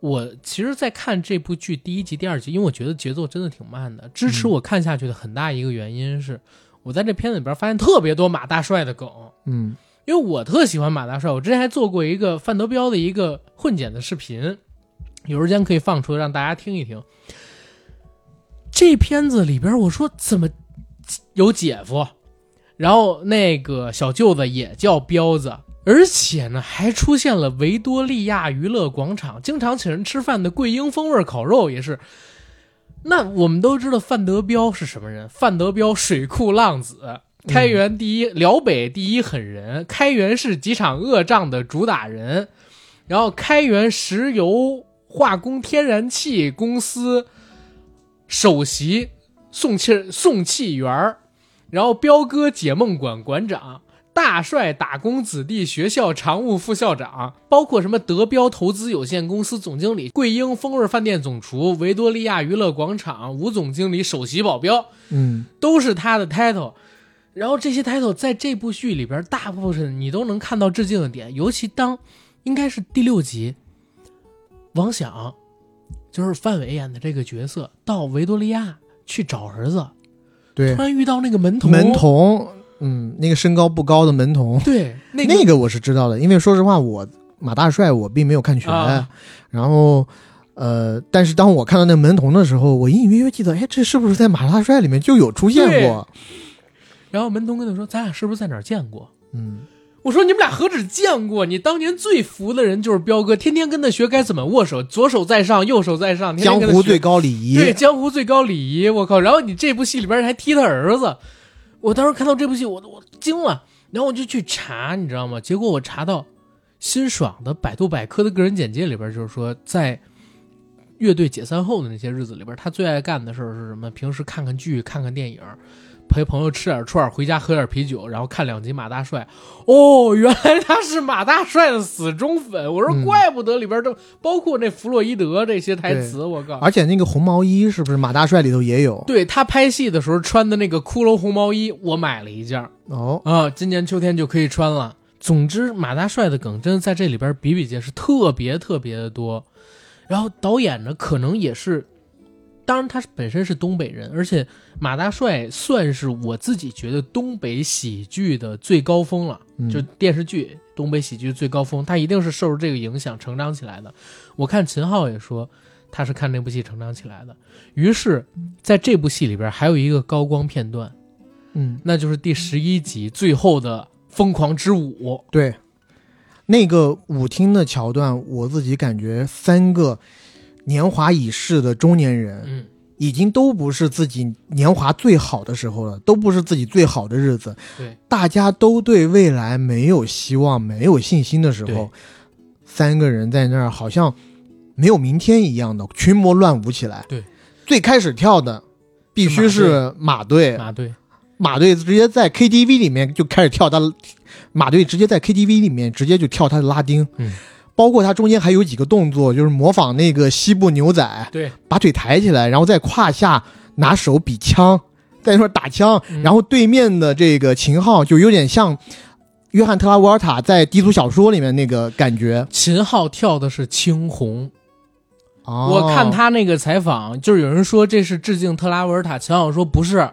我其实，在看这部剧第一集、第二集，因为我觉得节奏真的挺慢的，支持嗯我看下去的很大一个原因是，我在这片子里边发现特别多马大帅的梗，嗯因为我特喜欢马大帅，我之前还做过一个范德彪的一个混剪的视频，有时间可以放出来让大家听一听。这片子里边，我说怎么有姐夫，然后那个小舅子也叫彪子，而且呢还出现了维多利亚娱乐广场经常请人吃饭的桂英风味烤肉也是。那我们都知道范德彪是什么人，范德彪水库浪子，开元第一、辽北第一狠人，开元市几场恶仗的主打人，然后开元石油化工天然气公司首席送气送气员儿，然后彪哥解梦馆馆长。大帅打工子弟学校常务副校长，包括什么德标投资有限公司总经理、桂英风味饭店总厨、维多利亚娱乐广场吴总经理、首席保镖，嗯，都是他的 title。然后这些 title 在这部剧里边，大部分你都能看到致敬的点，尤其当应该是第六集，王响就是范伟演的这个角色到维多利亚去找儿子，对突，然遇到那个门童，门童，嗯，那个身高不高的门童，对那个那个我是知道的，因为说实话，我马大帅我并没有看全，啊然后。呃，但是当我看到那个门童的时候，我隐隐约约记得，哎，这是不是在马大帅里面就有出现过？然后门童跟他说：“咱俩是不是在哪儿见过嗯，？”我说：“你们俩何止见过？你当年最服的人就是彪哥，天天跟他学该怎么握手，左手在上，右手在上，天天江跟他湖学最高礼仪，对江湖最高礼仪。我靠！然后你这部戏里边还踢他儿子，我当时看到这部戏，我我惊了，然后我就去查，你知道吗？结果我查到辛爽的百度百科的个人简介里边，就是说在乐队解散后的那些日子里边，他最爱干的事儿是什么？平时看看剧，看看电影。陪朋友吃点串儿，回家喝点啤酒，然后看两集《马大帅》。哦，原来他是马大帅的死忠粉。我说，嗯怪不得里边这、包括那弗洛伊德这些台词，我靠！而且那个红毛衣是不是马大帅里头也有？对他拍戏的时候穿的那个骷髅红毛衣，我买了一件儿哦，啊，今年秋天就可以穿了。总之，马大帅的梗真的在这里边比比皆是，特别特别的多。然后导演呢，可能也是，当然他是本身是东北人，而且马大帅算是我自己觉得东北喜剧的最高峰了。嗯就电视剧东北喜剧最高峰，他一定是受着这个影响成长起来的。我看秦昊也说他是看那部戏成长起来的。于是，在这部戏里边还有一个高光片段，嗯，那就是第十一集最后的疯狂之舞。对，那个舞厅的桥段，我自己感觉三个年华已逝的中年人，嗯，已经都不是自己年华最好的时候了，都不是自己最好的日子，对，大家都对未来没有希望、没有信心的时对候，三个人在那儿好像没有明天一样的群魔乱舞起来。对，最开始跳的必须是马队，啊，对，马队直接在 KTV 里面就开始跳他，马队直接在 KTV 里面直接就跳他的拉丁，嗯，包括他中间还有几个动作，就是模仿那个西部牛仔，对，把腿抬起来，然后在胯下拿手比枪，在那块打枪，嗯然后对面的这个秦昊就有点像约翰特拉沃尔塔在低俗小说里面那个感觉。秦昊跳的是青红。哦、我看他那个采访，就是有人说这是致敬特拉维尔塔，秦昊说不是，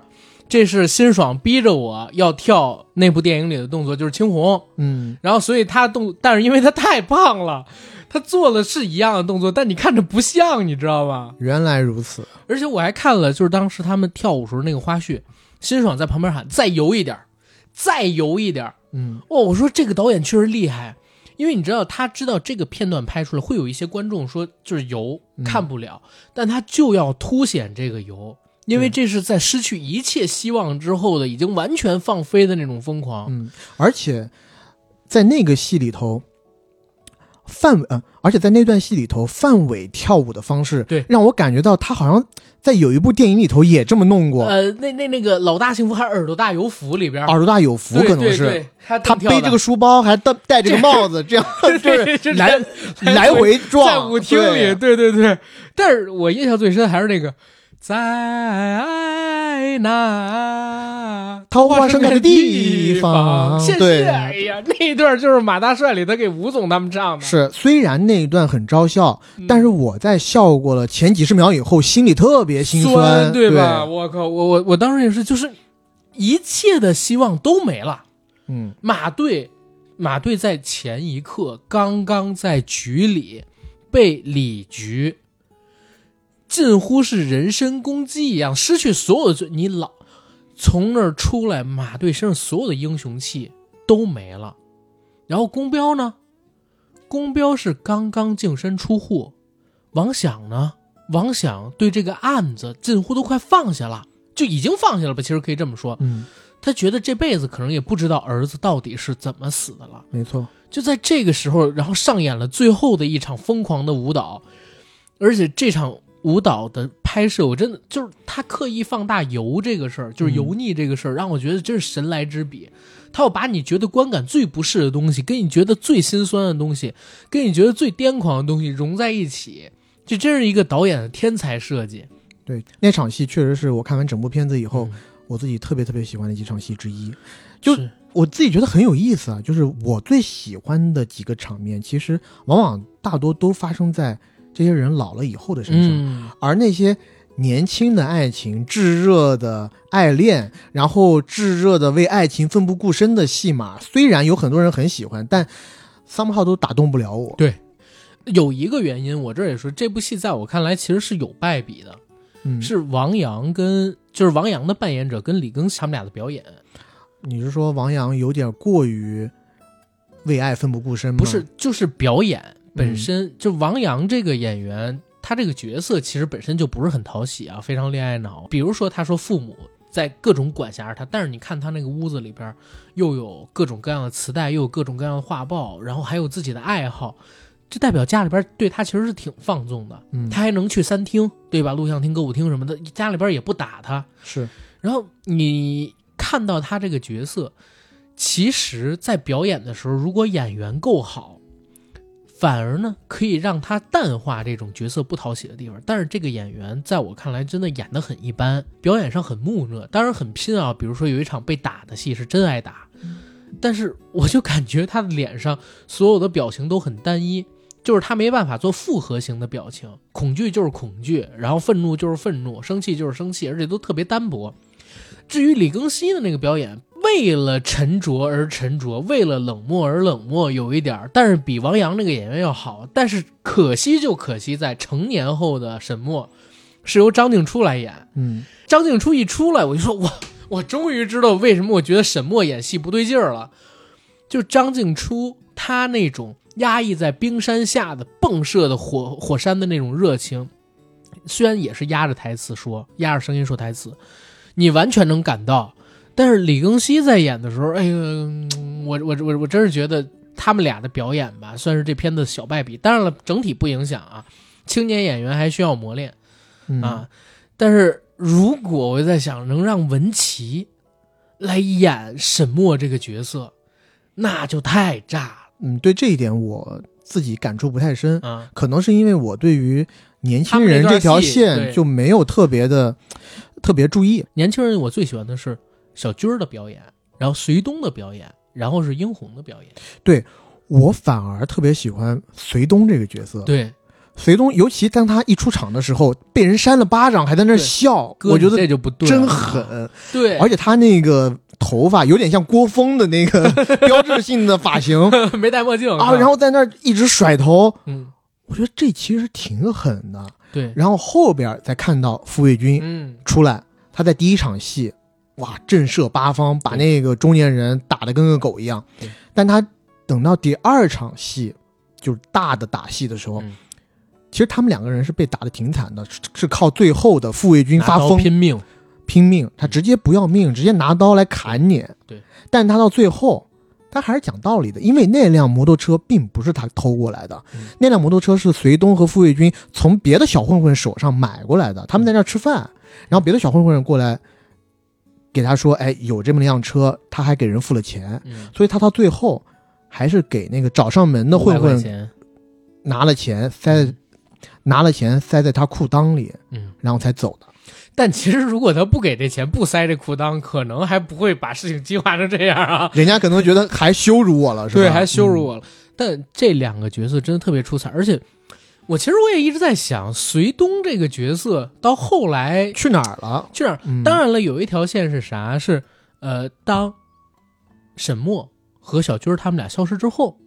这是辛爽逼着我要跳那部电影里的动作，就是青红。嗯，然后所以他动，但是因为他太胖了，他做的是一样的动作，但你看着不像，你知道吗？原来如此，而且我还看了，就是当时他们跳舞时候那个花絮，辛爽在旁边喊：“再游一点儿，再游一点儿。”嗯哦，我说这个导演确实厉害，因为你知道他知道这个片段拍出来会有一些观众说就是油嗯看不了，但他就要凸显这个油，因为这是在失去一切希望之后的已经完全放飞的那种疯狂。嗯，而且在那个戏里头。范伟、呃，而且在那段戏里头，范伟跳舞的方式，对让我感觉到他好像在有一部电影里头也这么弄过，呃，那那那个老大幸福还是耳朵大有福里边，耳朵大有福，对可能对是对他他他背这个书包，还戴戴这个帽子， 这样就是这来这来回撞，在舞厅里，对对对对。但是我印象最深还是那个在那桃花盛开的地方谢谢。对哎呀，那一段就是马大帅里头给吴总他们唱的，是，虽然那一段很招笑，嗯但是我在笑过了前几十秒以后，心里特别心酸对吧？？我靠，我我我当时也是，就是一切的希望都没了。嗯，马队马队在前一刻刚刚在局里被李局近乎是人身攻击一样，失去所有的罪，你老从那儿出来，马队身上所有的英雄气都没了。然后公标呢？公标是刚刚净身出户，王想呢？王想对这个案子近乎都快放下了，就已经放下了吧？其实可以这么说，嗯，他觉得这辈子可能也不知道儿子到底是怎么死的了。没错，就在这个时候，然后上演了最后的一场疯狂的舞蹈，而且这场舞蹈的拍摄，我真的就是他刻意放大油这个事儿，就是嗯油腻这个事儿，让我觉得真是神来之笔。他要把你觉得观感最不适的东西，跟你觉得最心酸的东西，跟你觉得最癫狂的东西融在一起，这真是一个导演的天才设计。对那场戏确实是我看完整部片子以后，嗯我自己特别特别喜欢的几场戏之一。哦就是我自己觉得很有意思啊，就是我最喜欢的几个场面，其实往往大多都发生在这些人老了以后的身上，嗯，而那些年轻的爱情、炙热的爱恋，然后炙热的为爱情奋不顾身的戏码，虽然有很多人很喜欢，但 somehow 都打动不了我。有一个原因，我这儿也说，这部戏在我看来其实是有败笔的。嗯，是王阳跟就是王阳的扮演者跟李庚希他们俩的表演，你是说王阳有点过于为爱奋不顾身吗？不是，就是表演本身。就王阳这个演员，他这个角色其实本身就不是很讨喜啊，非常恋爱脑。比如说，他说父母在各种管辖着他，但是你看他那个屋子里边又有各种各样的磁带，又有各种各样的画报，然后还有自己的爱好，这代表家里边对他其实是挺放纵的。嗯，他还能去餐厅，对吧？录像厅、歌舞厅什么的，家里边也不打他。是然后你看到他这个角色，其实，在表演的时候，如果演员够好，反而呢可以让他淡化这种角色不讨喜的地方。但是这个演员在我看来真的演得很一般，表演上很木讷，当然很拼啊。比如说有一场被打的戏是真挨打，但是我就感觉他的脸上所有的表情都很单一。就是他没办法做复合型的表情，恐惧就是恐惧，然后愤怒就是愤怒，生气就是生气，而且都特别单薄。至于李庚希的那个表演，为了沉着而沉着，为了冷漠而冷漠，有一点儿，但是比王阳那个演员要好。但是可惜就可惜在成年后的沈墨，是由张静初来演。嗯张静初一出来，我就说我 我终于知道为什么我觉得沈墨演戏不对劲儿了。就张静初他那种压抑在冰山下的迸射的火火山的那种热情，虽然也是压着台词说，压着声音说台词，你完全能感到。但是李庚希在演的时候，哎呦，嗯我我我我真是觉得他们俩的表演吧，算是这片子小败笔。当然了，整体不影响啊，青年演员还需要磨练。嗯啊。但是如果我在想能让文琪来演沈墨这个角色，那就太炸嗯，对这一点我自己感触不太深了，啊！可能是因为我对于年轻他们人那段这条戏线对就没有特别的特别注意。年轻人我最喜欢的是小军儿的表演，然后隋东的表演，然后是殷红的表演。我反而特别喜欢隋东这个角色，对，隋东，尤其当他一出场的时候，被人扇了巴掌还在那儿对笑，哥我觉你得这就不对了，啊真狠。对，而且他那个头发有点像郭峰的那个 标志性的 发型 没戴墨镜啊，然后在那儿一直甩头，嗯，我觉得这其实挺狠的。对，然后后边再看到傅卫军嗯，出来，他在第一场戏，哇，震慑八方，把那个中年人打得跟个狗一样对。但他等到第二场戏，就是大的打戏的时候，嗯其实他们两个人是被打得挺惨的，是是靠最后的傅卫军拿发刀疯拼命，拼命，他直接不要命，直接拿刀来砍你。对，但他到最后，他还是讲道理的，因为那辆摩托车并不是他偷过来的，嗯那辆摩托车是隋东和傅卫军从别的小混混手上买过来的。他们在那儿吃饭，然后别的小混混过来给他说：“哎，有这么一辆车，他还给人付了钱。嗯”，所以他到最后还是给那个找上门的混500块混钱，拿了钱，塞拿了钱塞在他裤裆里，嗯。然后才走的。但其实如果他不给这钱，不塞这裤裆，可能还不会把事情激化成这样啊。 人家可能觉得还羞辱我了，是吧？对，还羞辱嗯我了。但这两个角色真的特别出彩，而且我其实我也一直在想，隋东这个角色到后来去哪儿了？这样，嗯当然了，有一条线是啥？是呃，当沈墨和小军儿他们俩消失之后，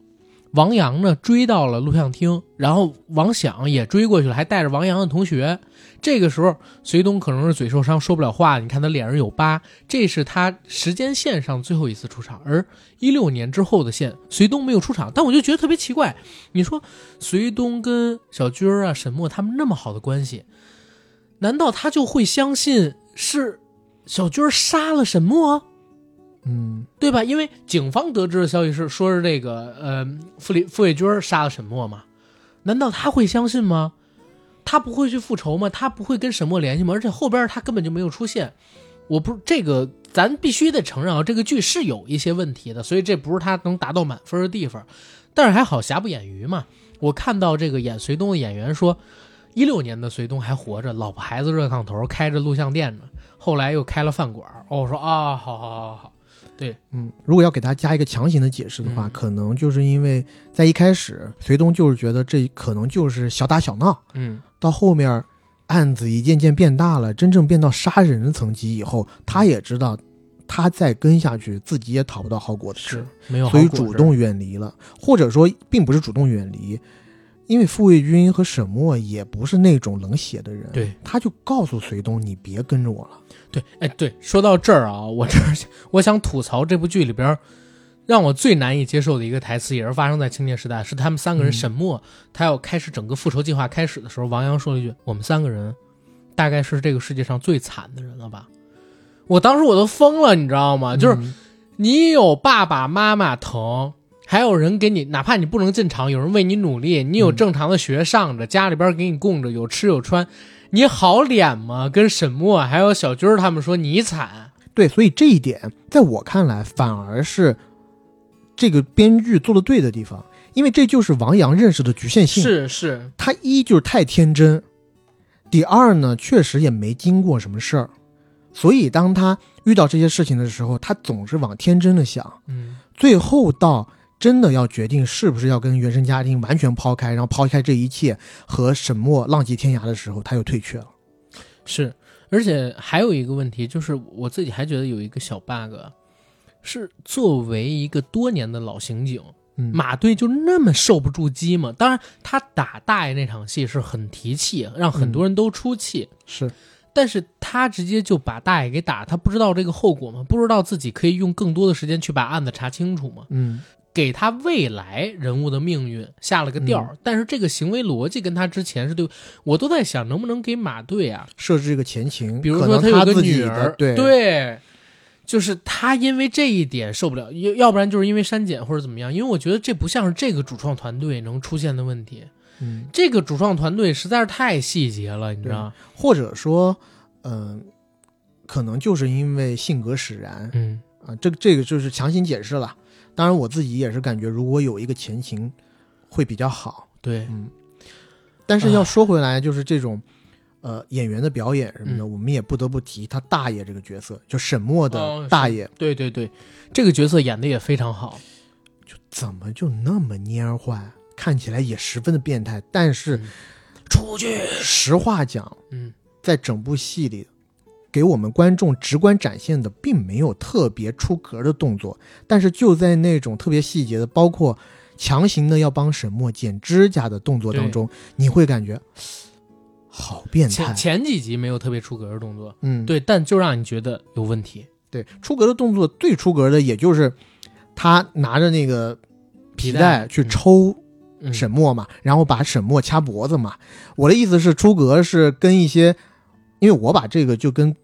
王阳呢追到了录像厅，然后王想也追过去了，还带着王阳的同学。这个时候，隋东可能是嘴受伤说不了话，你看他脸上有疤，这是他时间线上最后一次出场。而一六年之后的线，隋东没有出场，但我就觉得特别奇怪。你说隋东跟小军儿啊、沈墨他们那么好的关系，难道他就会相信是小军儿杀了沈墨？嗯，对吧？因为警方得知的消息是，说是这个呃，傅里傅卫军儿杀了沈墨嘛，难道他会相信吗？他不会去复仇吗？他不会跟沈墨联系吗？而且后边他根本就没有出现，我不这个，咱必须得承认啊，这个剧是有一些问题的，所以这不是他能达到满分的地方，但是还好瑕不掩瑜嘛。我看到这个演隋东的演员说，一六年的隋东还活着，老婆孩子热炕头，开着录像店呢，后来又开了饭馆儿。哦，我说啊，好好好好好。嗯，如果要给他加一个强行的解释的话，嗯可能就是因为在一开始，隋东就是觉得这可能就是小打小闹，嗯，到后面案子一件件变大了，真正变到杀人的层级以后，他也知道他再跟下去自己也讨不到好果子吃是，没有好果所子，以主动远离了，或者说并不是主动远离。因为傅卫军和沈墨也不是那种冷血的人，对，他就告诉隋东，你别跟着我了。对，哎，对，说到这儿啊，我这儿想 我想吐槽这部剧里边儿让我最难以接受的一个台词，也是发生在青年时代，是他们三个人嗯沈默、他要开始整个复仇计划开始的时候，王阳说了一句：“我们三个人大概是这个世界上最惨的人了吧？”我当时我都疯了，你知道吗？啊就是嗯你有爸爸妈妈疼，还有人给你，哪怕你不能进厂，有人为你努力，你有正常的学上着，家里边给你供着，有吃有穿，你好脸吗？跟沈墨还有小军儿他们说你惨，对，所以这一点在我看来反而是这个编剧做的对的地方，因为这就是王阳认识的局限 性。是是，他一就是太天真，第二呢，确实也没经过什么事儿，所以当他遇到这些事情的时候，他总是往天真的想，嗯，最后到真的要决定是不是要跟原生家庭完全抛开，然后抛开这一切和沈墨浪迹天涯的时候，他又退却了。是，而且还有一个问题，就是我自己还觉得有一个小 bug，是作为一个多年的老刑警，嗯，马队就那么受不住激吗？当然，他打大爷那场戏是很提气，让很多人都出气。是，但是他直接就把大爷给打，他不知道这个后果吗？不知道自己可以用更多的时间去把案子查清楚吗？嗯，给他未来人物的命运下了个调嗯儿，但是这个行为逻辑跟他之前是对，我都在想能不能给马队啊，设置这个前情，比如可说能有他个自己女的儿，对就是他因为这一点受不了，要要不然就是因为删减或者怎么样，因为我觉得这不像是这个主创团队能出现的问题，嗯，这个主创团队实在是太细节了，你知道吗？或者说，嗯、可能就是因为性格使然，嗯，啊，这个这个就是强行解释了。当然，我自己也是感觉，如果有一个前情，会比较好。对，嗯，但是要啊说回来，就是这种，呃，演员的表演什么嗯的，我们也不得不提他大爷这个角色，就沈墨哦的是大爷，对对对，这个角色演的也非常好，怎么就那么蔫儿坏？看起来也十分的变态，但是嗯出去，实话讲，嗯，在整部戏里，给我们观众直观展现的并没有特别出格的动作，但是就在那种特别细节的，包括强行的要帮沈墨剪指甲的动作当中，你会感觉好变态前。前几集没有特别出格的动作，嗯，对，但就让你觉得有问题，对，出格的动作最出格的也就是他拿着那个皮带去嗯抽嗯沈墨嘛，然后把沈墨掐脖子嘛。我的意思是，出格是跟一些，因为我把这个就跟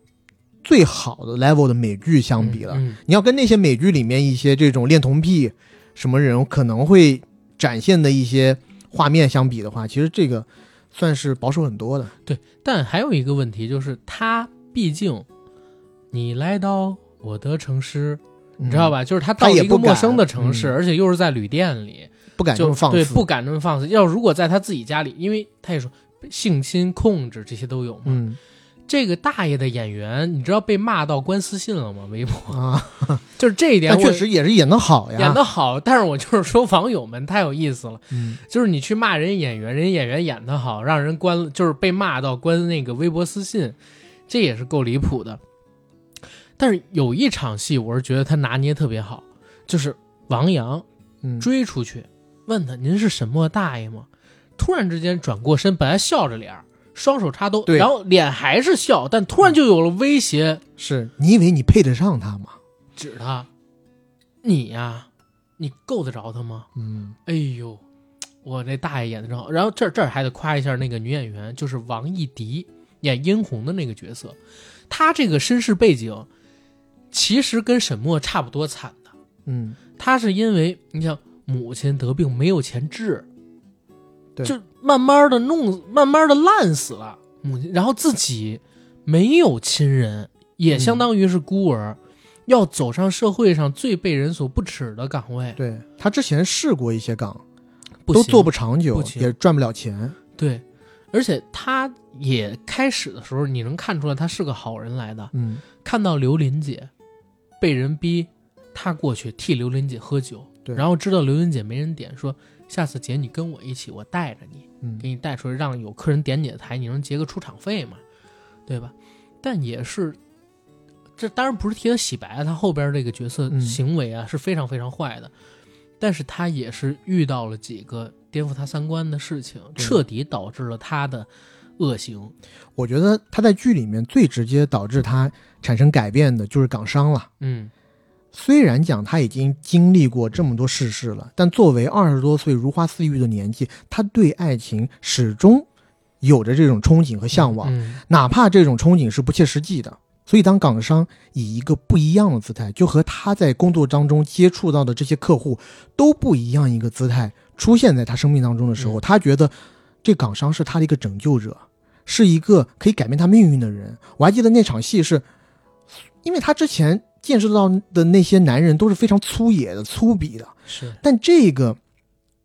最好的 level 的美剧相比了。嗯嗯你要跟那些美剧里面一些这种恋童癖什么人可能会展现的一些画面相比的话，其实这个算是保守很多的。但还有一个问题就是，他毕竟你来到我的城市，你知道吧？吧？就是他到他了也一个嗯不陌敢生的城市，嗯而且又是在旅店里，不敢这就么放对肆。不敢这么放肆。要如果在他自己家里，因为他也说性侵控制这些都有嘛。 嗯这个大爷的演员，你知道被骂到关私信了吗？微 博啊，就是这一点，但确实也是演得好呀。演得好，但是我就是说网友们太有意思了。嗯就是你去骂人演员，人家演员演得好，让人关就是被骂到关那个微博私信，这也是够离谱的。但是有一场戏，我是觉得他拿捏特别好，就是王阳嗯，追出去，问他：“您是沈墨大爷吗？”突然之间转过身，本来笑着脸儿，双手插兜，对然后脸还是笑，但突然就有了威胁，是你以为你配得上他吗？指他：“你呀、你够得着他吗嗯，？”哎呦，我这大爷演的真好。然后这儿这儿还得夸一下那个女演员，就是王艺迪演殷红的那个角色，她这个身世背景其实跟沈墨差不多惨的。嗯，他是因为你想母亲得病没有钱治，对就慢慢的弄，慢慢的烂死了母亲，然后自己没有亲人，也嗯相当于是孤儿，要走上社会上最被人所不齿的岗位，对他之前试过一些岗，不都行做不长久不，行也赚不了钱。对，而且他也开始的时候，你能看出来他是个好人来的，嗯，看到刘琳姐被人逼，他过去替刘琳姐喝酒，对然后知道刘琳姐没人点，说下次姐你跟我一起，我带着你，嗯给你带出来，让有客人点你的台，你能结个出场费嘛，对吧？但也是，这当然不是替他洗白，他后边这个角色嗯行为啊、是非常非常坏的，但是他也是遇到了几个颠覆他三观的事情，对彻底导致了他的恶行。我觉得他在剧里面最直接导致他产生改变的就是港商了。嗯，虽然讲他已经经历过这么多世事了，但作为二十多岁如花似玉的年纪，他对爱情始终有着这种憧憬和向往，嗯哪怕这种憧憬是不切实际的。所以，当港商以一个不一样的姿态，就和他在工作当中接触到的这些客户都不一样一个姿态出现在他生命当中的时嗯候，他觉得这港商是他的一个拯救者，是一个可以改变他命运的人。我还记得那场戏是，因为他之前见识到的那些男人都是非常粗野的、粗鄙的，是但这个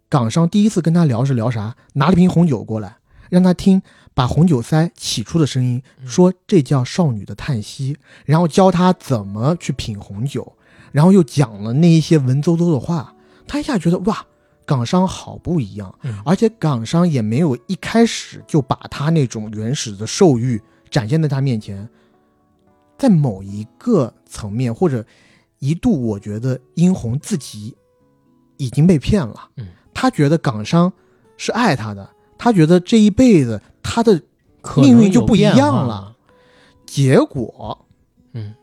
港商第一次跟他聊是聊啥？拿了瓶红酒过来，让他听，把红酒塞起出的声音，嗯说这叫少女的叹息，然后教他怎么去品红酒，然后又讲了那一些文绉绉的话，他一下觉得哇，港商好不一样，嗯而且港商也没有一开始就把他那种原始的兽欲展现在他面前，在某一个层面或者一度，我觉得殷红自己已经被骗了。嗯，他觉得港商是爱他的，他觉得这一辈子他的可命能运就有不一变样化了。结果，嗯，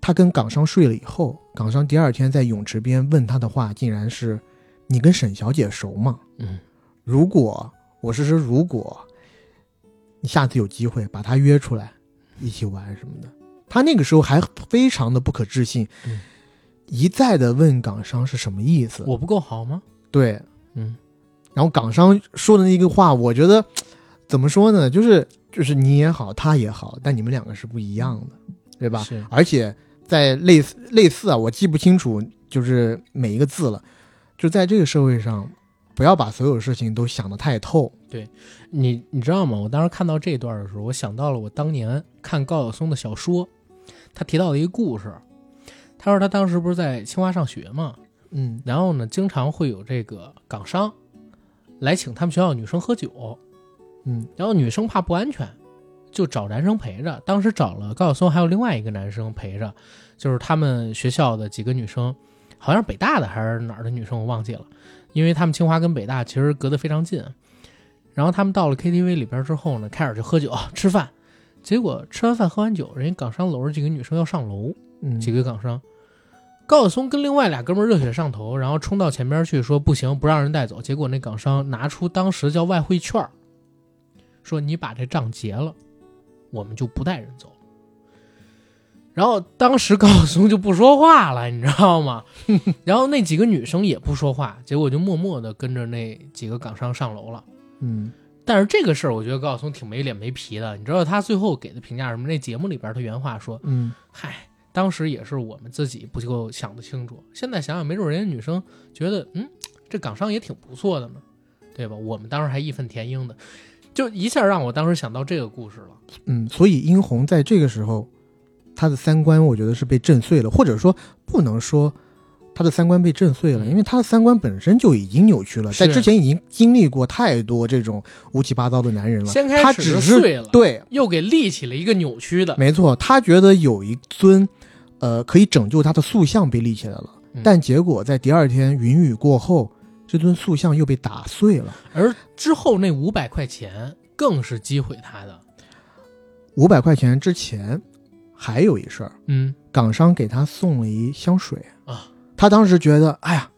他跟港商睡了以后，港商第二天在泳池边问他的话，竟然是：“你跟沈小姐熟吗？”嗯，如果我是说，如果你下次有机会把他约出来一起玩什么的，他那个时候还非常的不可置信，嗯一再的问港商是什么意思。我不够好吗？对，嗯，然后港商说的那个话，我觉得怎么说呢，就是就是你也好，他也好，但你们两个是不一样的，对吧？是而且在类似类似啊，我记不清楚就是每一个字了，就在这个社会上，不要把所有事情都想得太透。你你知道吗？我当时看到这段的时候，我想到了我当年看高晓松的小说，他提到的一个故事。他说他当时不是在清华上学嘛，嗯然后呢，经常会有这个港商来请他们学校女生喝酒，嗯然后女生怕不安全，就找男生陪着。当时找了高晓松还有另外一个男生陪着，就是他们学校的几个女生，好像是北大的还是哪儿的女生，我忘记了。因为他们清华跟北大其实隔得非常近。然后他们到了 KTV 里边之后呢，开始就喝酒吃饭，结果吃完饭喝完酒，人家港商搂着几个女生要上楼，嗯几个港商。高晓松跟另外俩哥们儿热血上头，然后冲到前边去说不行，不让人带走。结果那港商拿出当时叫外汇券儿，说你把这账结了，我们就不带人走。然后当时高晓松就不说话了，你知道吗？ 然后那几个女生也不说话，结果就默默的跟着那几个港商上楼了。嗯但是这个事儿，我觉得高晓松挺没脸没皮的。你知道他最后给的评价是什么？那节目里边他原话说：“嗯，嗨，当时也是我们自己不够想得清楚。现在想想，没准人家女生觉得，嗯，这港商也挺不错的呢，对吧？我们当时还义愤填膺的，就一下让我当时想到这个故事了。嗯，所以殷红在这个时候，他的三观我觉得是被震碎了，或者说不能说他的三观被震碎了，因为他的三观本身就已经扭曲了，是在之前已经经历过太多这种乌七八糟的男人了，先开始他只是碎了对，又给立起了一个扭 曲的，没错，他觉得有一尊，呃，可以拯救他的塑像被立起来了，嗯但结果在第二天云雨过后，这尊塑像又被打碎了。而之后那五百块钱更是击毁他的。五百块钱之前还有一事儿，嗯港商给他送了一香水啊，他当时觉得，哎呀，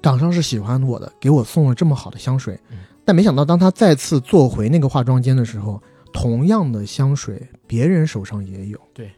港商是喜欢我的，给我送了这么好的香水嗯，但没想到当他再次坐回那个化妆间的时候，同样的香水别人手上也有，对。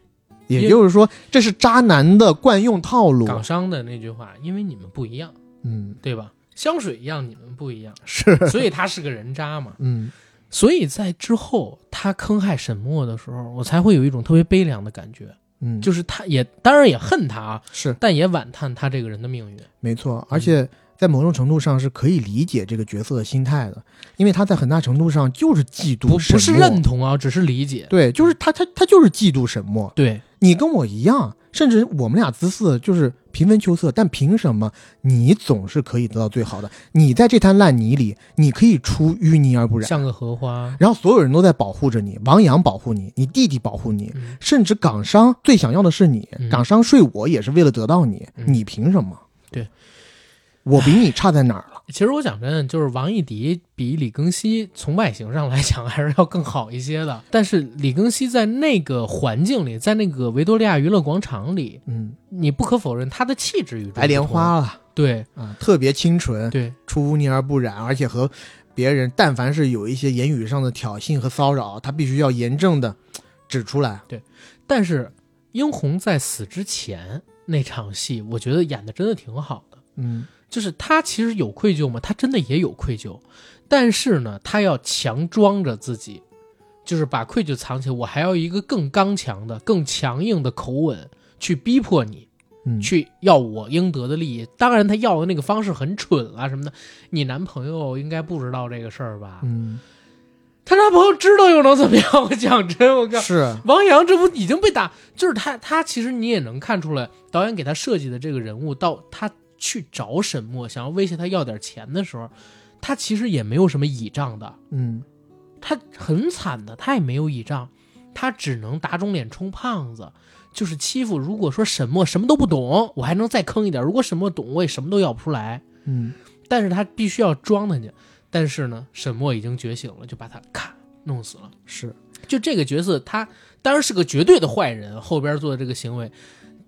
也就是说，这是渣男的惯用套路。啊港商的那句话，因为你们不一样，嗯，对吧？香水一样，你们不一样，是，所以他是个人渣嘛。嗯所以在之后他坑害沈墨的时候，我才会有一种特别悲凉的感觉，嗯，就是他也当然也恨他啊，是但也惋叹他这个人的命运。没错，而且在某种程度上是可以理解这个角色的心态的，因为他在很大程度上就是嫉妒不沈不是墨认同啊，只是理解。对，就是他他他就是嫉妒沈墨，对你跟我一样，甚至我们俩姿色就是平分秋色，但凭什么你总是可以得到最好的？你在这滩烂泥里，你可以出淤泥而不染，像个荷花。然后所有人都在保护着你，王阳保护你，你弟弟保护你，嗯甚至港商最想要的是你，嗯港商睡我也是为了得到你，嗯你凭什么？对，我比你差在哪儿了？其实我讲真，就是王艺迪比李庚希从外形上来讲还是要更好一些的。但是李庚希在那个环境里，在那个维多利亚娱乐广场里，嗯，你不可否认他的气质与众不同白莲。花了对啊，特别清纯，对，出污泥而不染，而且和别人但凡是有一些言语上的挑衅和骚扰，他必须要严正的指出来。但是殷红在死之前那场戏，我觉得演的真的挺好的。嗯，就是他其实有愧疚吗？他真的也有愧疚，但是呢，他要强装着自己，就是把愧疚藏起来。我还要一个更刚强的、更强硬的口吻去逼迫你，嗯去要我应得的利益。当然，他要的那个方式很蠢啊什么的。你男朋友应该不知道这个事儿吧？嗯，他男朋友知道又能怎么样？我讲真，我靠，是，王阳这不已经被打，就是他，他其实你也能看出来，导演给他设计的这个人物，到他去找沈墨，想要威胁他要点钱的时候，他其实也没有什么倚仗的，嗯他很惨的，他也没有倚仗，他只能打肿脸充胖子，就是欺负。如果说沈墨什么都不懂，我还能再坑一点；如果沈墨懂，我也什么都要不出来。嗯，但是他必须要装他去，但是呢，沈墨已经觉醒了，就把他咔弄死了。是，就这个角色，他当然是个绝对的坏人，后边做的这个行为，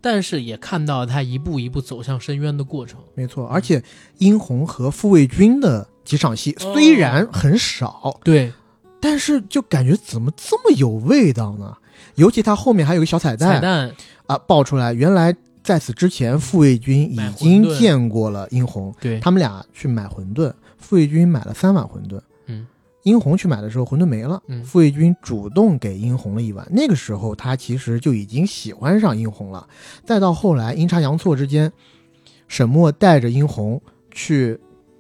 但是也看到他一步一步走向深渊的过程。没错。而且殷红和傅卫军的几场戏哦虽然很少，对，但是就感觉怎么这么有味道呢？尤其他后面还有个小彩蛋彩蛋啊，爆出来，原来在此之前傅卫军已买经馄饨见过了殷红，对，他们俩去买馄饨，傅卫军买了三碗馄饨，嗯，殷红去买的时候馄饨没了，嗯傅卫军主动给殷红了一碗。那个时候他其实就已经喜欢上殷红了。再到后来阴差阳错之间，沈墨带着殷红去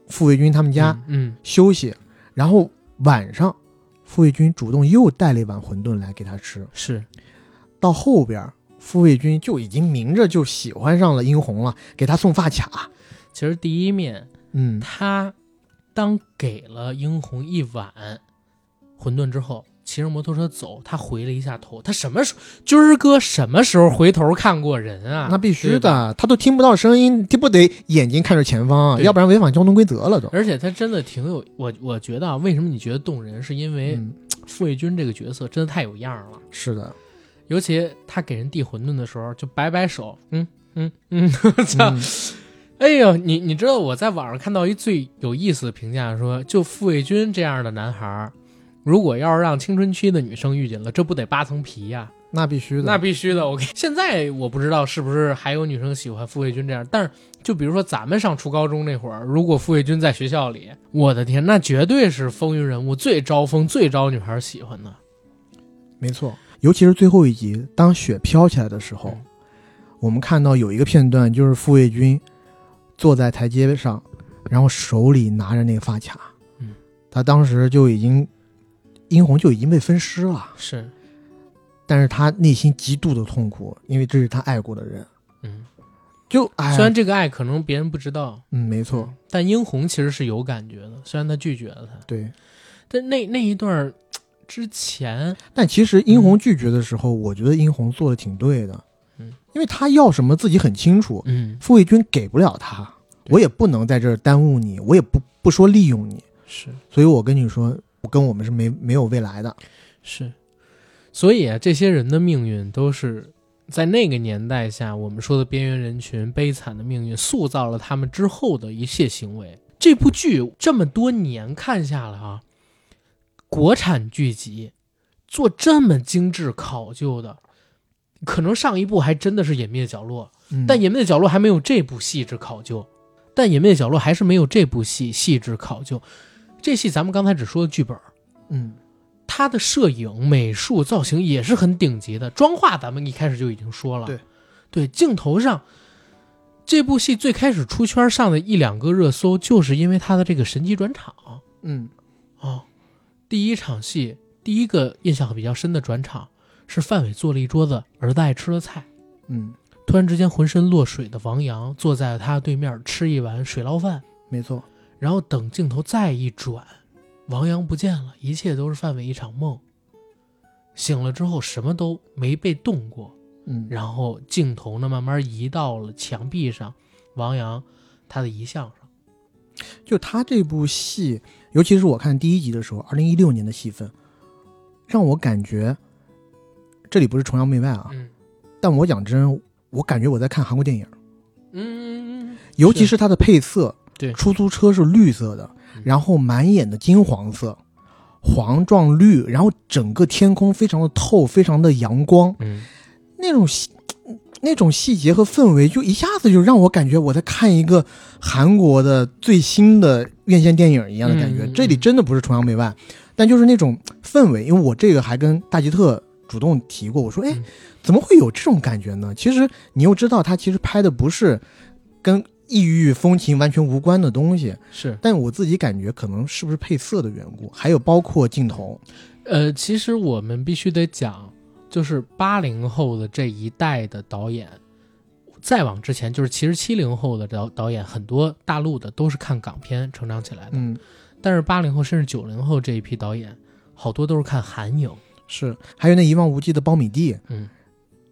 傅卫军他们家嗯，休息，然后晚上傅卫军主动又带了一碗馄饨来给他吃。嗯是到后边儿，傅卫军就已经明着就喜欢上了殷红了，给他送发卡。其实第一面嗯他当给了殷红一碗馄饨之后，骑着摩托车走，他回了一下头。他什么时候，军儿哥什么时候回头看过人啊？那必须对吧。的，他都听不到声音，他不得眼睛看着前方啊，对哎要不然违反交通规则了都。而且他真的挺有我，我觉得啊，为什么你觉得动人，是因为嗯，傅卫军这个角色真的太有样儿了。是 的，尤其他给人递馄饨的时候，就摆摆手，嗯嗯嗯， 操、嗯哎呦，你你知道我在网上看到一最有意思的评价说，就傅卫军这样的男孩儿，如果要是让青春期的女生遇见了，这不得扒层皮呀、那必须的。那必须的。我跟现在我不知道是不是还有女生喜欢傅卫军这样，但是就比如说咱们上初高中那会儿，如果傅卫军在学校里，我的天，那绝对是风云人物，最招风、最招女孩儿喜欢的。没错，尤其是最后一集，当雪飘起来的时候，嗯我们看到有一个片段，就是傅卫军坐在台阶上，然后手里拿着那个发卡，嗯，他当时就已经，殷红就已经被分尸了。是，但是他内心极度的痛苦，因为这是他爱过的人。嗯，就哎，虽然这个爱可能别人不知道，嗯，没错，但殷红其实是有感觉的，虽然他拒绝了他，对。但那那一段儿嘖之前，但其实殷红拒绝的时候，我觉得殷红做的挺对的。嗯，因为他要什么自己很清楚，嗯，傅卫军给不了他，对我也不能在这儿耽误你，我也不不说利用你，是所以我跟你说，我跟我们是没没有未来的。是，所以啊，这些人的命运都是在那个年代下，我们说的边缘人群悲惨的命运，塑造了他们之后的一切行为。这部剧这么多年看下来啊，国产剧集做这么精致考究的，可能上一部还真的是《隐秘的角落》，嗯但《隐秘的角落》还没有这部细致考究，但《隐秘的角落》还是没有这部戏细致考究。这戏咱们刚才只说了剧本，嗯，它的摄影、美术、造型也是很顶级的。妆化咱们一开始就已经说了，对，对，镜头上，这部戏最开始出圈上的一两个热搜，就是因为它的这个神级转场啊、嗯，第一场戏，第一个印象比较深的转场是范伟做了一桌子儿子爱吃的菜，嗯，突然之间浑身落水的王阳坐在他对面吃一碗水捞饭，没错，然后等镜头再一转，王阳不见了，一切都是范伟一场梦。醒了之后什么都没被动过，嗯，然后镜头呢慢慢移到了墙壁上，王阳他的遗像上。就他这部戏，尤其是我看第一集的时候，二零一六年的戏份，让我感觉，这里不是崇洋媚外啊，嗯但我讲真，我感觉我在看韩国电影，嗯，尤其是它的配色，对出租车是绿色的嗯，然后满眼的金黄色，黄撞绿，然后整个天空非常的透，非常的阳光，嗯，那种细。那种细节和氛围，就一下子就让我感觉我在看一个韩国的最新的院线电影一样的感觉。嗯嗯这里真的不是崇洋媚外，但就是那种氛围。因为我这个还跟大吉特主动提过，我说：“哎嗯，怎么会有这种感觉呢？”其实你又知道，他其实拍的不是跟异域风情完全无关的东西，是。但我自己感觉可能是不是配色的缘故，还有包括镜头，呃，其实我们必须得讲，就是八零后的这一代的导演，再往之前就是其实七零后的导导演，很多大陆的都是看港片成长起来的。嗯，但是八零后甚至九零后这一批导演，好多都是看韩影。是还有那一望无际的苞米地，嗯，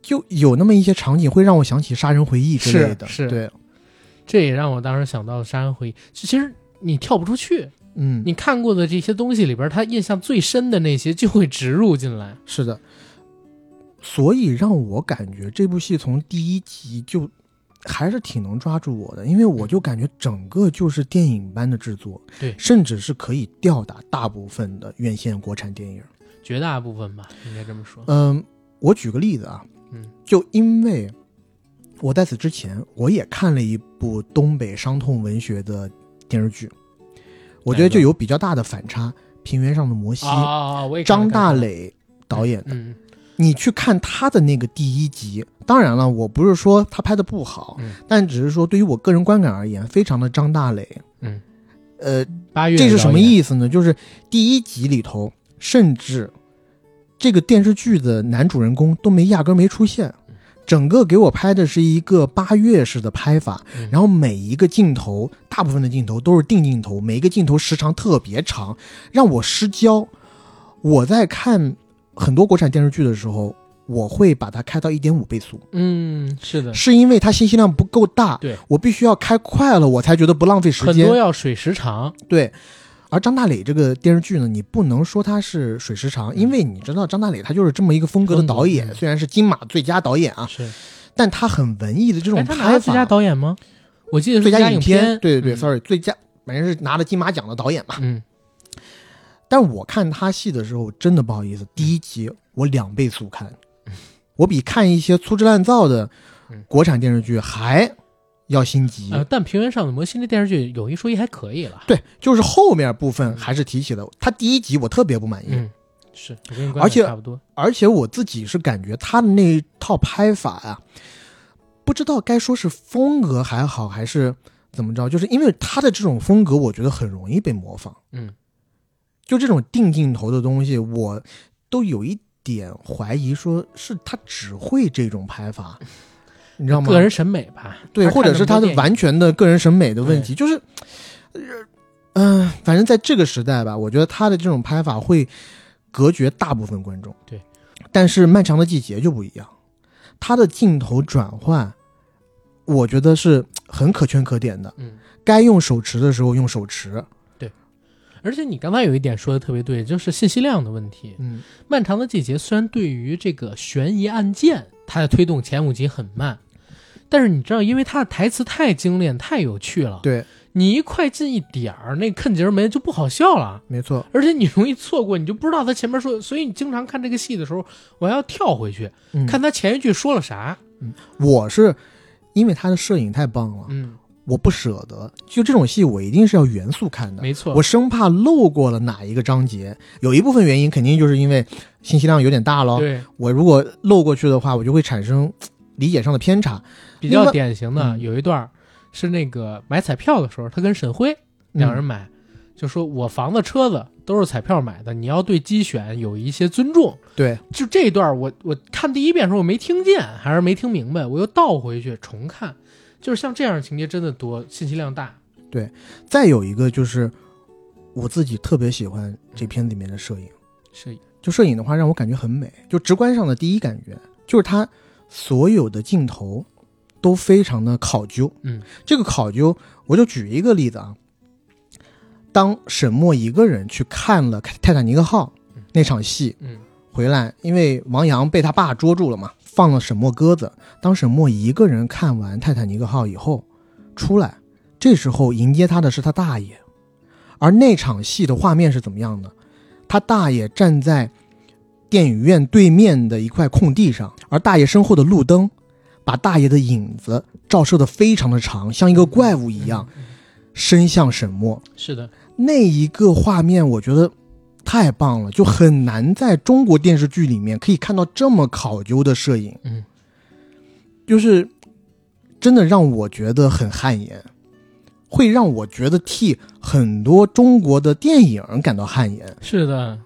就有那么一些场景会让我想起《杀人回忆》之类的，是是对，这也让我当时想到《杀人回忆》。其其实你跳不出去，嗯，你看过的这些东西里边，他印象最深的那些就会植入进来。是的，所以让我感觉这部戏从第一集就还是挺能抓住我的，因为我就感觉整个就是电影般的制作，对甚至是可以吊打大部分的院线国产电影。绝大部分吧，应该这么说。嗯，我举个例子啊，嗯就因为我在此之前我也看了一部东北伤痛文学的电视剧，我觉得就有比较大的反差，《平原上的摩西》啊啊啊！我也看了张大，磊导演的。嗯你去看他的那个第一集，当然了，我不是说他拍的不好，嗯但只是说对于我个人观感而言，非常的张大磊。嗯，呃，八月这是什么思？意思呢？就是第一集里头，甚至这个电视剧的男主人公都没压根儿没出现，嗯整个给我拍的是一个八月式的拍法，嗯然后每一个镜头，大部分的镜头都是定镜头，每一个镜头时长特别长，让我失焦。我在看很多国产电视剧的时候，我会把它开到一点五倍速，嗯，是的，是因为它信息量不够大，对我必须要开快了，我才觉得不浪费时很间多。要水时长。对，而张大磊这个电视剧呢，你不能说他是水时长，因为你知道张大磊他就是这么一个风格的嗯导风演，格嗯虽然是金马最佳导演啊，是，但他很文艺的这哎，种他拿了拍最佳法。导演吗？我记得是最佳影影片，对对对、嗯 s o r r y 最佳反正是拿了金马奖的导演嘛。嗯，但我看他戏的时候，真的不好意思，第一集我两倍速 看，我比看一些粗制滥造的嗯国产电视剧还要心急。呃，但《平原上的摩西》那电视剧有一说一还可以了。嗯对，就是后面部分还是提起了他第一集我特别不满意，嗯，是我跟你观而且点差不多。而且我自己是感觉他的那一套拍法啊，不知道该说是风格还好还是怎么着，就是因为他的这种风格，我觉得很容易被模仿。嗯，就这种定镜头的东西，我都有一点怀疑，说是他只会这种拍法，你知道吗？个人审美吧，嗯对，他看或者是这他么多的电影完全的个人审美的问题，就是，呃嗯、反正在这个时代吧，我觉得他的这种拍法会隔绝大部分观众。对，但是《漫长的季节》就不一样，它的镜头转换，我觉得是很可圈可点的。嗯，该用手持的时候用手持，而且你刚才有一点说的特别对，就是信息量的问题。嗯《漫长的季节》虽然对于这个悬疑案件，它的推动前五集很慢，但是你知道，因为它的台词太精炼、太有趣了，对，你一快进一点儿，那坑节儿没就不好笑了。没错，而且你容易错过，你就不知道他前面说，所以你经常看这个戏的时候，我还要跳回去嗯看他前一句说了啥。我是因为它的摄影太棒了，嗯，我不舍得。就这种戏，我一定是要原速看的，没错，我生怕漏过了哪一个章节。有一部分原因肯定就是因为信息量有点大咯。对我如果漏过去的话，我就会产生嘖理解上的偏差。比较另外典型的嗯有一段儿是那个买彩票的时候，他跟沈辉两人嗯买，就说我房子、车子都是彩票买的，你要对机选有一些尊重。对，就这一段我，我看第一遍的时候我没听见，还是没听明白，我又倒回去重看。就是像这样的情节真的多，信息量大。再有一个就是我自己特别喜欢这片子里面的摄影，是，就摄影的话让我感觉很美，就直观上的第一感觉就是它所有的镜头都非常的考究。嗯，这个考究，我就举一个例子啊，当沈墨一个人去看了《泰坦尼克号嗯》那场戏，嗯回来，因为王阳被他爸捉住了嘛，放了沈墨鸽子。当沈墨一个人看完《泰坦尼克号》以后出来，这时候迎接他的是他大爷。而那场戏的画面是怎么样的？他大爷站在电影院对面的一块空地上，而大爷身后的路灯把大爷的影子照射的非常的长，像一个怪物一样嗯，伸向沈墨。是的，那一个画面，我觉得太棒了，就很难在中国电视剧里面可以看到这么考究的摄影，嗯，就是真的让我觉得很汗颜，会让我觉得替很多中国的电影感到汗颜。是的。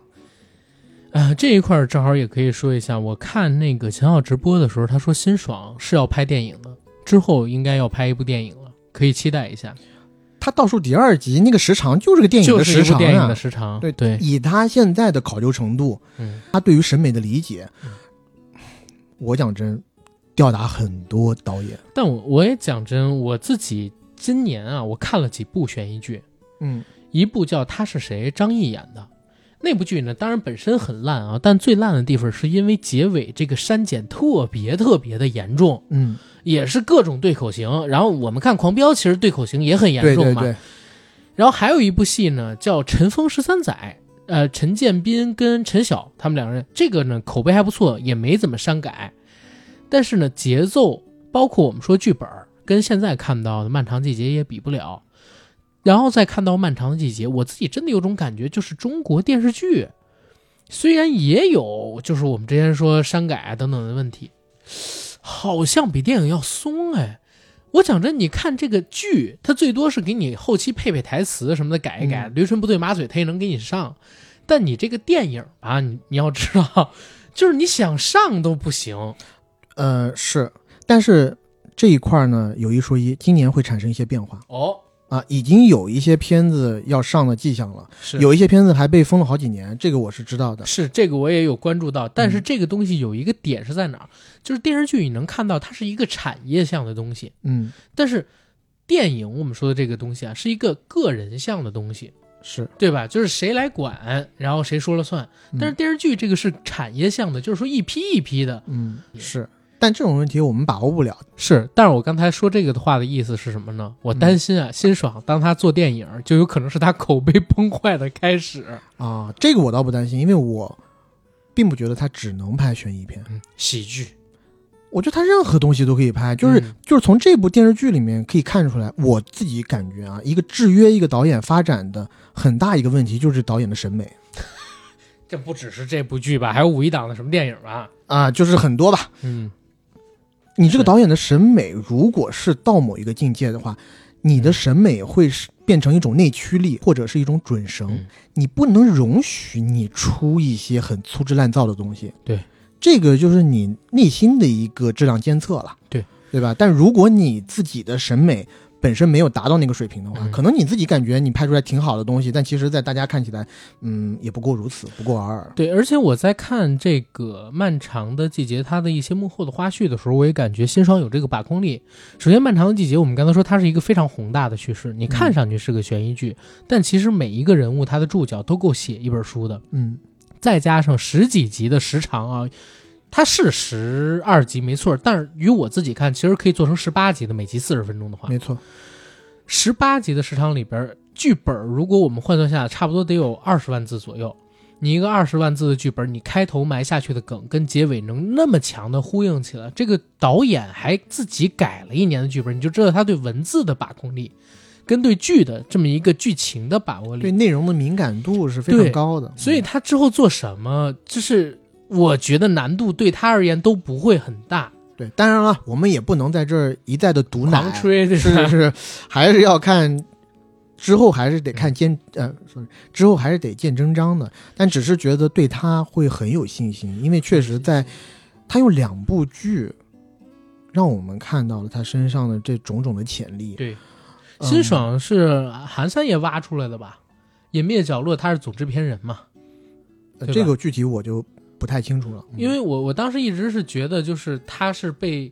啊，这一块儿正好也可以说一下。我看那个秦昊直播的时候，他说辛爽是要拍电影的，之后应该要拍一部电影了，可以期待一下。他倒数第二集那个时长就是个电影就的是时一部长电影啊的，时长，对对，以他现在的考究程度，嗯，他对于审美的理解嗯，我讲真，吊打很多导演。但我我也讲真，我自己今年啊，我看了几部悬疑剧，嗯一部叫《他是谁》，张译演的那部剧呢，当然本身很烂啊，但最烂的地方是因为结尾这个删减特别特别的严重，嗯，也是各种对口型。然后我们看《狂飙》，其实对口型也很严对重对嘛。对，然后还有一部戏呢，叫《尘封十三载》。呃，陈建斌跟陈晓他们两个人，这个呢口碑还不错，也没怎么删改，但是呢节奏，包括我们说剧本儿，跟现在看到的《漫长季节》也比不了。然后再看到《漫长的季节》，我自己真的有种感觉，就是中国电视剧虽然也有就是我们之前说删改啊等等的问题，好像比电影要松哎。我讲真，你看这个剧，它最多是给你后期配配台词什么的改一改，驴唇不对马嘴，它也能给你上。但你这个电影吧，你你要知道， 就是你想上都不行。呃，是，但是这一块儿呢，有一说一，今年会产生一些变化哦，啊，已经有一些片子要上的迹象了，是有一些片子还被封了好几年，这个我是知道的。是这个我也有关注到，但是嗯这个东西有一个点是在哪儿？就是电视剧你能看到它是一个产业向的东西，嗯，但是电影我们说的这个东西啊，是一个个人向的东西，是，对吧？就是谁来管，然后谁说了算。但是电视剧这个是产业向的，就是说一批一批的。嗯是，但这种问题我们把握不了。是，但是我刚才说这个的话的意思是什么呢？我担心啊，辛爽当他做电影，就有可能是他口碑崩坏的开始。啊，这个我倒不担心，因为我并不觉得他只能拍悬疑片，嗯，喜剧我觉得他任何东西都可以拍，就是、嗯就是从这部电视剧里面可以看出来，我自己感觉啊，一个制约一个导演发展的很大一个问题就是导演的审美这不只是这部剧吧？还有五一档的什么电影吧？啊，就是很多吧，嗯，你这是个导演的审美如果是到某一个境界的话，你嗯的审美会是变成一种内驱力，或者是一种准绳。嗯你不能容许你出一些很粗制滥造的东西。对，这个就是你内心的一个质量监测了。对，对吧？但如果你自己的审美本身没有达到那个水平的话，嗯可能你自己感觉你拍出来挺好的东西，但其实，在大家看起来，嗯，也不过如此，不过尔尔。对，而且我在看这个《漫长的季节》它的一些幕后的花絮的时候，我也感觉辛爽有这个把控力。首先，《漫长的季节》我们刚才说它是一个非常宏大的叙事，你看上去是个悬疑剧，但其实每一个人物他的注脚都够写一本书的。嗯，再加上十几集的时长啊，它是十二集没错，但是与我自己看，其实可以做成十八集的，每集四十分钟的话，没错，十八集的时长里边，剧本如果我们换算下来，差不多得有二十万字左右。你一个二十万字的剧本，你开头埋下去的梗跟结尾能那么强的呼应起来，这个导演还自己改了一年的剧本，你就知道他对文字的把控力，跟对剧的这么一个剧情的把握力对，内容的敏感度是非常对高的，嗯所以他之后做什么，就是我觉得难度对他而言都不会很大。对，当然了，我们也不能在这儿一再的毒奶，狂吹这是 是是，还是要看之后还是得看见呃，sorry，之后还是得见真章的。但只是觉得对他会很有信心，因为确实在他用两部剧让我们看到了他身上的这种种的潜力。对，嗯辛爽是韩三爷挖出来的吧？隐秘的角落，他是总制片人嘛？呃对吧这个具体我就不太清楚了，嗯因为我我当时一直是觉得，就是他是被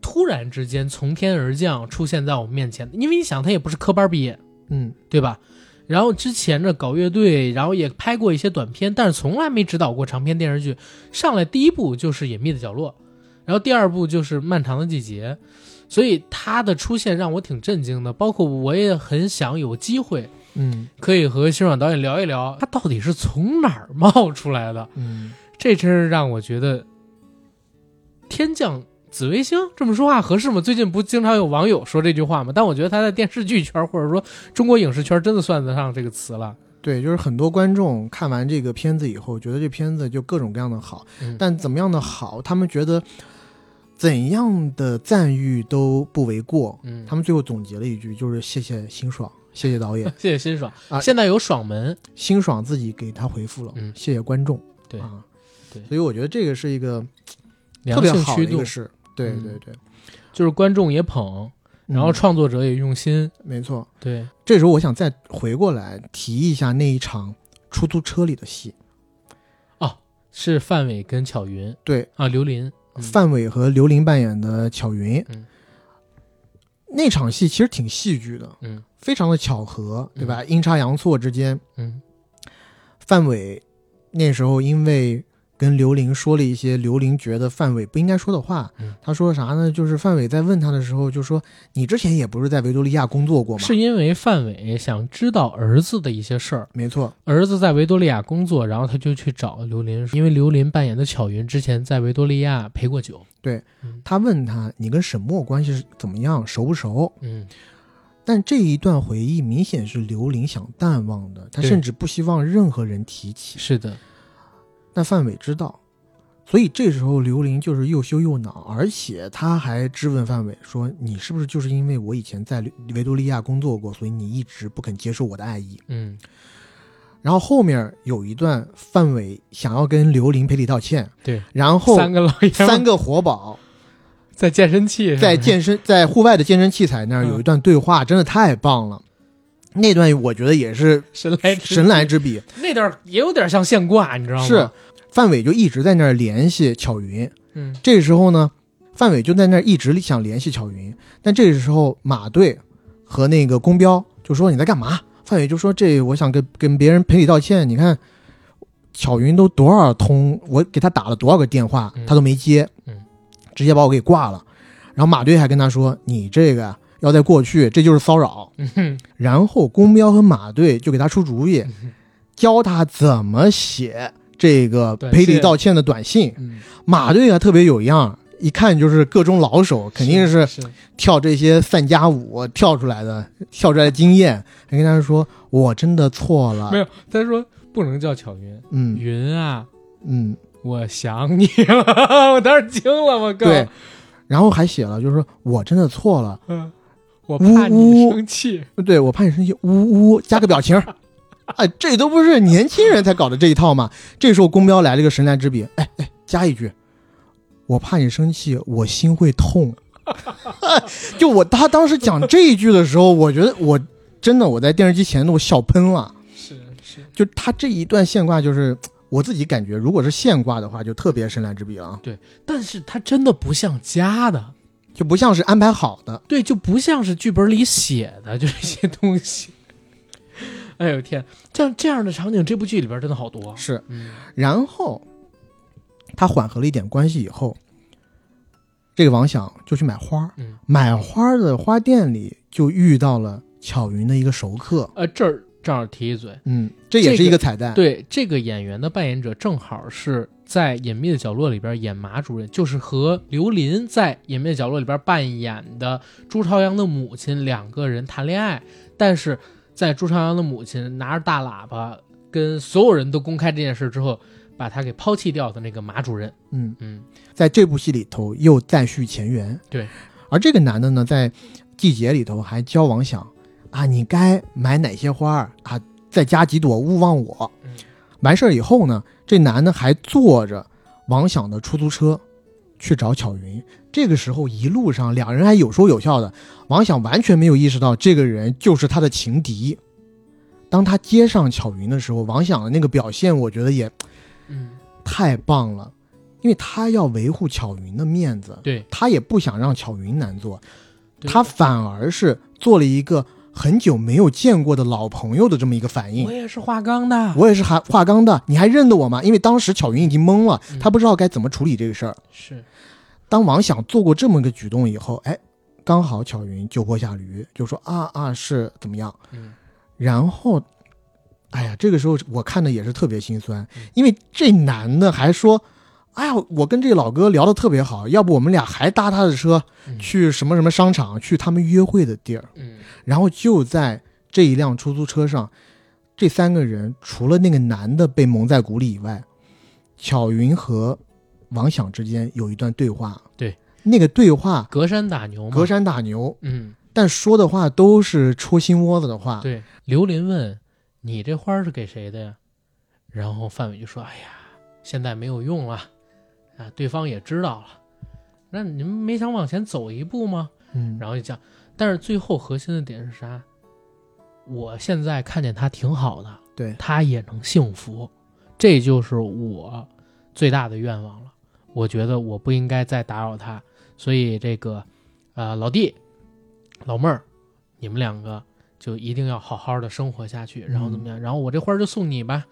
突然之间从天而降出现在我们面前的，因为你想，他也不是科班毕业，嗯，对吧？然后之前呢搞乐队，然后也拍过一些短片，但是从来没执导过长篇电视剧。上来第一部就是《隐秘的角落》，然后第二部就是《漫长的季节》，所以他的出现让我挺震惊的。包括我也很想有机会嗯可以和辛爽导演聊一聊，他到底是从哪儿冒出来的？嗯这真是让我觉得天降紫微星这么说话合适吗？最近不经常有网友说这句话吗？但我觉得他在电视剧圈或者说中国影视圈真的算得上这个词了。对，就是很多观众看完这个片子以后，觉得这片子就各种各样的好，嗯但怎么样的好，他们觉得怎样的赞誉都不为过。嗯，他们最后总结了一句，就是谢谢辛爽，谢谢 ，导演谢谢辛爽，啊现在有爽文，辛爽自己给他回复了，嗯谢谢观众。对啊，对所以我觉得这个是一个特良别性好的驱一动个，事。对嗯对对，就是观众也捧，嗯然后创作者也用心。没错。对，这时候我想再回过来提一下那一场出租车里的戏，是范伟跟巧云对，啊，刘琳。嗯范伟和刘琳扮演的巧云，嗯那场戏其实挺戏剧的，嗯非常的巧合，对吧？阴差阳错之间，嗯范伟那时候因为跟刘玲说了一些刘玲觉得范伟不应该说的话，嗯他说啥呢？就是范伟在问他的时候就说：“你之前也不是在维多利亚工作过吗？”是，因为范伟想知道儿子的一些事儿，没错，儿子在维多利亚工作，然后他就去找刘琳，因为刘琳扮演的巧云之前在维多利亚陪过酒。他问他你跟沈墨关系是怎么样，熟不熟？嗯，但这一段回忆明显是刘玲想淡忘的，他对甚至不希望任何人提起。是的，那范伟知道，所以这时候刘玲就是又羞又恼，而且他还质问范伟说：“你是不是就是因为我以前在维多利亚工作过，所以你一直不肯接受我的爱意嗯，？”然后后面有一段范伟想要跟刘玲赔礼道歉，对，然后三个老爷们三个活宝在健身器上在健身在户外的健身器材那儿嗯有一段对话，真的太棒了。那段我觉得也是神来之神来之笔，那段儿也有点像现挂，你知道吗？是，范伟就一直在那儿联系巧云，嗯 这时候呢，范伟就在那儿一直想联系巧云，但这时候马队和那个公彪就说你在干嘛？范伟就说这我想跟跟别人赔礼道歉，你看巧云都多少通，我给他打了多少个电话，嗯他都没接，嗯直接把我给挂了。然后马队还跟他说你这个要在过去，这就是骚扰。嗯哼然后公彪和马队就给他出主嗯意，教他怎么写这个短赔礼信道歉的短信。嗯，马队啊特别有样儿，一看就是各中老手，肯定是是跳这些散家舞跳出来的，跳出来的经验。还跟他说：“我真的错了没。有。他说不能叫巧云，”嗯云啊，嗯，我想你了。我当时惊了，我靠！对。然后还写了，就是说我真的错了，嗯，我怕你呜呜生气。对我怕你生气，呜呜，加个表情。哎，这都不是年轻人才搞的这一套嘛。这时候公标来了个神来之笔，哎哎，加一句，我怕你生气，我心会痛。就我他当时讲这一句的时候，我觉得我真的我在电视机前都笑喷了。是是，就他这一段现挂，就是我自己感觉，如果是现挂的话，就特别生来之笔了啊，但是它真的不像加的，就不像是安排好的。对，就不像是剧本里写的，就这些东西。哎呦天，这样这样的场景，这部剧里边真的好多。是，嗯，然后他缓和了一点关系以后，这个王想就去买花儿嗯，买花儿的花店里就遇到了巧云的一个熟客。呃，这儿正好提一嘴，嗯，这也是一个彩蛋。对这个演员的扮演者，正好是在《隐秘的角落》里边演马主任，就是和刘琳在《隐秘的角落》里边扮演的朱朝阳的母亲，两个人谈恋爱，但是在朱朝阳的母亲拿着大喇叭跟所有人都公开这件事之后，把他给抛弃掉的那个马主任，嗯，嗯，在这部戏里头又再续前缘。对，而这个男的呢，在季节里头还教王想啊，你该买哪些花儿啊，再加几朵勿忘我。嗯完事儿以后呢，这男的还坐着王想的出租车去找巧云。这个时候一路上两人还有说有笑的，王想完全没有意识到这个人就是他的情敌。当他接上巧云的时候，王想的那个表现，我觉得也嗯，太棒了，因为他要维护巧云的面子，对，他也不想让巧云难做，对他反而是做了一个很久没有见过的老朋友的这么一个反我应。也是华冈的，我也是还华冈的，你还认得我吗？因为当时巧云已经懵了，嗯他不知道该怎么处理这个事儿。是，当王想做过这么一个举动以后，哎，刚好巧云就坡下驴，就说啊啊是怎么样？嗯，然后，哎呀，这个时候我看的也是特别心酸，嗯因为这男的还说：“哎呀，我跟这个老哥聊得特别好，要不我们俩还搭他的车嗯去什么什么商场，去他们约会的地儿。嗯，”然后就在这一辆出租车上，这三个人除了那个男的被蒙在鼓里以外，巧云和王想之间有一段对话。对，那个对话隔山打牛嘛，隔，山打牛，嗯，但说的话都是戳心窝子的话。对，刘琳问：“你这花儿是给谁的呀？”然后范伟就说：“哎呀，现在没有用了，啊，对方也知道了。那你们没想往前走一步吗？”嗯，然后就讲，但是最后核心的点是啥？我现在看见他挺好的，对他也能幸福，这就是我最大的愿望了。我觉得我不应该再打扰他，所以这个，呃，老弟，老妹儿，你们两个就一定要好好的生活下去，然后怎么样？然后我这花儿就送你吧。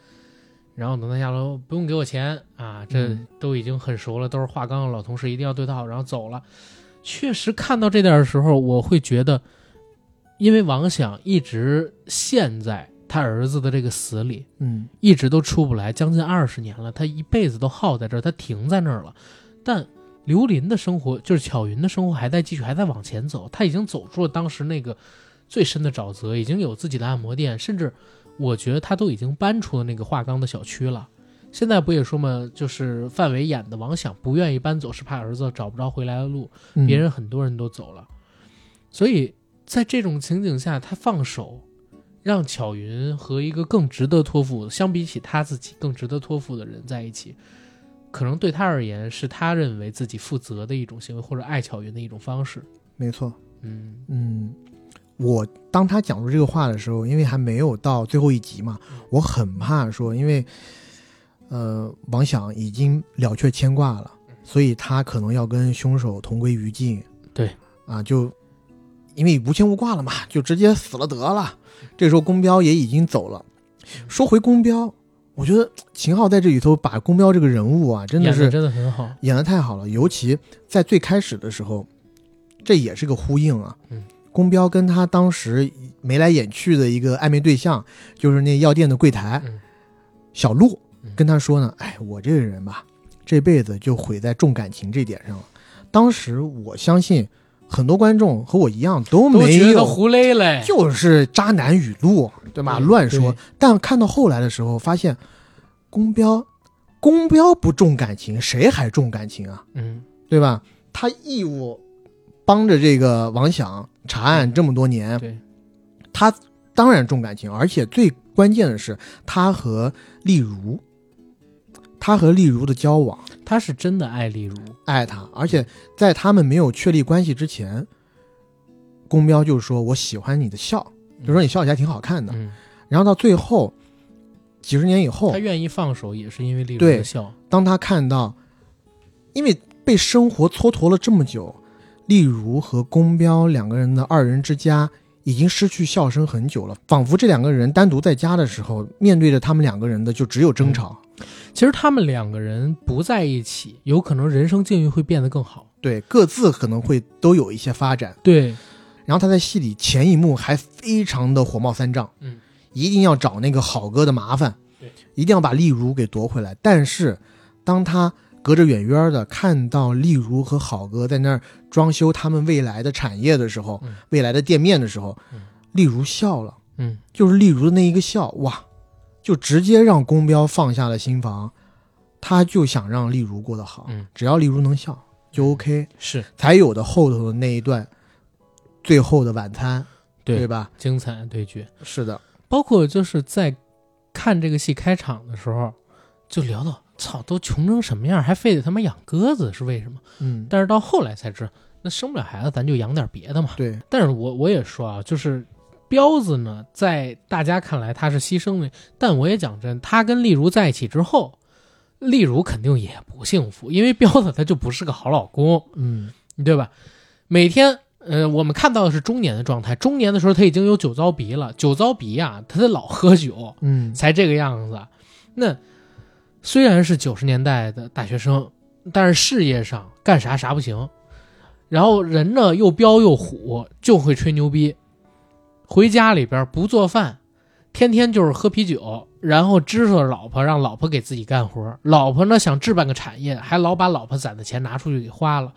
然后等他下楼，不用给我钱啊，这嗯都已经很熟了，都是华冈的老同事，一定要对他好。然后走了，确实看到这点的时候，我会觉得，因为王想一直陷在他儿子的这个死里，嗯一直都出不来，将近二十年了，他一辈子都耗在这儿，他停在那儿了。但刘林的生活，就是巧云的生活，还在继续，还在往前走。他已经走出了当时那个最深的沼泽，已经有自己的按摩店，甚至我觉得他都已经搬出了那个华冈的小区了。现在不也说嘛，就是范伟演的王想不愿意搬走，是怕儿子找不着回来的路。嗯别人很多人都走了，所以在这种情景下，他放手，让巧云和一个更值得托付，相比起他自己更值得托付的人在一起，可能对他而言是他认为自己负责的一种行为，或者爱巧云的一种方式。没错。嗯嗯，我当他讲出这个话的时候，因为还没有到最后一集嘛，我很怕说，因为呃，王想已经了却牵挂了，所以他可能要跟凶手同归于尽。对，啊，就因为无牵无挂了嘛， 就直接死了得了。这时候公彪也已经走了。说回公彪，我觉得秦昊在这里头把公彪这个人物啊，真的演是得真的很好。演的太好了，尤其在最开始的时候，这也是个呼应啊。嗯，宫彪跟他当时眉来眼去的一个暧昧对象，就是那药店的柜台嗯小陆嗯，跟他说呢：“哎，我这个人吧，这辈子就毁在重感情这点上了。”当时我相信很多观众和我一样都都没觉得有，胡勒嘞，就是渣男语录，对吧？哎对乱说对。但看到后来的时候，发现宫彪，宫彪不重感情，谁还重感情啊？嗯，对吧？他义务帮着这个王想查案这么多年，对，他当然重感情，而且最关键的是，他和丽茹他和丽茹的交往，他是真的爱丽如，爱他，而且在他们没有确立关系之前，宫彪就说我喜欢你的笑，就说你笑起来挺好看的。嗯，然后到最后几十年以后他，愿意放手也是因为丽如哦对的笑，当他看到，因为被生活蹉跎了这么久，例如和宫彪两个人的二人之家已经失去笑声很久了，仿佛这两个人单独在家的时候，面对着他们两个人的就只有争吵。其实他们两个人不在一起，有可能人生境遇会变得更好。对，各自可能会都有一些发展。对，然后他在戏里前一幕还非常的火冒三丈，嗯，一定要找那个好哥的麻烦，对，一定要把丽如给夺回来。但是，当他隔着远远的看到丽如和好哥在那儿装修他们未来的产业的时候，嗯未来的店面的时候，嗯丽如笑了，嗯，就是丽如的那一个笑，哇，就直接让宫彪放下了心防，他就想让丽如过得好，嗯只要丽如能笑就 OK。是才有的后头的那一段最后的晚餐，对吧？精彩对决。是的，包括就是在看这个戏开场的时候，就聊到操，都穷成什么样，还非得他妈养鸽子是为什么？嗯，但是到后来才知道，那生不了孩子，咱就养点别的嘛。对，但是我我也说啊，就是彪子呢，在大家看来他是牺牲的，但我也讲真，他跟丽如在一起之后，丽如肯定也不幸福，因为彪子他就不是个好老公，嗯，对吧？每天，呃，我们看到的是中年的状态，中年的时候他已经有酒糟鼻了，酒糟鼻啊，他得老喝酒嗯，才这个样子。那虽然是九十年代的大学生，但是事业上干啥啥不行，然后人呢又彪又虎，就会吹牛逼，回家里边不做饭。天天就是喝啤酒，然后支着老婆，让老婆给自己干活。老婆呢想置办个产业，还老把老婆攒的钱拿出去给花了。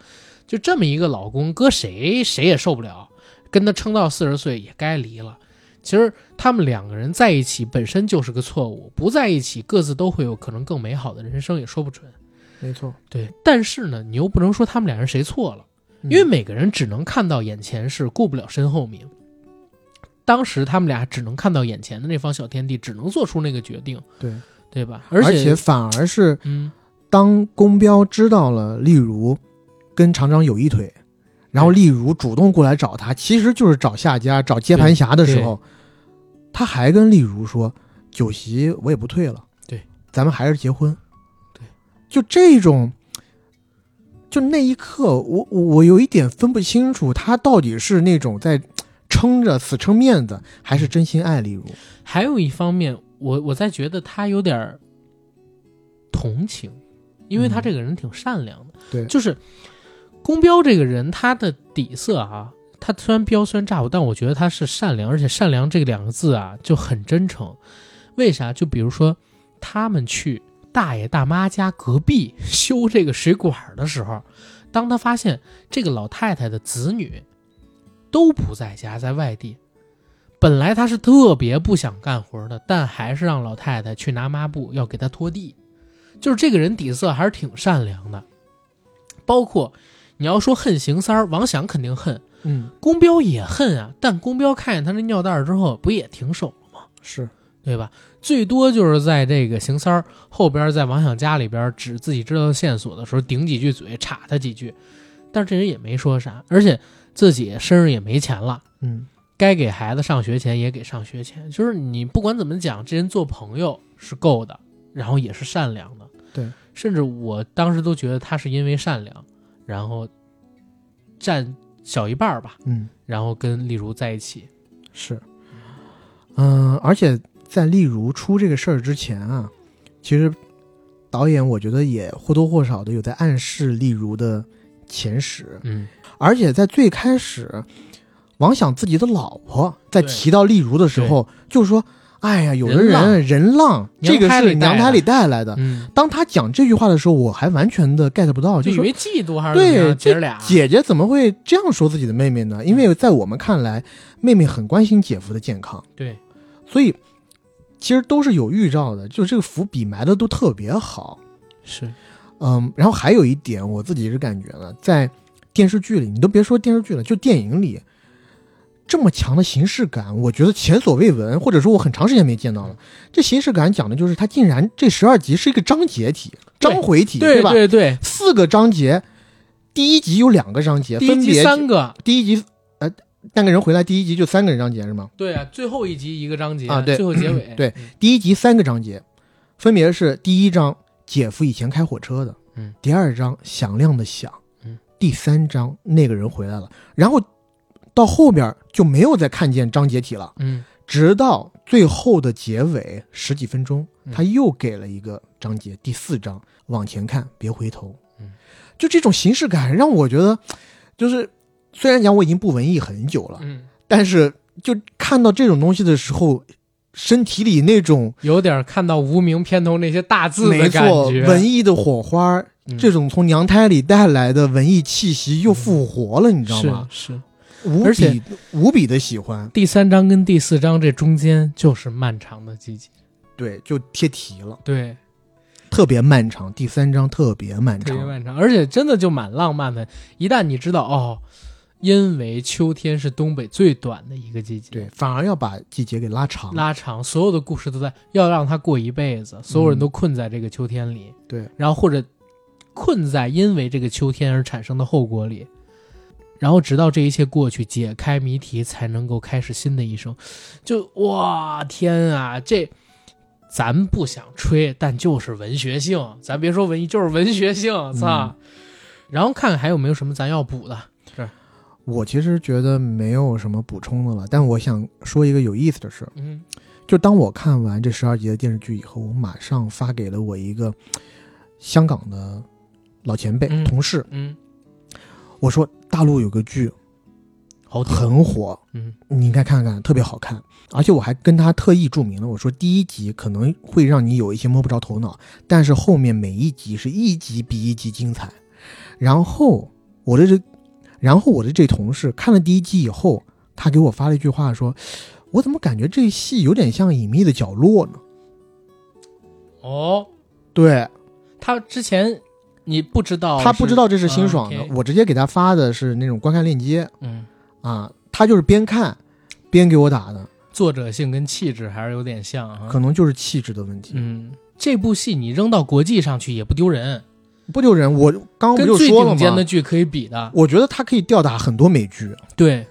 就这么一个老公，搁谁谁也受不了。跟他撑到四十岁也该离了。其实他们两个人在一起本身就是个错误，不在一起各自都会有可能更美好的人生，也说不准。没错，对，但是呢，你又不能说他们俩人谁错了，嗯因为每个人只能看到眼前事，顾不了身后名。当时他们俩只能看到眼前的那方小天地，只能做出那个决定，对，对吧？而且，反而是嗯，当宫彪知道了例如跟厂长有一腿，然后例如主动过来找他，其实就是找下家、找接盘侠的时候，他还跟例如说：“酒席我也不退了，对，咱们还是结婚。”对，就这种，就那一刻，我我我有一点分不清楚，他到底是那种在撑着死撑面子，还是真心爱例如？还有一方面，我我在觉得他有点儿同情，因为他嗯这个人挺善良的。对就是宫彪这个人，他的底色啊，他虽然彪虽然诈唬，但我觉得他是善良，而且善良这两个字啊就很真诚。为啥？就比如说他们去大爷大妈家隔壁修这个水管儿的时候，当他发现这个老太太的子女都不在家，在外地。本来他是特别不想干活的，但还是让老太太去拿抹布，要给他拖地。就是这个人底色还是挺善良的，包括你要说恨邢三儿，王想肯定恨，嗯，宫彪也恨啊。但宫彪看见他那尿袋儿之后，不也停手了吗？是对吧？最多就是在这个邢三儿后边，在王想家里边指自己知道的线索的时候，顶几句嘴，插他几句，但是这人也没说啥，而且自己身上也没钱了。嗯，该给孩子上学钱也给上学钱，就是你不管怎么讲，这人做朋友是够的，然后也是善良的。对，甚至我当时都觉得他是因为善良，然后占小一半儿吧，嗯。然后跟丽如在一起。是，嗯，而且在例如出这个事儿之前啊，其实导演我觉得也或多或少的有在暗示例如的前史，嗯，而且在最开始，王想自己的老婆在对提到例如的时候，就说：“哎呀，有的人人浪人浪，这个娘胎是里带娘胎来里带来的。嗯，当他讲这句话的时候，我还完全的 get 不到，就就以说为嫉妒还是怎么对，样姐这儿俩姐姐怎么会这样说自己的妹妹嗯呢？因为在我们看来，妹妹很关心姐夫的健康，对所以其实都是有预兆的，就这个伏笔埋的都特别好。是嗯，然后还有一点，我自己是感觉呢，在电视剧里，你都别说电视剧了，就电影里，这么强的形式感，我觉得前所未闻，或者说我很长时间没见嗯到了。这形式感讲的就是它竟然这十二集是一个章节体、章回体，对吧？对对，四个章节，第一集有两个章节，第一分集别三个，第一集呃，那个人回来第一集就三个人章节是吗？对啊，最后一集一个章节啊对最后结尾，对第一集三个章节，分别是第一章姐夫以前开火车的，嗯，第二章响亮的响，嗯，第三章那个人回来了，然后到后边就没有再看见章节体了，嗯，直到最后的结尾十几分钟，嗯他又给了一个章节，第四章往前看，别回头，嗯，就这种形式感让我觉得，就是虽然讲我已经不文艺很久了，嗯，但是就看到这种东西的时候，身体里那种有点看到无名片头那些大字没的感错觉，文艺的火花，嗯这种从娘胎里带来的文艺气息又复活了，你知道吗？是是。无而且比无比的喜欢，第三章跟第四章这中间就是漫长的季节，对，就贴题了，对，特别漫长。第三章特别漫特别长，漫长，而且真的就蛮浪漫的。一旦你知道哦，因为秋天是东北最短的一个季节，对，反而要把季节给拉长。拉长，所有的故事都在要让他过一辈子，所有人都困在这个秋天里，嗯对，然后或者困在因为这个秋天而产生的后果里，然后直到这一切过去，解开谜题，才能够开始新的一生。就哇天啊，这咱不想吹，但就是文学性，咱别说文艺，就是文学性，嗯操！然后看看还有没有什么咱要补的，我其实觉得没有什么补充的了，但我想说一个有意思的事儿。嗯就当我看完这十二集的电视剧以后，我马上发给了我一个嘖香港的老前辈、嗯同事，嗯，我说大陆有个剧好听，很火，嗯你应该看看，特别好看。而且我还跟他特意注明了，我说第一集可能会让你有一些摸不着头脑，但是后面每一集是一集比一集精彩。然后我的这，然后我的这同事看了第一集以后，他给我发了一句话说：“我怎么感觉这戏有点像《隐秘的角落》呢哦。？”对他之前你不知道，他不知道这是辛爽的，哦嗯，OK 我直接给他发的是那种观看链接嗯，啊，他就是边看边给我打的，作者性跟气质还是有点像可啊。能就是气质的问题。嗯，这部戏你扔到国际上去也不丢人，不丢人，我刚刚不跟就最说了顶尖吗的？剧可以比的。我觉得它可以吊打很多美剧，对，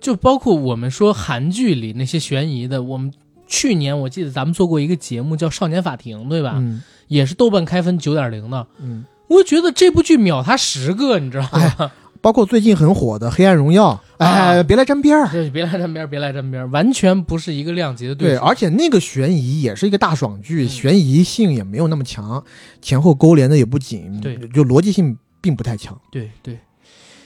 就包括我们说韩剧里那些悬疑的，我们去年我记得咱们做过一个节目叫《少年法庭》，对吧？嗯也是豆瓣开分九点零的，嗯，我觉得这部剧秒他十个，你知道 哎吗？包括最近很火的《黑暗荣耀》，啊哎，别来沾边儿。这别来沾边儿，别来沾边儿，完全不是一个量级的对，啊手。而且那个悬疑也是一个大爽剧，嗯悬疑性也没有那么强，前后勾连的也不紧，对就逻辑性并不太强。对对，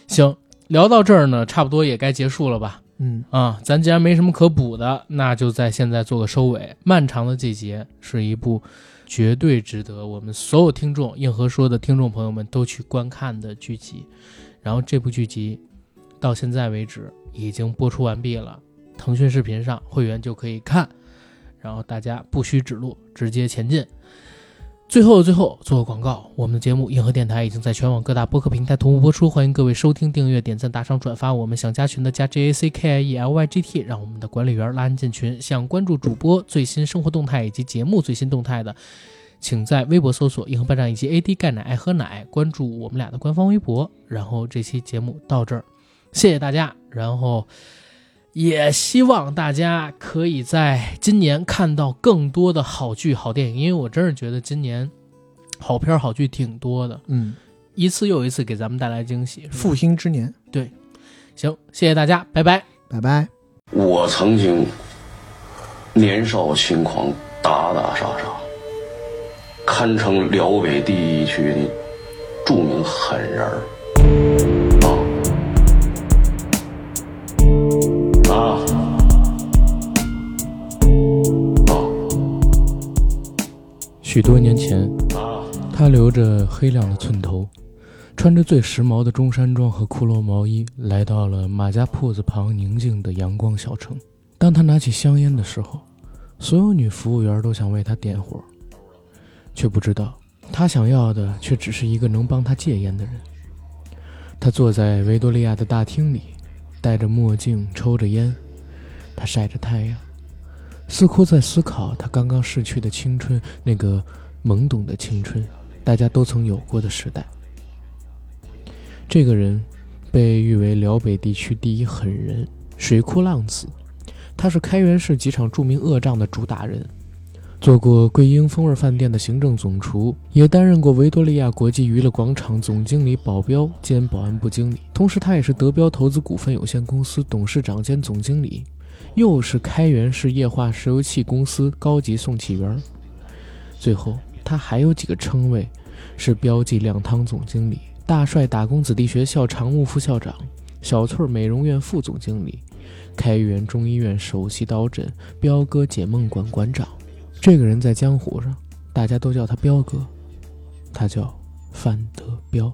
行，聊到这儿呢，差不多也该结束了吧？嗯，啊，咱既然没什么可补的，那就在现在做个收尾。《漫长的季节》是一部绝对值得我们所有听众硬核说的听众朋友们都去观看的剧集。然后这部剧集到现在为止已经播出完毕了，腾讯视频上会员就可以看。然后大家不需指路，直接前进。最后，最后做个广告，我们的节目《硬核电台》已经在全网各大播客平台同步播出，欢迎各位收听、订阅、点赞、打赏、转发。我们想加群的加 J A C K I E L Y G T，让我们的管理员拉您进群。想关注主播最新生活动态以及节目最新动态的，请在微博搜索“硬核班长”以及 A D 钙奶爱喝奶，关注我们俩的官方微博。然后这期节目到这儿，谢谢大家。然后也希望大家可以在今年看到更多的好剧、好电影，因为我真是觉得今年好片儿、好剧挺多的，嗯，一次又一次给咱们带来惊喜。是吧复兴之年，行，谢谢大家，拜拜。拜拜。我曾经年少轻狂，打打杀杀，堪称辽北第一区的著名狠人儿。啊啊许多年前，啊！他留着黑亮的寸头，穿着最时髦的中山装和骷髅毛衣，来到了马家铺子旁宁静的阳光小城。当他拿起香烟的时候，所有女服务员都想为他点火，却不知道他想要的却只是一个能帮他戒烟的人。他坐在维多利亚的大厅里，戴着墨镜，抽着烟，他晒着太阳，似乎在思考他刚刚逝去的青春，那个懵懂的青春，大家都曾有过的时代。这个人被誉为辽北地区第一狠人、水库浪子，他是开元市几场著名恶仗的主打人，做过桂英风味饭店的行政总厨，也担任过维多利亚国际娱乐广场总经理、保镖兼保安部经理。同时，他也是德标投资股份有限公司董事长兼总经理，又是开元市液化石油气公司高级送气员。最后，他还有几个称谓，是标记靓汤总经理、大帅打工子弟学校常务副校长、小翠儿美容院副总经理、开元中医院首席导诊、彪哥解梦馆馆长。这个人在江湖上，大家都叫他彪哥，他叫范德彪。